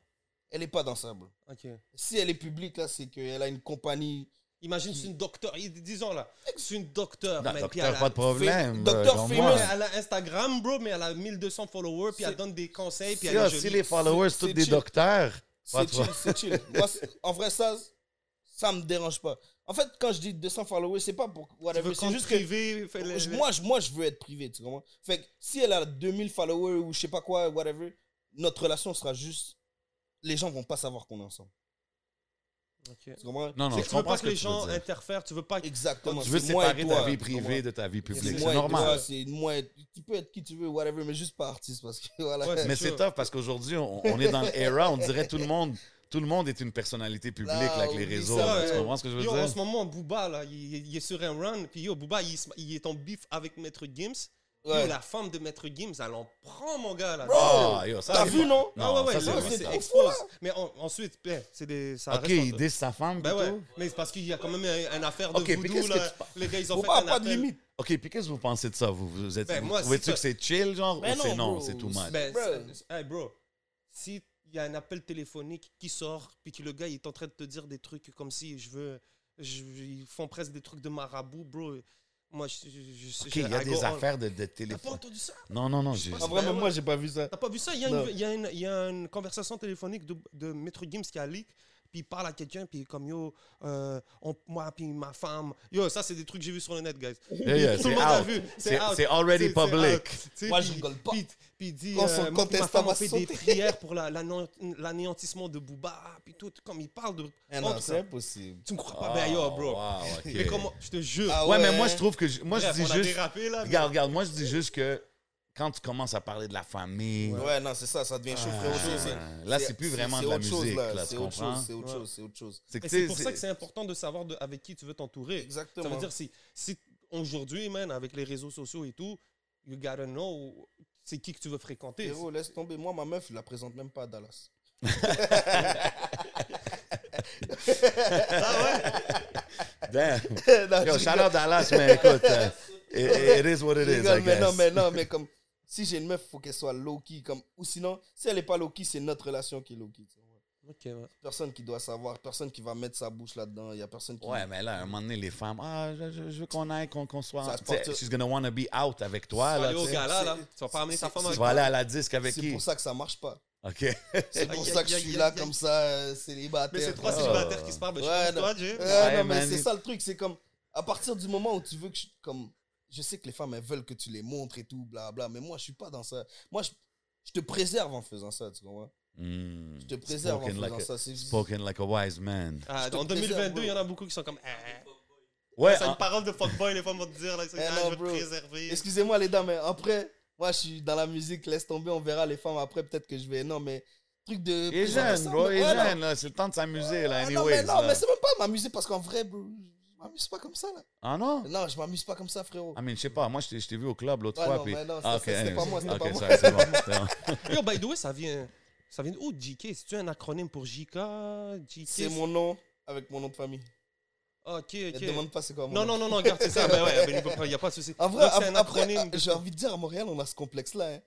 S3: Elle est pas dans ça, bro.
S1: Ok.
S3: Si elle est publique, là, c'est qu'elle a une compagnie.
S1: Imagine, c'est une docteur. Disons, là. C'est une docteur,
S2: Non,
S1: man, puis
S2: docteur,
S1: elle a-
S2: pas de problème.
S3: Docteur
S2: euh, genre
S3: Famous,
S1: Ouais,
S2: moi.
S1: mais elle a Instagram, bro, mais elle a 1200 followers, puis elle
S3: C'est-
S1: donne des conseils, puis
S2: Si,
S1: elle est
S2: si
S1: jolie.
S2: les followers,
S3: C'est-
S2: tous
S3: c'est
S2: des
S3: chill.
S2: docteurs. Pas
S3: C'est
S2: de
S3: chill,
S2: problème.
S1: [laughs]
S3: c'est chill. Moi, c'est- en vrai, ça, ça me dérange pas. En fait, quand je dis 200 followers, c'est pas pour
S1: Tu
S3: whatever.
S1: veux
S3: C'est
S1: compte
S3: juste que
S1: privé, fais le-
S3: je-
S1: le-
S3: moi, je, moi, je veux être privé, tu comprends? Fait que si elle a 2000 followers ou je sais pas quoi, whatever, notre relation sera juste. Les gens vont pas savoir qu'on est ensemble.
S1: Ok.
S3: Tu comprends?
S2: Non,
S1: C'est
S2: non, je
S1: que tu veux
S2: comprends
S1: pas
S2: ce
S1: que les
S2: tu veux
S1: gens
S2: dire.
S1: interfèrent, tu veux pas que
S3: Exactement.
S2: Tu veux
S3: c'est moi et
S2: séparer ta
S3: toi,
S2: vie
S3: tu comprends?
S2: privée de ta vie
S3: C'est
S2: publique. C'est
S3: moi et toi,
S2: normal.
S3: c'est moi et- Tu peux être qui tu veux, whatever, mais juste pas artiste parce que [laughs] voilà.
S1: Ouais,
S2: Mais
S1: C'est sûr.
S2: c'est tough parce qu'aujourd'hui, on, on est dans l'era, on dirait tout le monde. Tout le monde est une personnalité publique
S3: Là,
S2: là, avec les
S3: oublie
S2: réseaux.
S3: ça,
S2: là. tu
S1: ouais.
S2: comprends ce que je veux
S1: Yo, en ce
S2: dire?
S1: moment, Booba, là, il, il est sur un run. Puis yo, Booba, il, se- il est en bif avec Maître Gims.
S3: Ouais.
S1: Yo, la femme de Maître Gims, elle en prend, mon gars, là.
S2: Ah, yo, ça,
S3: T'as
S2: c'est
S3: vu,
S2: pas-
S3: non?
S1: ah ouais, ouais,
S2: ça,
S1: là,
S2: c'est
S1: c'est hein.
S2: vrai.
S1: expose. Mais en- ensuite, ben, c'est des, ça
S2: Ok,
S1: reste entre-
S2: il dit sa femme.
S1: Ben ouais,
S2: plutôt.
S1: mais c'est parce qu'il y a quand même un- une affaire de
S2: Ok, puis
S1: voodoo,
S2: qu'est-ce que
S1: là.
S2: tu parles
S1: Les gars, ils ont
S3: Faut
S1: fait
S3: pas,
S1: un
S3: pas de
S1: appel.
S3: limite.
S2: Ok, puis qu'est-ce que vous pensez de ça? Vous, vous êtes,
S1: Ben,
S2: vous
S1: moi, c'est
S2: trouvez-tu
S1: ça.
S2: que c'est chill, genre?
S3: Ben
S2: ou c'est
S3: non,
S2: non,
S3: bro.
S2: c'est too much?
S1: Ben,
S3: Bro.
S1: c'est- hey, bro, si il y a un appel téléphonique qui sort, puis que le gars il est en train de te dire des trucs comme si je veux, je- ils font presque des trucs de marabout, bro. Moi, je, je, je- je-
S2: ok, il y a
S1: I
S2: des
S1: go on.
S2: affaires de, de
S1: T'as pas
S2: téléphone.
S1: entendu ça
S2: Non, non, non.
S1: Je sais
S2: j'ai-
S1: pas
S3: En vrai,
S1: Ouais,
S3: même
S1: ouais.
S3: moi, j'ai pas vu ça.
S1: T'as pas vu ça Il y, a
S3: Non.
S1: une- il y a une- il y a une conversation téléphonique de, de Maître Gims qui a leak, puis il parle à quelqu'un, puis il est comme yo, euh, on- moi, puis ma femme. Yo, ça, c'est des trucs que j'ai vu sur le net, guys.
S2: Yeah, yeah,
S1: Tout le
S2: c'est
S1: monde a
S2: out.
S1: vu.
S2: C'est-
S1: out.
S2: c'est already
S1: C'est- c'est
S2: public.
S1: out. Tu sais,
S3: Moi,
S1: puis-
S3: je rigole pas.
S1: Puis, puis il dit,
S3: Quand son
S1: euh, ma- ma
S3: contestant
S1: femme
S3: va
S1: a fait des
S3: sauter.
S1: prières pour la- l'anéant- l'anéantissement de Booba, puis tout, comme il parle de...
S3: Eh
S1: Oh,
S3: non,
S1: putain,
S3: c'est impossible.
S1: tu me crois pas, ben yo,
S2: Oh,
S1: bro.
S2: wow, ok.
S1: Mais comment, je te jure.
S3: Ah
S2: Ouais, mais
S3: ouais,
S2: moi,
S3: hein?
S2: je trouve que. je- Moi,
S1: Bref,
S2: je dis
S1: on a
S2: juste.
S1: dérapé, là, mais-
S2: Regarde, regarde, moi, je dis juste que quand tu commences à parler de la famille.
S3: Ouais, non, c'est ça, ça devient chaud, frérot. c'est- c'est-
S2: euh, là, c'est plus vraiment
S3: c'est
S2: de la
S3: autre chose,
S2: musique, là, tu
S3: C'est autre
S2: comprends?
S3: chose, c'est autre
S1: Ouais.
S3: chose, c'est autre chose.
S2: C'est que,
S1: Et
S2: tu sais,
S1: c'est pour ça que c'est important de savoir de- avec qui tu veux t'entourer.
S3: Exactement.
S1: Ça veut dire si, si aujourd'hui, man, avec les réseaux sociaux et tout, you gotta know c'est qui que tu veux fréquenter.
S3: Frérot, laisse tomber. Moi, ma meuf, je la présente même pas à
S2: [laughs]
S3: Dallas.
S2: Damn.
S3: Non,
S2: Ben, Yo,
S3: je
S2: shout
S3: rigole.
S2: out Dallas, mais écoute, euh, it, it is what it
S3: Je
S2: is,
S3: rigole,
S2: I
S3: mais
S2: guess.
S3: non,
S2: [laughs]
S3: mais non, mais comme si j'ai une meuf, faut qu'elle soit low-key. Comme, ou sinon, si elle est pas low-key, c'est notre relation qui est low-key. tu vois.
S1: Ok, ouais.
S3: Personne qui doit savoir, personne qui va mettre sa bouche là-dedans. Il y a personne qui.
S2: Ouais, mais là, à un moment donné, les femmes, ah, je, je- je veux qu'on aille, qu'on qu'on soit.
S3: Ça se
S2: tu sais,
S3: porte-
S2: She's gonna wanna be out avec toi.
S1: Tu vas
S2: Là,
S1: aller au
S2: tu sais.
S1: gala, là.
S3: Ah, c'est-
S1: Tu vas pas amener ta femme
S3: c'est- c'est-
S2: tu
S1: avec
S2: vas
S1: toi.
S2: aller à la disque avec
S3: C'est
S2: qui?
S3: pour ça que ça
S2: [laughs]
S3: marche pas.
S2: OK.
S3: C'est pour
S1: Aïe,
S3: ça
S1: aïe,
S3: que je
S1: aïe,
S3: suis
S1: aïe,
S3: là
S1: aïe.
S3: comme ça, euh, célibataire.
S1: Mais c'est trois
S3: Ouais.
S2: Oh.
S1: célibataires qui se parlent. Ben, je
S3: Ouais,
S1: suis comme toi, Jay.
S3: Ouais,
S2: Hey,
S3: non, mais
S2: man,
S3: c'est
S2: il-
S3: ça le truc, c'est comme à partir du moment où tu veux que je comme je sais que les femmes elles veulent que tu les montres et tout blabla, mais moi je suis pas dans ça. Moi je, je te préserve en faisant ça, tu comprends
S2: Mm.
S3: Je te préserve en
S2: Spoken
S3: faisant
S2: like a-
S3: ça, c'est
S2: Spoken like a wise man.
S1: Ah,
S3: Je te
S1: en 2022,
S3: préserve,
S1: il y en a beaucoup qui sont comme. Ah,
S2: Ouais,
S1: c'est
S2: en-
S1: une parole de fuckboy, les femmes vont te dire, là, c'est
S3: Eh
S1: ah,
S3: non,
S1: je veux
S3: bro.
S1: te préserver.
S3: Excusez-moi les dames, mais après, moi je suis dans la musique, laisse tomber, on verra les femmes après, peut-être que je vais. Non, mais truc de.
S2: il est jeune, bro, il est
S3: Ouais, non.
S2: jeune, là. C'est le temps de s'amuser, là,
S3: Ah, non, mais
S2: anyways.
S3: non,
S2: là.
S3: mais c'est même pas m'amuser parce qu'en vrai, bro, je m'amuse pas comme ça là.
S2: Ah non?
S3: Non, je m'amuse pas comme ça, frérot.
S2: Ah, mais je sais pas, moi, je t'ai- je t'ai vu au club l'autre
S3: Ouais,
S2: fois,
S3: non,
S2: puis...
S3: mais non,
S2: Ah,
S3: ça,
S2: ok,
S3: ça, c'était pas moi, c'était
S2: ok,
S3: pas moi.
S2: ça, c'est bon, c'est bon.
S1: Yo, by the way, ça vient. Ça vient où JK C'est-tu un acronyme pour JK JK
S3: C'est mon nom avec mon nom de famille.
S1: Ah, Ok,
S3: Ne
S1: ok.
S3: demande pas c'est quoi mon
S1: Non,
S3: nom.
S1: non, non, non, regarde, c'est ça. Ben ouais, il n'y a pas de souci.
S3: En vrai,
S1: Donc, c'est un
S3: ap- après, ah,
S1: acronyme. de-
S3: j'ai envie de dire à Montréal, on a ce complexe-là. hein.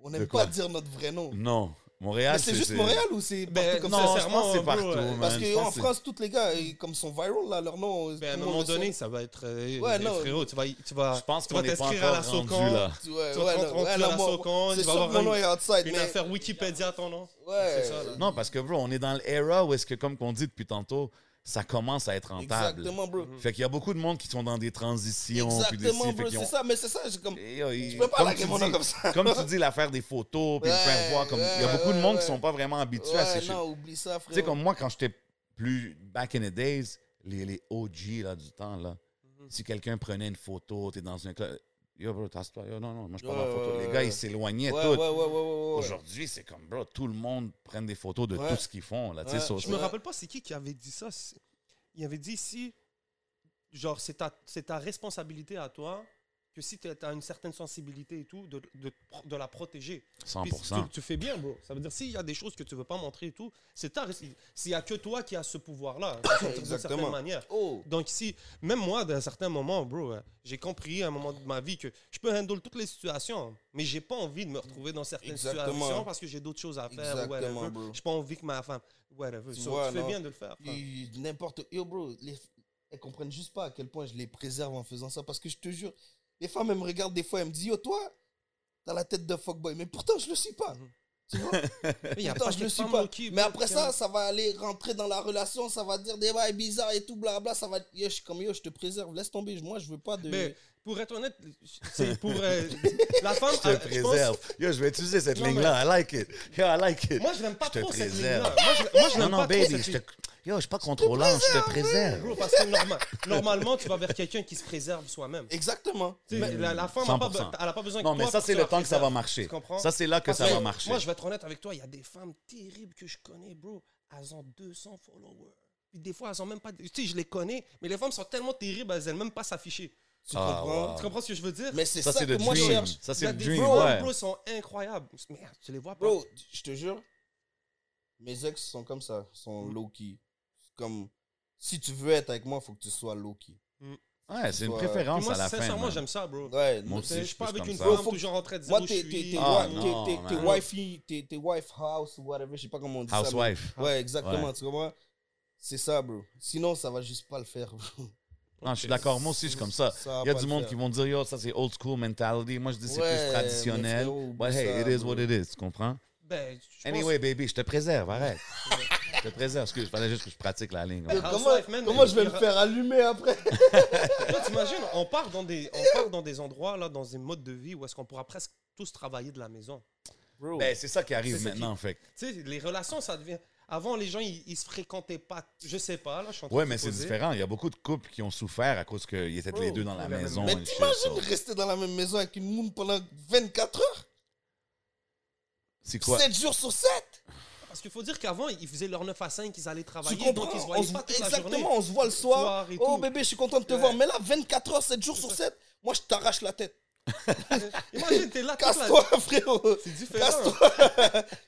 S3: On
S2: De
S3: n'aime
S2: quoi
S3: pas dire notre vrai nom. [laughs]
S2: Non, Montréal,
S3: Mais c'est juste Montréal ou c'est
S1: Ben,
S3: partout comme
S2: Non,
S3: ça
S2: je pense que c'est
S1: Sincèrement,
S2: partout,
S1: bro, ouais.
S2: man.
S3: Parce
S2: Je
S3: que oh,
S2: pense
S3: en
S2: c'est-
S3: France, tous les gars, ils- comme sont viral, là, leur nom. tout
S1: Ben, à un
S3: le monde
S1: moment
S3: le
S1: donné,
S3: sait.
S1: ça va être. euh,
S3: Ouais,
S1: les
S3: non.
S1: frérots, tu vas, y- tu vas,
S2: Je pense
S1: tu
S2: qu'on
S1: vas
S2: n'est pas
S1: t'inscrire à la
S2: encore rendu,
S1: Socan.
S2: là.
S3: Ouais,
S1: Tu
S3: ouais,
S1: vas te
S3: ouais,
S1: rendre compte
S3: ouais,
S1: que
S3: là,
S1: la
S3: moi,
S1: Socan, il
S3: C'est
S1: va
S3: sûr que
S1: avoir
S3: mon nom
S1: une-
S3: est outside,
S1: Une
S3: mais.
S1: affaire Wikipédia, ton nom.
S3: Ouais.
S1: C'est ça, là.
S2: Non, parce que, bro, on est dans l'era où est-ce que, comme qu'on dit depuis tantôt, ça commence à être rentable.
S3: Exactement, bro.
S2: Fait qu'il y a beaucoup de monde qui sont dans des transitions. puis des
S3: Exactement,
S2: ci, fait
S3: bro.
S2: qu'ils
S3: C'est
S2: ont-
S3: ça, mais c'est ça, j'ai comme.
S2: Et, euh,
S3: Je
S2: ils-
S3: peux pas
S2: comme
S3: larguer
S2: tu
S3: mon nom
S2: dis-
S3: comme ça.
S2: Comme tu dis, l'affaire des photos, puis de
S3: Ouais,
S2: faire voir. Comme... Il y a
S3: ouais,
S2: beaucoup de
S3: ouais,
S2: monde
S3: ouais.
S2: qui sont pas vraiment habitués à ces
S3: Ouais,
S2: choses.
S3: non, oublie ça,
S2: Tu
S3: frère.
S2: sais, comme moi, quand j'étais plus back in the days, les, les OG là, du temps, là,
S3: Mhm.
S2: si quelqu'un prenait une photo, t'es dans un club, yo, bro, tasse-toi, yo, non, non, moi, je prends
S3: Ouais,
S2: ma photo. Les
S3: ouais,
S2: gars,
S3: ouais.
S2: ils s'éloignaient
S3: Ouais, ouais,
S2: tous.
S3: ouais, ouais, ouais, ouais.
S2: Aujourd'hui, c'est comme, bro, tout le monde prend des photos de
S3: Ouais.
S2: tout ce qu'ils font, là, tu sais,
S3: Ouais.
S2: sur-
S1: Je me
S3: Ouais.
S1: rappelle pas c'est qui qui avait dit ça. C'est- Il avait dit si, genre, c'est ta, c'est ta responsabilité à toi que si tu as une certaine sensibilité et tout, de, de, de la protéger. Puis
S2: 100%.
S1: Tu, tu fais bien, bro. Ça veut dire s'il y a des choses que tu veux pas montrer et tout, c'est ta res- S'il y a que toi qui as ce pouvoir-là, hein, d'une certaine
S3: Exactement.
S1: manière.
S3: Oh,
S1: Donc si, même moi, d'un certain moment, bro, hein, j'ai compris à un moment de ma vie que je peux handle toutes les situations, mais j'ai pas envie de me retrouver dans certaines
S3: Exactement.
S1: situations parce que j'ai d'autres choses à faire. ou
S3: Exactement,
S1: whatever.
S3: bro.
S1: J'ai pas envie que ma femme, whatever.
S3: Tu
S1: So,
S3: vois,
S1: tu fais
S3: non.
S1: bien de le faire. frère.
S3: ils- n'importe. Yo, bro, les- elles comprennent juste pas à quel point je les préserve en faisant ça. Parce que je te jure, les femmes, elles me regardent des fois, elles me disent Yo, toi, t'as la tête de fuckboy. Mais pourtant, je le suis pas.
S1: Mhm.
S3: Tu vois
S1: Mais y a
S3: Pourtant,
S1: pas
S3: je
S1: de
S3: le suis
S1: femme
S3: pas.
S1: qui-
S3: Mais après
S1: qui-
S3: ça, ça va aller rentrer dans la relation, ça va dire des bails bizarres et tout, blabla. Ça va. Yo, je suis comme yo, je te préserve, laisse tomber. Moi, je veux pas de.
S1: Mais pour être honnête,
S3: [laughs]
S1: c'est pour euh, la femme.
S2: Je te
S1: euh, je pense-
S2: préserve. Yo, je vais utiliser cette
S1: Non, mais-
S2: ligne-là. I like it. Yo, I like it.
S1: moi, je n'aime pas
S2: Je te
S1: trop cette ligne-là.
S2: préserve.
S1: Moi, je, moi, je
S2: non,
S1: n'aime
S2: non,
S1: pas
S2: baby,
S1: trop cette
S2: je
S1: ligne.
S2: te... Yo, je suis pas contrôlant, je te préserve.
S1: Bro, parce que normal, normalement, tu vas vers quelqu'un qui se préserve soi-même.
S3: Exactement.
S1: Tu sais,
S2: Mais-
S1: la, la femme n'a pas,
S2: 100%.
S1: be- elle a pas besoin
S2: Non,
S1: que
S2: mais
S1: toi
S2: ça,
S1: pour
S2: c'est
S1: la
S2: le temps que ça va
S1: préserves.
S2: marcher.
S1: Tu comprends?
S2: Ça, c'est là que
S1: Parce
S2: ça
S1: que
S2: va marcher.
S1: Moi, je vais être honnête avec toi, il y a des femmes terribles que je connais, bro. Elles ont 200 followers. Puis des fois, elles ont même pas. Tu sais, je les connais, mais les femmes sont tellement terribles, elles n'aiment même pas s'afficher.
S3: Tu
S2: Ah,
S3: comprends
S2: wow.
S1: Tu comprends ce que je veux dire?
S3: Mais c'est
S2: Ça,
S3: ça,
S2: c'est
S3: que
S2: le
S3: moi je
S2: dream.
S3: cherche.
S2: Ça,
S1: Il y
S2: c'est
S1: a
S2: le
S1: des
S2: dream,
S1: bros,
S2: ouais.
S1: bro, sont incroyables. Merde, tu les vois pas.
S3: Bro, je te jure, mes ex sont comme ça, sont
S1: Mm.
S3: low-key. Comme, si tu veux être avec moi, faut que tu sois low-key.
S2: Ouais, c'est une
S3: Ouais.
S1: Puis
S2: préférence
S1: moi,
S2: à la fin.
S1: sincèrement,
S2: man.
S1: j'aime ça, bro.
S2: Moi
S3: Ouais, non,
S2: aussi,
S1: Tu sais, je suis pas
S2: suis
S1: avec
S2: comme
S1: une
S2: ça.
S1: femme,
S3: Faut-
S1: toujours en train de dire
S3: Moi,
S1: où je
S3: t'es t'es-
S1: suis.
S3: t'es
S2: Ah,
S3: wi-
S2: non,
S3: t'es- t'es- t'es
S2: man.
S3: wifey, t'es t'es wife house, whatever, je sais pas comment on dit ça. mais-
S2: Housewife.
S3: Ouais, exactement,
S2: Ouais.
S3: tu comprends C'est ça, bro. Sinon, ça va juste pas le faire.
S2: Non, je suis d'accord. Moi aussi, je suis comme ça.
S3: [laughs] Ça va
S2: Il y a
S3: pas
S2: du
S3: le
S2: monde
S3: faire.
S2: qui vont dire, yo, ça c'est old school mentality. Moi, je dis c'est plus
S3: Ouais, mais
S2: traditionnel.
S3: frérot,
S2: But hey,
S3: ça,
S2: it is
S3: bro.
S2: what it is. Tu comprends?
S1: Ben, je pense-
S2: Anyway, baby, je te préserve. Arrête. je te préserve. Excuse, il fallait juste que je pratique la ligne. ouais.
S1: House
S3: Comment,
S1: life, man,
S3: comment
S1: mais-
S3: je vais me faire allumer après
S1: Toi, t'imagines, on part dans des, on part dans des endroits là, dans des modes de vie où est-ce qu'on pourra presque tous travailler de la maison.
S3: Bro,
S2: Ben, c'est ça qui arrive
S1: C'est ça qui-
S2: maintenant, fait. que-
S1: Tu sais, les relations, ça devient. Avant, les gens, ils, ils se fréquentaient pas. Je sais pas, là, je suis en train
S2: Ouais,
S1: de
S2: mais c'est
S1: supposer.
S2: différent. Il y a beaucoup de couples qui ont souffert à cause qu'ils étaient les
S1: Bro,
S2: deux dans la
S1: la même-
S2: maison.
S3: mais
S2: and shit,
S3: t'imagines
S2: so-
S3: rester dans la même maison avec une moune pendant 24 heures
S2: C'est quoi?
S3: 7 jours sur 7
S1: Parce qu'il faut dire qu'avant, ils faisaient leur 9 à 5, ils allaient
S3: Tu
S1: travailler,
S3: comprends
S1: donc ils se
S3: on
S1: voyaient
S3: se-
S1: pas toute la
S3: Exactement,
S1: journée.
S3: on se voit le soir.
S1: soir et
S3: oh
S1: tout.
S3: bébé, je suis content de te
S1: Ouais.
S3: voir. Mais là, 24 heures, 7 jours sur 7, moi je t'arrache la tête.
S1: Imagine, t'es là, toute la-
S3: Casse-toi, [laughs] frérot.
S1: C'est différent.
S3: Casse-toi.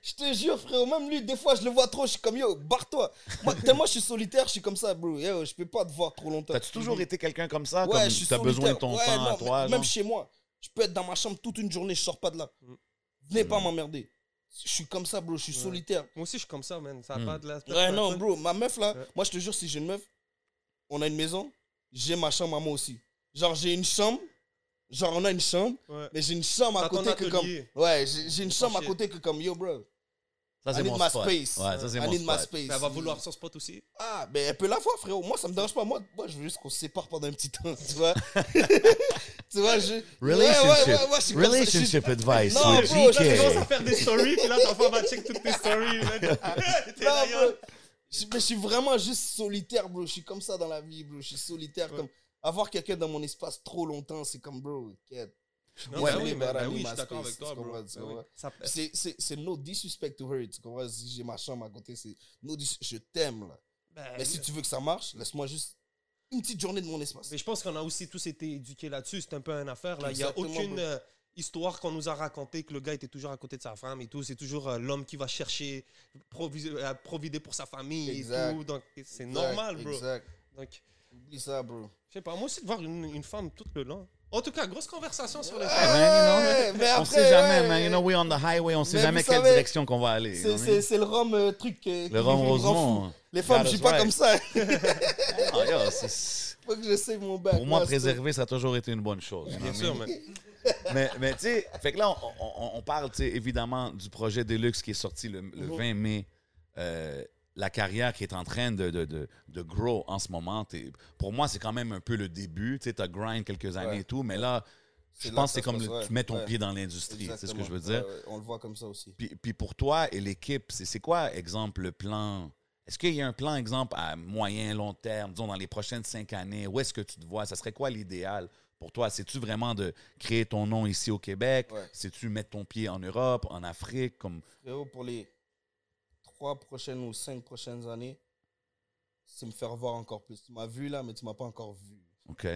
S3: je te jure, frérot. Même lui, des fois, je le vois trop. Je suis comme yo, barre-toi. Moi, tellement je suis solitaire, je suis comme ça, bro. Yo, je peux pas te voir trop longtemps.
S2: T'as-tu toujours été quelqu'un comme ça?
S3: Ouais,
S2: comme
S3: je suis
S2: t'as besoin de
S3: solitaire.
S2: ton
S3: Ouais,
S2: temps
S3: non,
S2: à toi?
S3: Même
S2: genre?
S3: chez moi, je peux être dans ma chambre toute une journée, je sors pas de là. Venez pas
S2: Mm.
S3: m'emmerder. Je suis comme ça, bro. Je suis
S1: Ouais.
S3: solitaire.
S1: Moi aussi, je suis comme ça, man. Ça a
S2: Hmm.
S1: pas de la.
S3: Ouais, non, bro, ma meuf là,
S1: Ouais.
S3: moi je te jure, si j'ai une meuf, on a une maison, j'ai ma chambre à moi aussi. Genre, j'ai une chambre, genre, on a une chambre,
S1: Ouais.
S3: mais j'ai une chambre à
S1: T'as ton
S3: côté que comme.
S1: atelier.
S3: Ouais, j'ai j'ai une
S1: Faut
S3: chambre à
S1: chier.
S3: côté que comme, yo, bro,
S2: Ça, c'est
S3: I need
S2: mon
S3: my
S2: spot.
S3: space.
S2: Ouais, ça, c'est
S3: I
S2: mon
S3: need my
S2: spot.
S3: space.
S1: Mais Elle va vouloir son spot aussi.
S3: Ah, mais elle peut l'avoir, frérot. Moi, ça me dérange pas. Moi, moi je veux juste qu'on se sépare pendant un petit temps, tu vois. [laughs] tu vois, je. Ouais, ouais, ouais,
S2: Relationship.
S3: ouais, je suis comme ça, je suis-
S2: Relationship advice
S3: [laughs] Non,
S2: with
S3: bro,
S1: Là, tu commences à
S2: GK.
S1: faire des stories, puis là, ta femme va check toutes [laughs] tes stories. man. T'es
S3: Non,
S1: là, yo.
S3: bro. Je, mais je suis vraiment juste solitaire, bro. Je suis comme ça dans la vie, bro. Je suis solitaire.
S1: Ouais.
S3: Comme... Avoir quelqu'un dans mon espace trop longtemps, c'est comme, bro, quête.
S1: Non,
S2: Ouais,
S1: ben
S3: Désolé,
S1: oui,
S3: mais
S1: ben- ben
S3: Rami,
S1: oui, je
S3: ma
S1: suis d'accord
S3: space,
S1: avec toi,
S3: tu
S1: bro.
S3: comprends,
S1: Ben
S3: tu
S1: oui.
S3: vois.
S1: Ça-
S3: C'est- C'est c'est no disrespect to her. Tu comprends? Si j'ai ma chambre à côté, c'est no dis- Je t'aime, là.
S1: ben,
S3: Mais si tu veux que ça marche, laisse-moi juste une petite journée de mon espace.
S1: Mais je pense qu'on a aussi tous été éduqués là-dessus. C'est un peu une affaire. Là. Il n'y a
S3: Exactement,
S1: aucune
S3: bro.
S1: euh, histoire qu'on nous a racontée que le gars était toujours à côté de sa femme et tout. C'est toujours euh, l'homme qui va chercher, proviser, euh, provider pour sa famille
S3: Exact.
S1: et tout. Donc, c'est normal, bro.
S3: Exact.
S1: Donc,
S3: Oublie ça, bro.
S1: je sais pas, moi aussi de voir une, une femme tout le long. En tout cas, grosse conversation sur les
S2: Man,
S1: femmes.
S2: you know,
S3: mais
S2: on
S3: après,
S2: sait jamais,
S3: ouais,
S2: man. You know, we on the highway. On sait
S3: Mais
S2: jamais
S3: vous
S2: quelle
S3: savez,
S2: direction qu'on va aller. you know what
S3: C'est-
S2: I
S3: C'est
S2: mean?
S3: c'est le rhum euh, truc. euh,
S2: Le
S3: qui
S2: rhum
S3: me rend fou.
S2: Rosemont.
S3: Les femmes,
S2: That
S3: je suis
S2: is
S3: pas
S2: right.
S3: comme ça. [laughs]
S2: Ah, yo, c'est-
S3: Faut que je save mon bac.
S2: Pour moi,
S3: là, c'est-
S2: préserver, ça a toujours été une bonne chose. you know
S1: Bien
S2: what I
S1: sûr,
S2: mean?
S1: man.
S2: Mais, mais tu sais, fait que là, on, on- on parle, tu sais, évidemment, du projet Deluxe qui est sorti le,
S3: Mhm.
S2: le 20 mai. Euh, la carrière qui est en train de, de, de, de grow en ce moment. T'es- Pour moi, c'est quand même un peu le début. Tu sais, t'as grind quelques années
S3: Ouais.
S2: et tout, mais là,
S3: C'est
S2: je
S3: là
S2: pense
S3: que
S2: que c'est
S3: ça se
S2: comme
S3: passe,
S2: le-
S3: ouais.
S2: tu mets ton
S3: Ouais.
S2: pied dans l'industrie. C'est ce que je veux dire.
S3: Exactement. Ouais, ouais, on le voit comme ça aussi.
S2: Puis, puis pour toi et l'équipe, c'est c'est quoi, exemple, le plan? Est-ce qu'il y a un plan, exemple, à moyen, long terme, disons dans les prochaines cinq années? Où est-ce que tu te vois? Ça serait quoi l'idéal pour toi? C'est-tu vraiment de créer ton nom ici au Québec?
S3: Ouais.
S2: C'est-tu mettre ton pied en Europe, en Afrique? Comme...
S3: Frérot, pour les trois prochaines ou cinq prochaines années, c'est me faire voir encore plus. Tu m'as vu là, mais tu m'as pas encore
S2: [laughs]
S3: vu. [laughs]
S2: OK.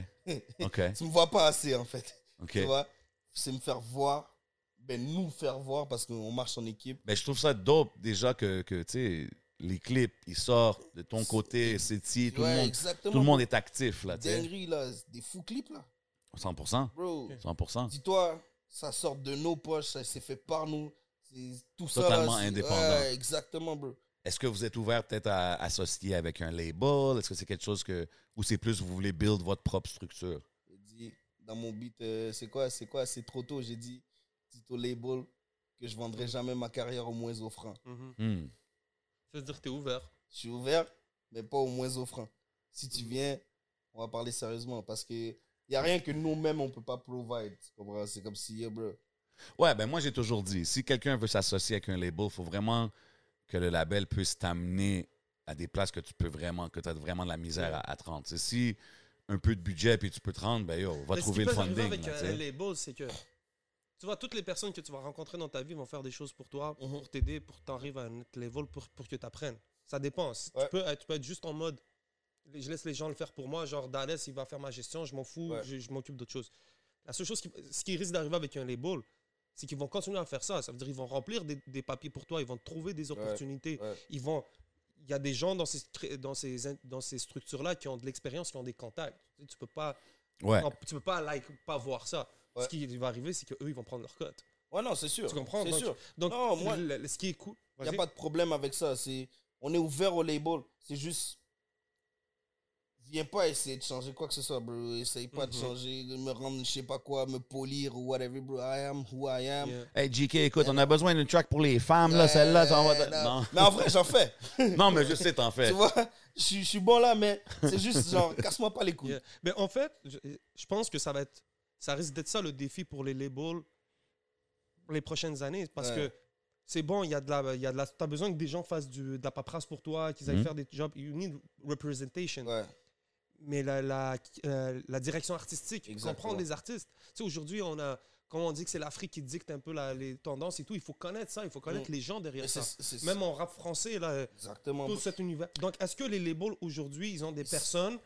S2: OK.
S3: Tu me vois pas assez en fait.
S2: OK.
S3: Tu vois C'est me faire voir, ben nous faire voir parce qu'on marche en équipe.
S2: Mais Ben, je trouve ça dope déjà que, que tu sais, les clips, ils sortent de ton côté, c'est tout, le
S3: Ouais,
S2: monde-
S3: exactement. Ben,
S2: tout le monde est actif, là, tu sais.
S3: Dinguerie là, des fous clips là.
S2: 100
S3: Bro,
S2: 100
S3: dis-toi, ça sort de nos poches, ça s'est fait par nous. C'est tout ça. là,
S2: Totalement
S3: c'est-
S2: indépendant.
S3: Ouais, exactement, bro.
S2: Est-ce que vous êtes ouvert peut-être à associer avec un label? Est-ce que c'est quelque chose que. Ou c'est plus vous voulez build votre propre structure?
S3: J'ai dit, dans mon beat, euh, c'est quoi, c'est quoi, c'est trop tôt. J'ai dit, dit au label que je vendrai jamais ma carrière au moins au franc.
S1: Mhm.
S2: Hmm.
S1: Ça veut dire que t'es ouvert.
S3: Je suis ouvert, mais pas au moins au franc. Si tu viens, on va parler sérieusement parce que y a rien que nous-mêmes on peut pas provide. Tu comprends? C'est comme si, yo, bro.
S2: Ouais, ben moi j'ai toujours dit, si quelqu'un veut s'associer avec un label, il faut vraiment que le label puisse t'amener à des places que tu peux vraiment, que tu as vraiment de la misère à, à te rendre. Tu sais, si un peu de budget puis tu peux te rendre, ben yo,
S1: Mais ce
S2: va
S1: qui
S2: trouver le
S1: peut arriver
S2: funding.
S1: avec
S2: là,
S3: euh,
S1: un-
S2: tu sais.
S1: un label, c'est que tu vois, toutes les personnes que tu vas rencontrer dans ta vie vont faire des choses pour toi,
S3: Mhm.
S1: pour t'aider, pour t'arriver à un autre level, pour, pour que tu apprennes. Ça dépend. Si
S3: Ouais.
S1: Tu, peux, être- tu peux être juste en mode je laisse les gens le faire pour moi, genre Dallas, il va faire ma gestion, je m'en fous,
S3: Ouais.
S1: je, je m'occupe d'autre chose. La seule chose, qui, ce qui risque d'arriver avec un label, c'est qu'ils vont continuer à faire ça. Ça veut dire qu'ils vont remplir des, des papiers pour toi, ils vont te trouver des opportunités.
S3: ouais.
S1: Ils vont. Il y a des gens dans ces, cré- dans ces, in- dans ces structures-là qui ont de l'expérience, qui ont des contacts. Tu sais, tu peux pas.
S2: Ouais.
S1: Non, tu peux pas like, pas voir ça.
S3: Ouais.
S1: Ce qui va arriver, c'est qu'eux, ils vont prendre leur cote.
S3: Ouais, non, c'est sûr.
S1: Tu comprends?
S3: C'est
S1: Donc,
S3: sûr.
S1: Donc,
S3: Non, Oh, moi-
S1: le- le- ce qui est cool.
S3: Il n'y a
S1: Vas-y.
S3: pas de problème avec ça. C'est, on est ouvert au label. C'est juste. Viens pas essayer de changer quoi que ce soit, bro. Essaye pas de
S1: Mhm.
S3: changer, de me rendre, je sais pas quoi, me polir ou whatever, bro. I am who I am.
S1: Yeah.
S2: Hey JK, écoute, on a besoin d'une track pour les femmes, là, celle-là, ça, on va.
S3: Euh,
S2: te-
S3: non.
S2: Non.
S3: Mais en vrai, j'en fais.
S2: non, mais je sais, t'en fais.
S3: Tu vois, je suis- je suis bon là, mais c'est
S2: [laughs]
S3: juste genre, casse-moi pas les couilles.
S1: Yeah. Mais en fait, je, je pense que ça va être. Ça risque d'être ça le défi pour les labels pour les prochaines années. Parce
S3: Ouais.
S1: que c'est bon, il y a de la. il y a de la T'as besoin que des gens fassent du, de la paperasse pour toi, qu'ils aillent
S2: Mhm.
S1: faire des jobs. You need representation.
S3: Ouais,
S1: mais la, la, euh, la direction artistique,
S3: Exactement.
S1: comprendre les artistes. Tu sais, aujourd'hui, on a, comme on dit que c'est l'Afrique qui dicte un peu la- les tendances et tout, il faut connaître ça, il faut connaître
S3: Mm.
S1: les gens
S3: Mais
S1: derrière
S3: c'est,
S1: ça.
S3: c'est-
S1: Même en rap français, là, euh,
S3: exactement.
S1: tout cet univers. Donc, est-ce que les labels aujourd'hui, ils ont des personnes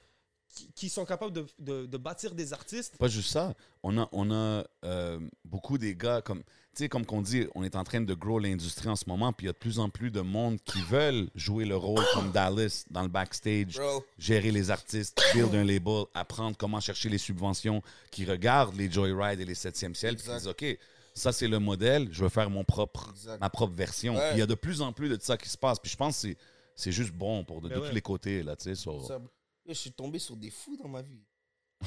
S1: qui, qui sont capables de, de- de bâtir des artistes
S2: Pas juste ça. On a, on a euh, beaucoup des gars comme. Tu sais, comme qu'on dit, on est en train de grow l'industrie en ce moment, puis il y a de plus en plus de monde qui veulent jouer le rôle comme Dallas dans le backstage,
S3: Bro,
S2: gérer les artistes, build un label, apprendre comment chercher les subventions, qui regardent les Joyride et les 7e ciel, puis qui
S3: Exact.
S2: disent OK, ça c'est le modèle, je veux faire mon propre,
S3: Exact.
S2: ma propre version.
S3: Ouais.
S2: Puis Il y a de plus en plus de ça qui se passe, puis je pense que c'est- c'est juste bon pour de,
S1: Ben
S2: de
S1: ouais.
S2: tous les côtés, là, tu sais. sur-
S3: ça, bro. Yo, je suis tombé sur des fous dans ma vie.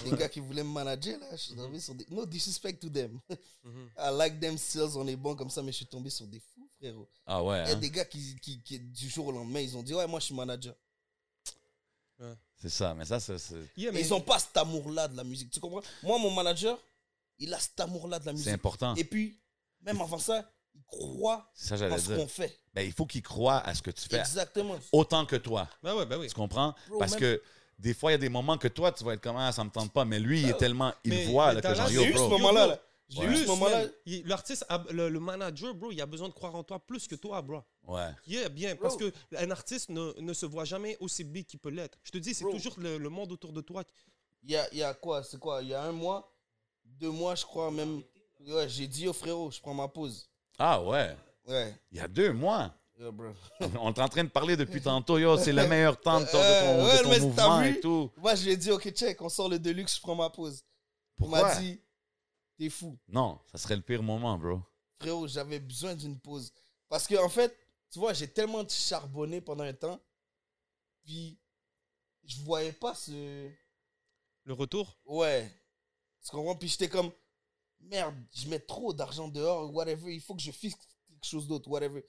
S3: Des gars qui voulaient me manager, là. Je suis tombé sur des. No disrespect to them. I like them sales, on est bon comme ça, mais je suis tombé sur des fous, frérot.
S2: Ah ouais,
S3: Il y a
S2: hein?
S3: des gars qui, qui, qui, du jour au lendemain, ils ont dit, ouais, moi, je suis manager.
S2: c'est ça, mais ça, c'est- c'est.
S1: Yeah,
S3: Mais
S1: mais
S3: ils ont pas cet amour-là de la musique, tu comprends Moi, mon manager, il a cet amour-là de la
S2: C'est
S3: musique.
S2: important.
S3: Et puis, même avant ça, ils croient
S2: C'est ça Oh, que
S3: en
S2: j'allais
S3: ce
S2: dire.
S3: qu'on fait.
S2: Ben, il faut qu'ils croient à ce que tu fais
S3: Exactement.
S2: autant que toi.
S1: Ben ouais, ben oui.
S2: Tu comprends?
S3: Bro,
S2: Parce
S3: même-
S2: que des fois, il y a des moments que toi, tu vas être comme ah, ça me tente pas, mais
S3: Euh,
S2: lui, il est tellement. Il
S1: mais-
S2: voit
S1: mais
S2: là, que
S1: t'as
S2: genre,
S1: raison.
S2: yo,
S3: J'ai eu ce
S2: bro.
S3: moment-là. là. J'ai eu
S1: Plus,
S3: ce moment-là.
S1: man. Il- L'artiste, a- le, le manager, bro, il a besoin de croire en toi plus que toi, bro.
S2: Ouais.
S1: Yeah, bien, parce que un artiste ne, ne se voit jamais aussi big qu'il peut l'être. Je te dis, c'est
S3: Bro.
S1: toujours le, le monde autour de toi. qui-
S3: Il y a, il y a quoi C'est quoi Il y a un mois, deux mois, je crois même. Ouais, j'ai dit au frérot, je prends ma pause.
S2: Ah ouais.
S3: Ouais.
S2: Il y a deux
S3: [laughs]
S2: mois.
S3: Yo, bro.
S2: On est en train de parler depuis tantôt, yo, c'est le meilleur temps de ton, de ton-
S3: Euh,
S2: de
S3: ouais,
S2: ton
S3: mais t'as
S2: mouvement
S3: vu?
S2: et tout.
S3: Moi, je lui ai dit, ok, check, on sort le Deluxe, je prends ma pause. Il m'a
S2: Pourquoi?
S3: dit, t'es fou.
S2: Non, ça serait le pire moment, bro.
S3: Frérot, j'avais besoin d'une pause. Parce que, en fait, tu vois, j'ai tellement charbonné pendant un temps. Puis, je voyais pas ce.
S1: Le retour,
S3: Ouais. Tu comprends Puis j'étais comme, merde, je mets trop d'argent dehors, whatever, il faut que je fixe quelque chose d'autre, whatever.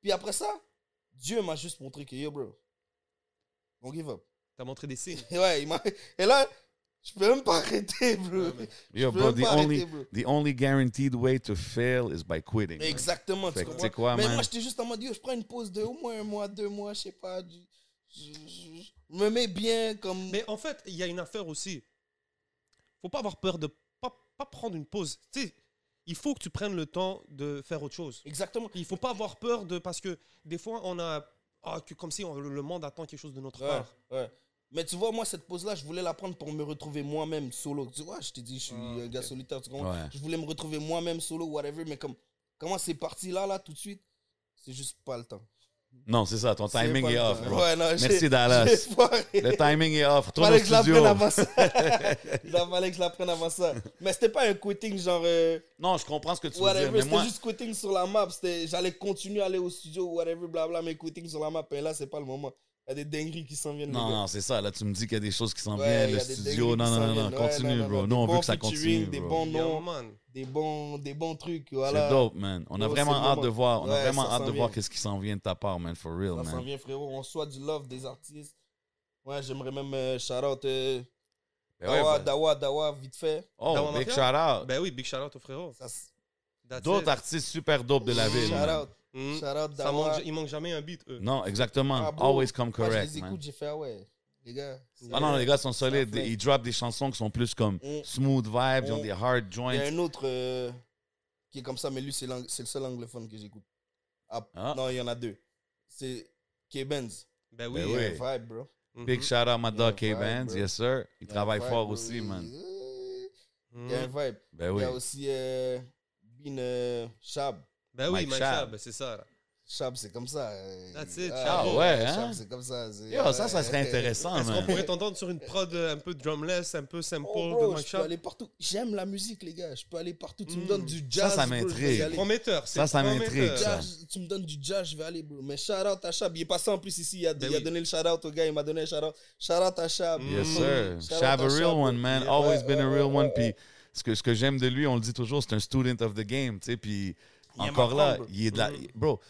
S3: Puis après ça, Dieu m'a juste montré que, yo, bro, don't give up.
S1: t'as montré des signes.
S3: Et ouais, il m'a... Et là, je peux même pas arrêter, bro.
S1: Ouais, mais-
S3: Je
S2: Yo,
S3: peux
S2: bro,
S3: même
S2: the
S3: pas arrêter,
S2: only,
S3: bro.
S2: the only guaranteed way to fail is by quitting.
S3: Mais exactement,
S2: Fait
S3: tu
S2: que
S3: comprends
S2: tu sais quoi,
S3: Mais
S2: man?
S3: moi, j'étais juste en mode, yo, je prends une pause de au moins un mois, deux mois, je sais pas. du- Je, je- je me mets bien comme...
S1: Mais en fait, il y a une affaire aussi. Faut pas avoir peur de pas, pas prendre une pause. Tu sais, il faut que tu prennes le temps de faire autre chose.
S3: Exactement.
S1: Il faut pas avoir peur de parce que des fois on a ah, que comme si on- le monde attend quelque chose de notre
S3: Ouais,
S1: part.
S3: ouais. Mais tu vois, moi, cette pause-là, je voulais la prendre pour me retrouver moi-même solo. Tu vois, je t'ai dit, je suis
S1: Ah,
S3: un gars
S1: ok.
S3: solitaire. Tu comprends
S2: Ouais.
S3: Je voulais me retrouver moi-même solo, whatever. Mais comme, comment c'est parti là, là, tout de suite, c'est juste pas le temps.
S2: Non, c'est ça, ton
S3: C'est
S2: timing
S3: pas
S2: est
S3: le
S2: off,
S3: temps.
S2: bro.
S3: Ouais, non,
S2: Merci,
S3: j'ai-
S2: Dallas.
S3: j'ai [laughs] foiré.
S2: Le timing est off. Retourne au
S3: Fallait que je l'apprenne
S2: studio. [laughs]
S3: avant ça. Il fallait que je l'apprenne avant ça. Mais c'était pas un quitting genre euh,
S2: Non, je comprends ce que tu veux dire,
S3: whatever.
S2: mais
S3: C'était
S2: moi,
S3: juste quitting sur la map. C'était- J'allais continuer à aller au studio, whatever, blabla, mais quitting sur la map. Et là, c'est pas le moment. Il y a des dingueries qui s'en viennent.
S2: Non,
S3: les gars.
S2: non, c'est ça. Là, tu me dis qu'il y a des choses qui s'en
S3: Ouais,
S2: viennent,
S3: y
S2: le
S3: a des
S2: studio. Non,
S3: dingueries qui
S2: non,
S3: s'en
S2: non,
S3: viennent. Ouais,
S2: continue,
S3: non, non,
S2: bro.
S3: non,
S2: Nous, on
S3: des
S2: veut
S3: bons
S2: que ça
S3: featuring,
S2: continue,
S3: des
S2: bro.
S3: bons
S1: Il y a un
S3: noms,
S1: moment.
S3: des bons, des bons trucs.
S2: C'est
S3: Voilà.
S2: dope, man. On a
S3: Yo,
S2: vraiment
S3: c'est le
S2: hâte
S3: moment.
S2: de voir. On a
S3: Ouais,
S2: vraiment
S3: ça
S2: hâte
S3: s'en
S2: de voir
S3: vient.
S2: qu'est-ce qui s'en vient de ta part, man, for real,
S3: Ça s'en
S2: man.
S3: vient, frérot. On reçoit du love des artistes. Ouais, j'aimerais même euh, shout out euh,
S2: Ben ouais,
S3: Dawa,
S2: ben-
S3: Dawa, Dawa, vite fait.
S1: Dawa
S2: Oh, big
S1: Mafia?
S2: shout out.
S1: Ben oui, big shout out au frérot.
S3: Ça s-
S1: That's
S2: D'autres
S1: it.
S2: artistes super dope de la ville.
S3: Shout
S2: man.
S3: out,
S1: Mhm.
S3: shout out
S1: Ça manque-
S3: Dawa.
S1: il manque jamais un beat. Eux.
S2: Non, exactement.
S3: Ah, bro.
S2: Always come
S3: Quand je
S2: correct,
S3: les écoute,
S2: man.
S3: j'ai fait ah ouais, les gars. c'est-
S2: Ah non, les gars sont solides.
S3: fait.
S2: Ils drop des chansons qui sont plus comme
S3: Mm.
S2: smooth vibes, ils ont
S3: Mm.
S2: des hard
S3: Il y a
S2: joints.
S3: un autre euh, qui est comme ça, mais lui, c'est l'ang- c'est le seul anglophone que j'écoute. Ah,
S2: Ah.
S3: Non, il y en a deux. C'est K-Benz.
S1: Ben oui.
S2: Ben
S3: Il y a
S2: oui.
S3: un vibe, bro.
S1: Mhm.
S2: Big shout out, my dog
S3: Yeah, vibe,
S2: K-Bands.
S3: bro.
S2: Yes, sir. Ils
S3: Il y a un
S2: travaillent
S3: vibe,
S2: fort
S3: bro.
S2: aussi, man.
S1: Mhm.
S3: Il y a un vibe.
S2: Ben
S3: Il
S2: oui.
S3: y a aussi euh, Bin euh, Shab.
S1: Ben oui,
S2: Mike
S1: Mike
S2: Shab.
S1: Shab, c'est ça. là.
S3: Shab, c'est comme ça. euh,
S1: That's it,
S2: Ah
S3: Shab,
S2: ouais, hein?
S3: Shab, c'est comme ça. c'est-
S2: Yo, ça, ça serait
S3: Ouais.
S2: intéressant,
S1: Est-ce qu'on
S2: man.
S1: pourrait t'entendre sur une prod euh, un peu drumless, un peu simple
S3: Oh,
S1: de
S3: bro,
S1: Mike
S3: je peux
S1: Shab
S3: aller partout. J'aime la musique, les gars. Je peux aller partout. Tu
S1: Mm.
S3: me donnes du jazz.
S2: ça
S3: bro, je vais y
S2: m'intrigue.
S3: aller.
S1: Prometteur. c'est
S2: Ça, ça
S1: prometteur.
S2: m'intrigue, ça.
S3: Euh, Jazz, tu me donnes du jazz, je vais aller, bro. Mais shout out à Shab. Il est passé en plus ici. Il a,
S1: Ben
S3: il a
S1: oui.
S3: donné le shout out au gars. Il m'a donné un shout out. Shout out à Shab.
S1: Mm.
S2: Yes,
S1: Mm.
S2: sir.
S3: Shout out
S2: Shab
S3: à
S2: a real
S3: Shab,
S2: one, man.
S3: yeah.
S2: Always
S3: Ouais,
S2: been a
S3: ouais,
S2: real
S3: ouais,
S2: one.
S3: ouais.
S2: Puis ce que, ce que j'aime de lui, on le dit toujours, c'est un student of the game, tu sais. Puis
S3: Il aime
S2: encore là,
S3: apprendre, bro.
S2: il est de la...
S1: Mm.
S2: Bro,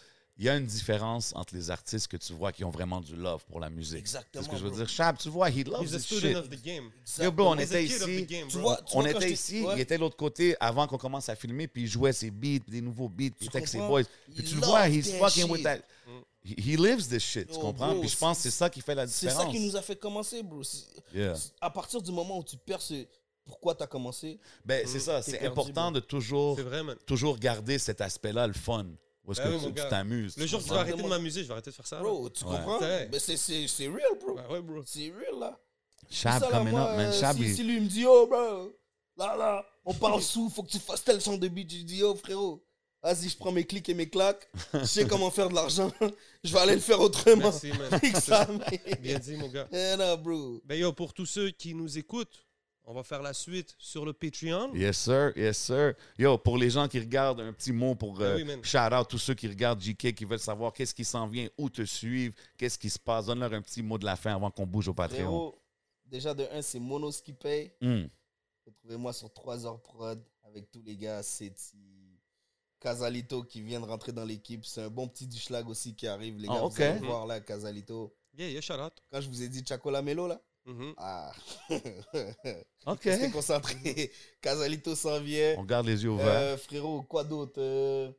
S2: il y a une différence entre les artistes que tu vois qui ont vraiment du love pour la musique. C'est
S3: Exactement.
S2: ce que je veux
S3: bro.
S2: dire. Shab, tu vois, he
S1: He's
S2: loves
S1: a
S2: this
S1: student
S2: shit.
S1: of the game.
S2: Yo, bro, on
S1: He's a
S2: était
S1: kid of the
S2: ici.
S1: game,
S3: Tu
S1: bro.
S3: vois, tu
S2: On
S3: vois, quand
S2: était
S3: je
S2: ici,
S3: t'ai- ouais,
S2: il était de l'autre côté avant qu'on commence à filmer, puis il jouait ses beats, des nouveaux beats, puis il
S3: Tu
S2: était avec ses
S3: comprends?
S2: boys. Puis
S3: Il
S2: tu le
S3: love
S2: vois, he's
S3: that
S2: fucking
S3: shit.
S2: with that.
S1: Mm.
S2: He he lives this shit, tu
S3: Yo,
S2: comprends?
S3: bro,
S2: Puis je pense que c'est ça qui fait la
S3: C'est
S2: différence.
S3: ça qui nous a fait commencer, bro. C'est-
S2: Yeah.
S3: À partir du moment où tu perds ce pourquoi t'as commencé,
S2: Ben, c'est
S1: Mm.
S2: ça,
S3: T'es
S2: c'est
S3: perdu,
S2: important
S3: bro.
S2: de toujours
S1: C'est vrai, man.
S2: toujours garder cet aspect-là, le fun. Où est-ce
S1: Ben
S2: que
S1: oui,
S2: tu-
S1: mon
S2: tu
S1: gars.
S2: t'amuses?
S1: Le
S2: tu
S1: jour où tu vas
S2: comprends?
S1: arrêter de m'amuser, je vais arrêter de faire ça. là.
S3: bro, tu
S2: Ouais.
S3: comprends
S1: C'est vrai.
S3: Mais c'est- c'est c'est real, bro.
S1: Ah. Ouais, ouais, bro.
S3: C'est real, là.
S2: Chab
S3: Ça, là,
S2: coming
S3: moi,
S2: up, man.
S3: euh,
S2: Chab,
S3: si,
S2: il-
S3: si lui me dit, oh, bro, là, là, on
S2: [laughs]
S3: parle sous, faut que tu fasses tel genre de beat. Je dis, oh, frérot, vas-y, je prends mes clics et mes claques. Je sais comment faire de l'argent. [laughs] Je vais aller le faire autrement. [laughs]
S1: Merci, man.
S3: Fixe ça, mais-
S1: Bien dit, mon gars.
S3: Eh non, bro.
S1: Ben yo, pour tous ceux qui nous écoutent, on va faire la suite sur le Patreon.
S2: Yes, sir. Yes, sir. Yo, pour les gens qui regardent, un petit mot pour
S1: Ben
S2: euh,
S1: oui, man.
S2: shout-out tous ceux qui regardent JK, qui veulent savoir qu'est-ce qui s'en vient, où te suivre, qu'est-ce qui se passe. Donne-leur un petit mot de la fin avant qu'on bouge au Patreon.
S3: Frérot, déjà de 1, c'est Monos qui paye.
S2: Hmm.
S3: Retrouvez-moi sur 3 heures prod avec tous les gars, Seti, Casalito qui vient de rentrer dans l'équipe. C'est un bon petit du schlag aussi qui arrive, les
S2: Ah,
S3: gars.
S2: ok.
S3: Vous allez le voir là, Casalito.
S1: Yeah, yeah, shout out.
S3: Quand je vous ai dit Chacola Melo là,
S1: Mhm.
S3: ah, [laughs]
S2: OK.
S3: restez concentrés. [laughs] Casalito s'en vient.
S2: On garde les yeux ouverts.
S3: Euh, frérot, quoi d'autre Euh,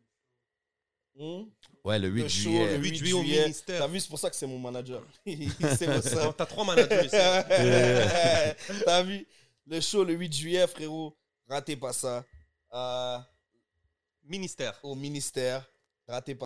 S3: Hmm?
S2: Ouais, le 8
S3: Le show,
S2: juillet.
S3: le
S1: 8
S3: 8
S1: juillet au
S3: juillet.
S1: ministère.
S3: T'as vu, c'est pour ça que c'est mon manager. [laughs] Il sait what's
S1: T'as
S3: up.
S1: t'as trois managers ici.
S3: [laughs] T'as vu le show le 8 juillet, frérot. Ratez pas ça. Euh,
S1: Ministère.
S3: au ministère, ratez pas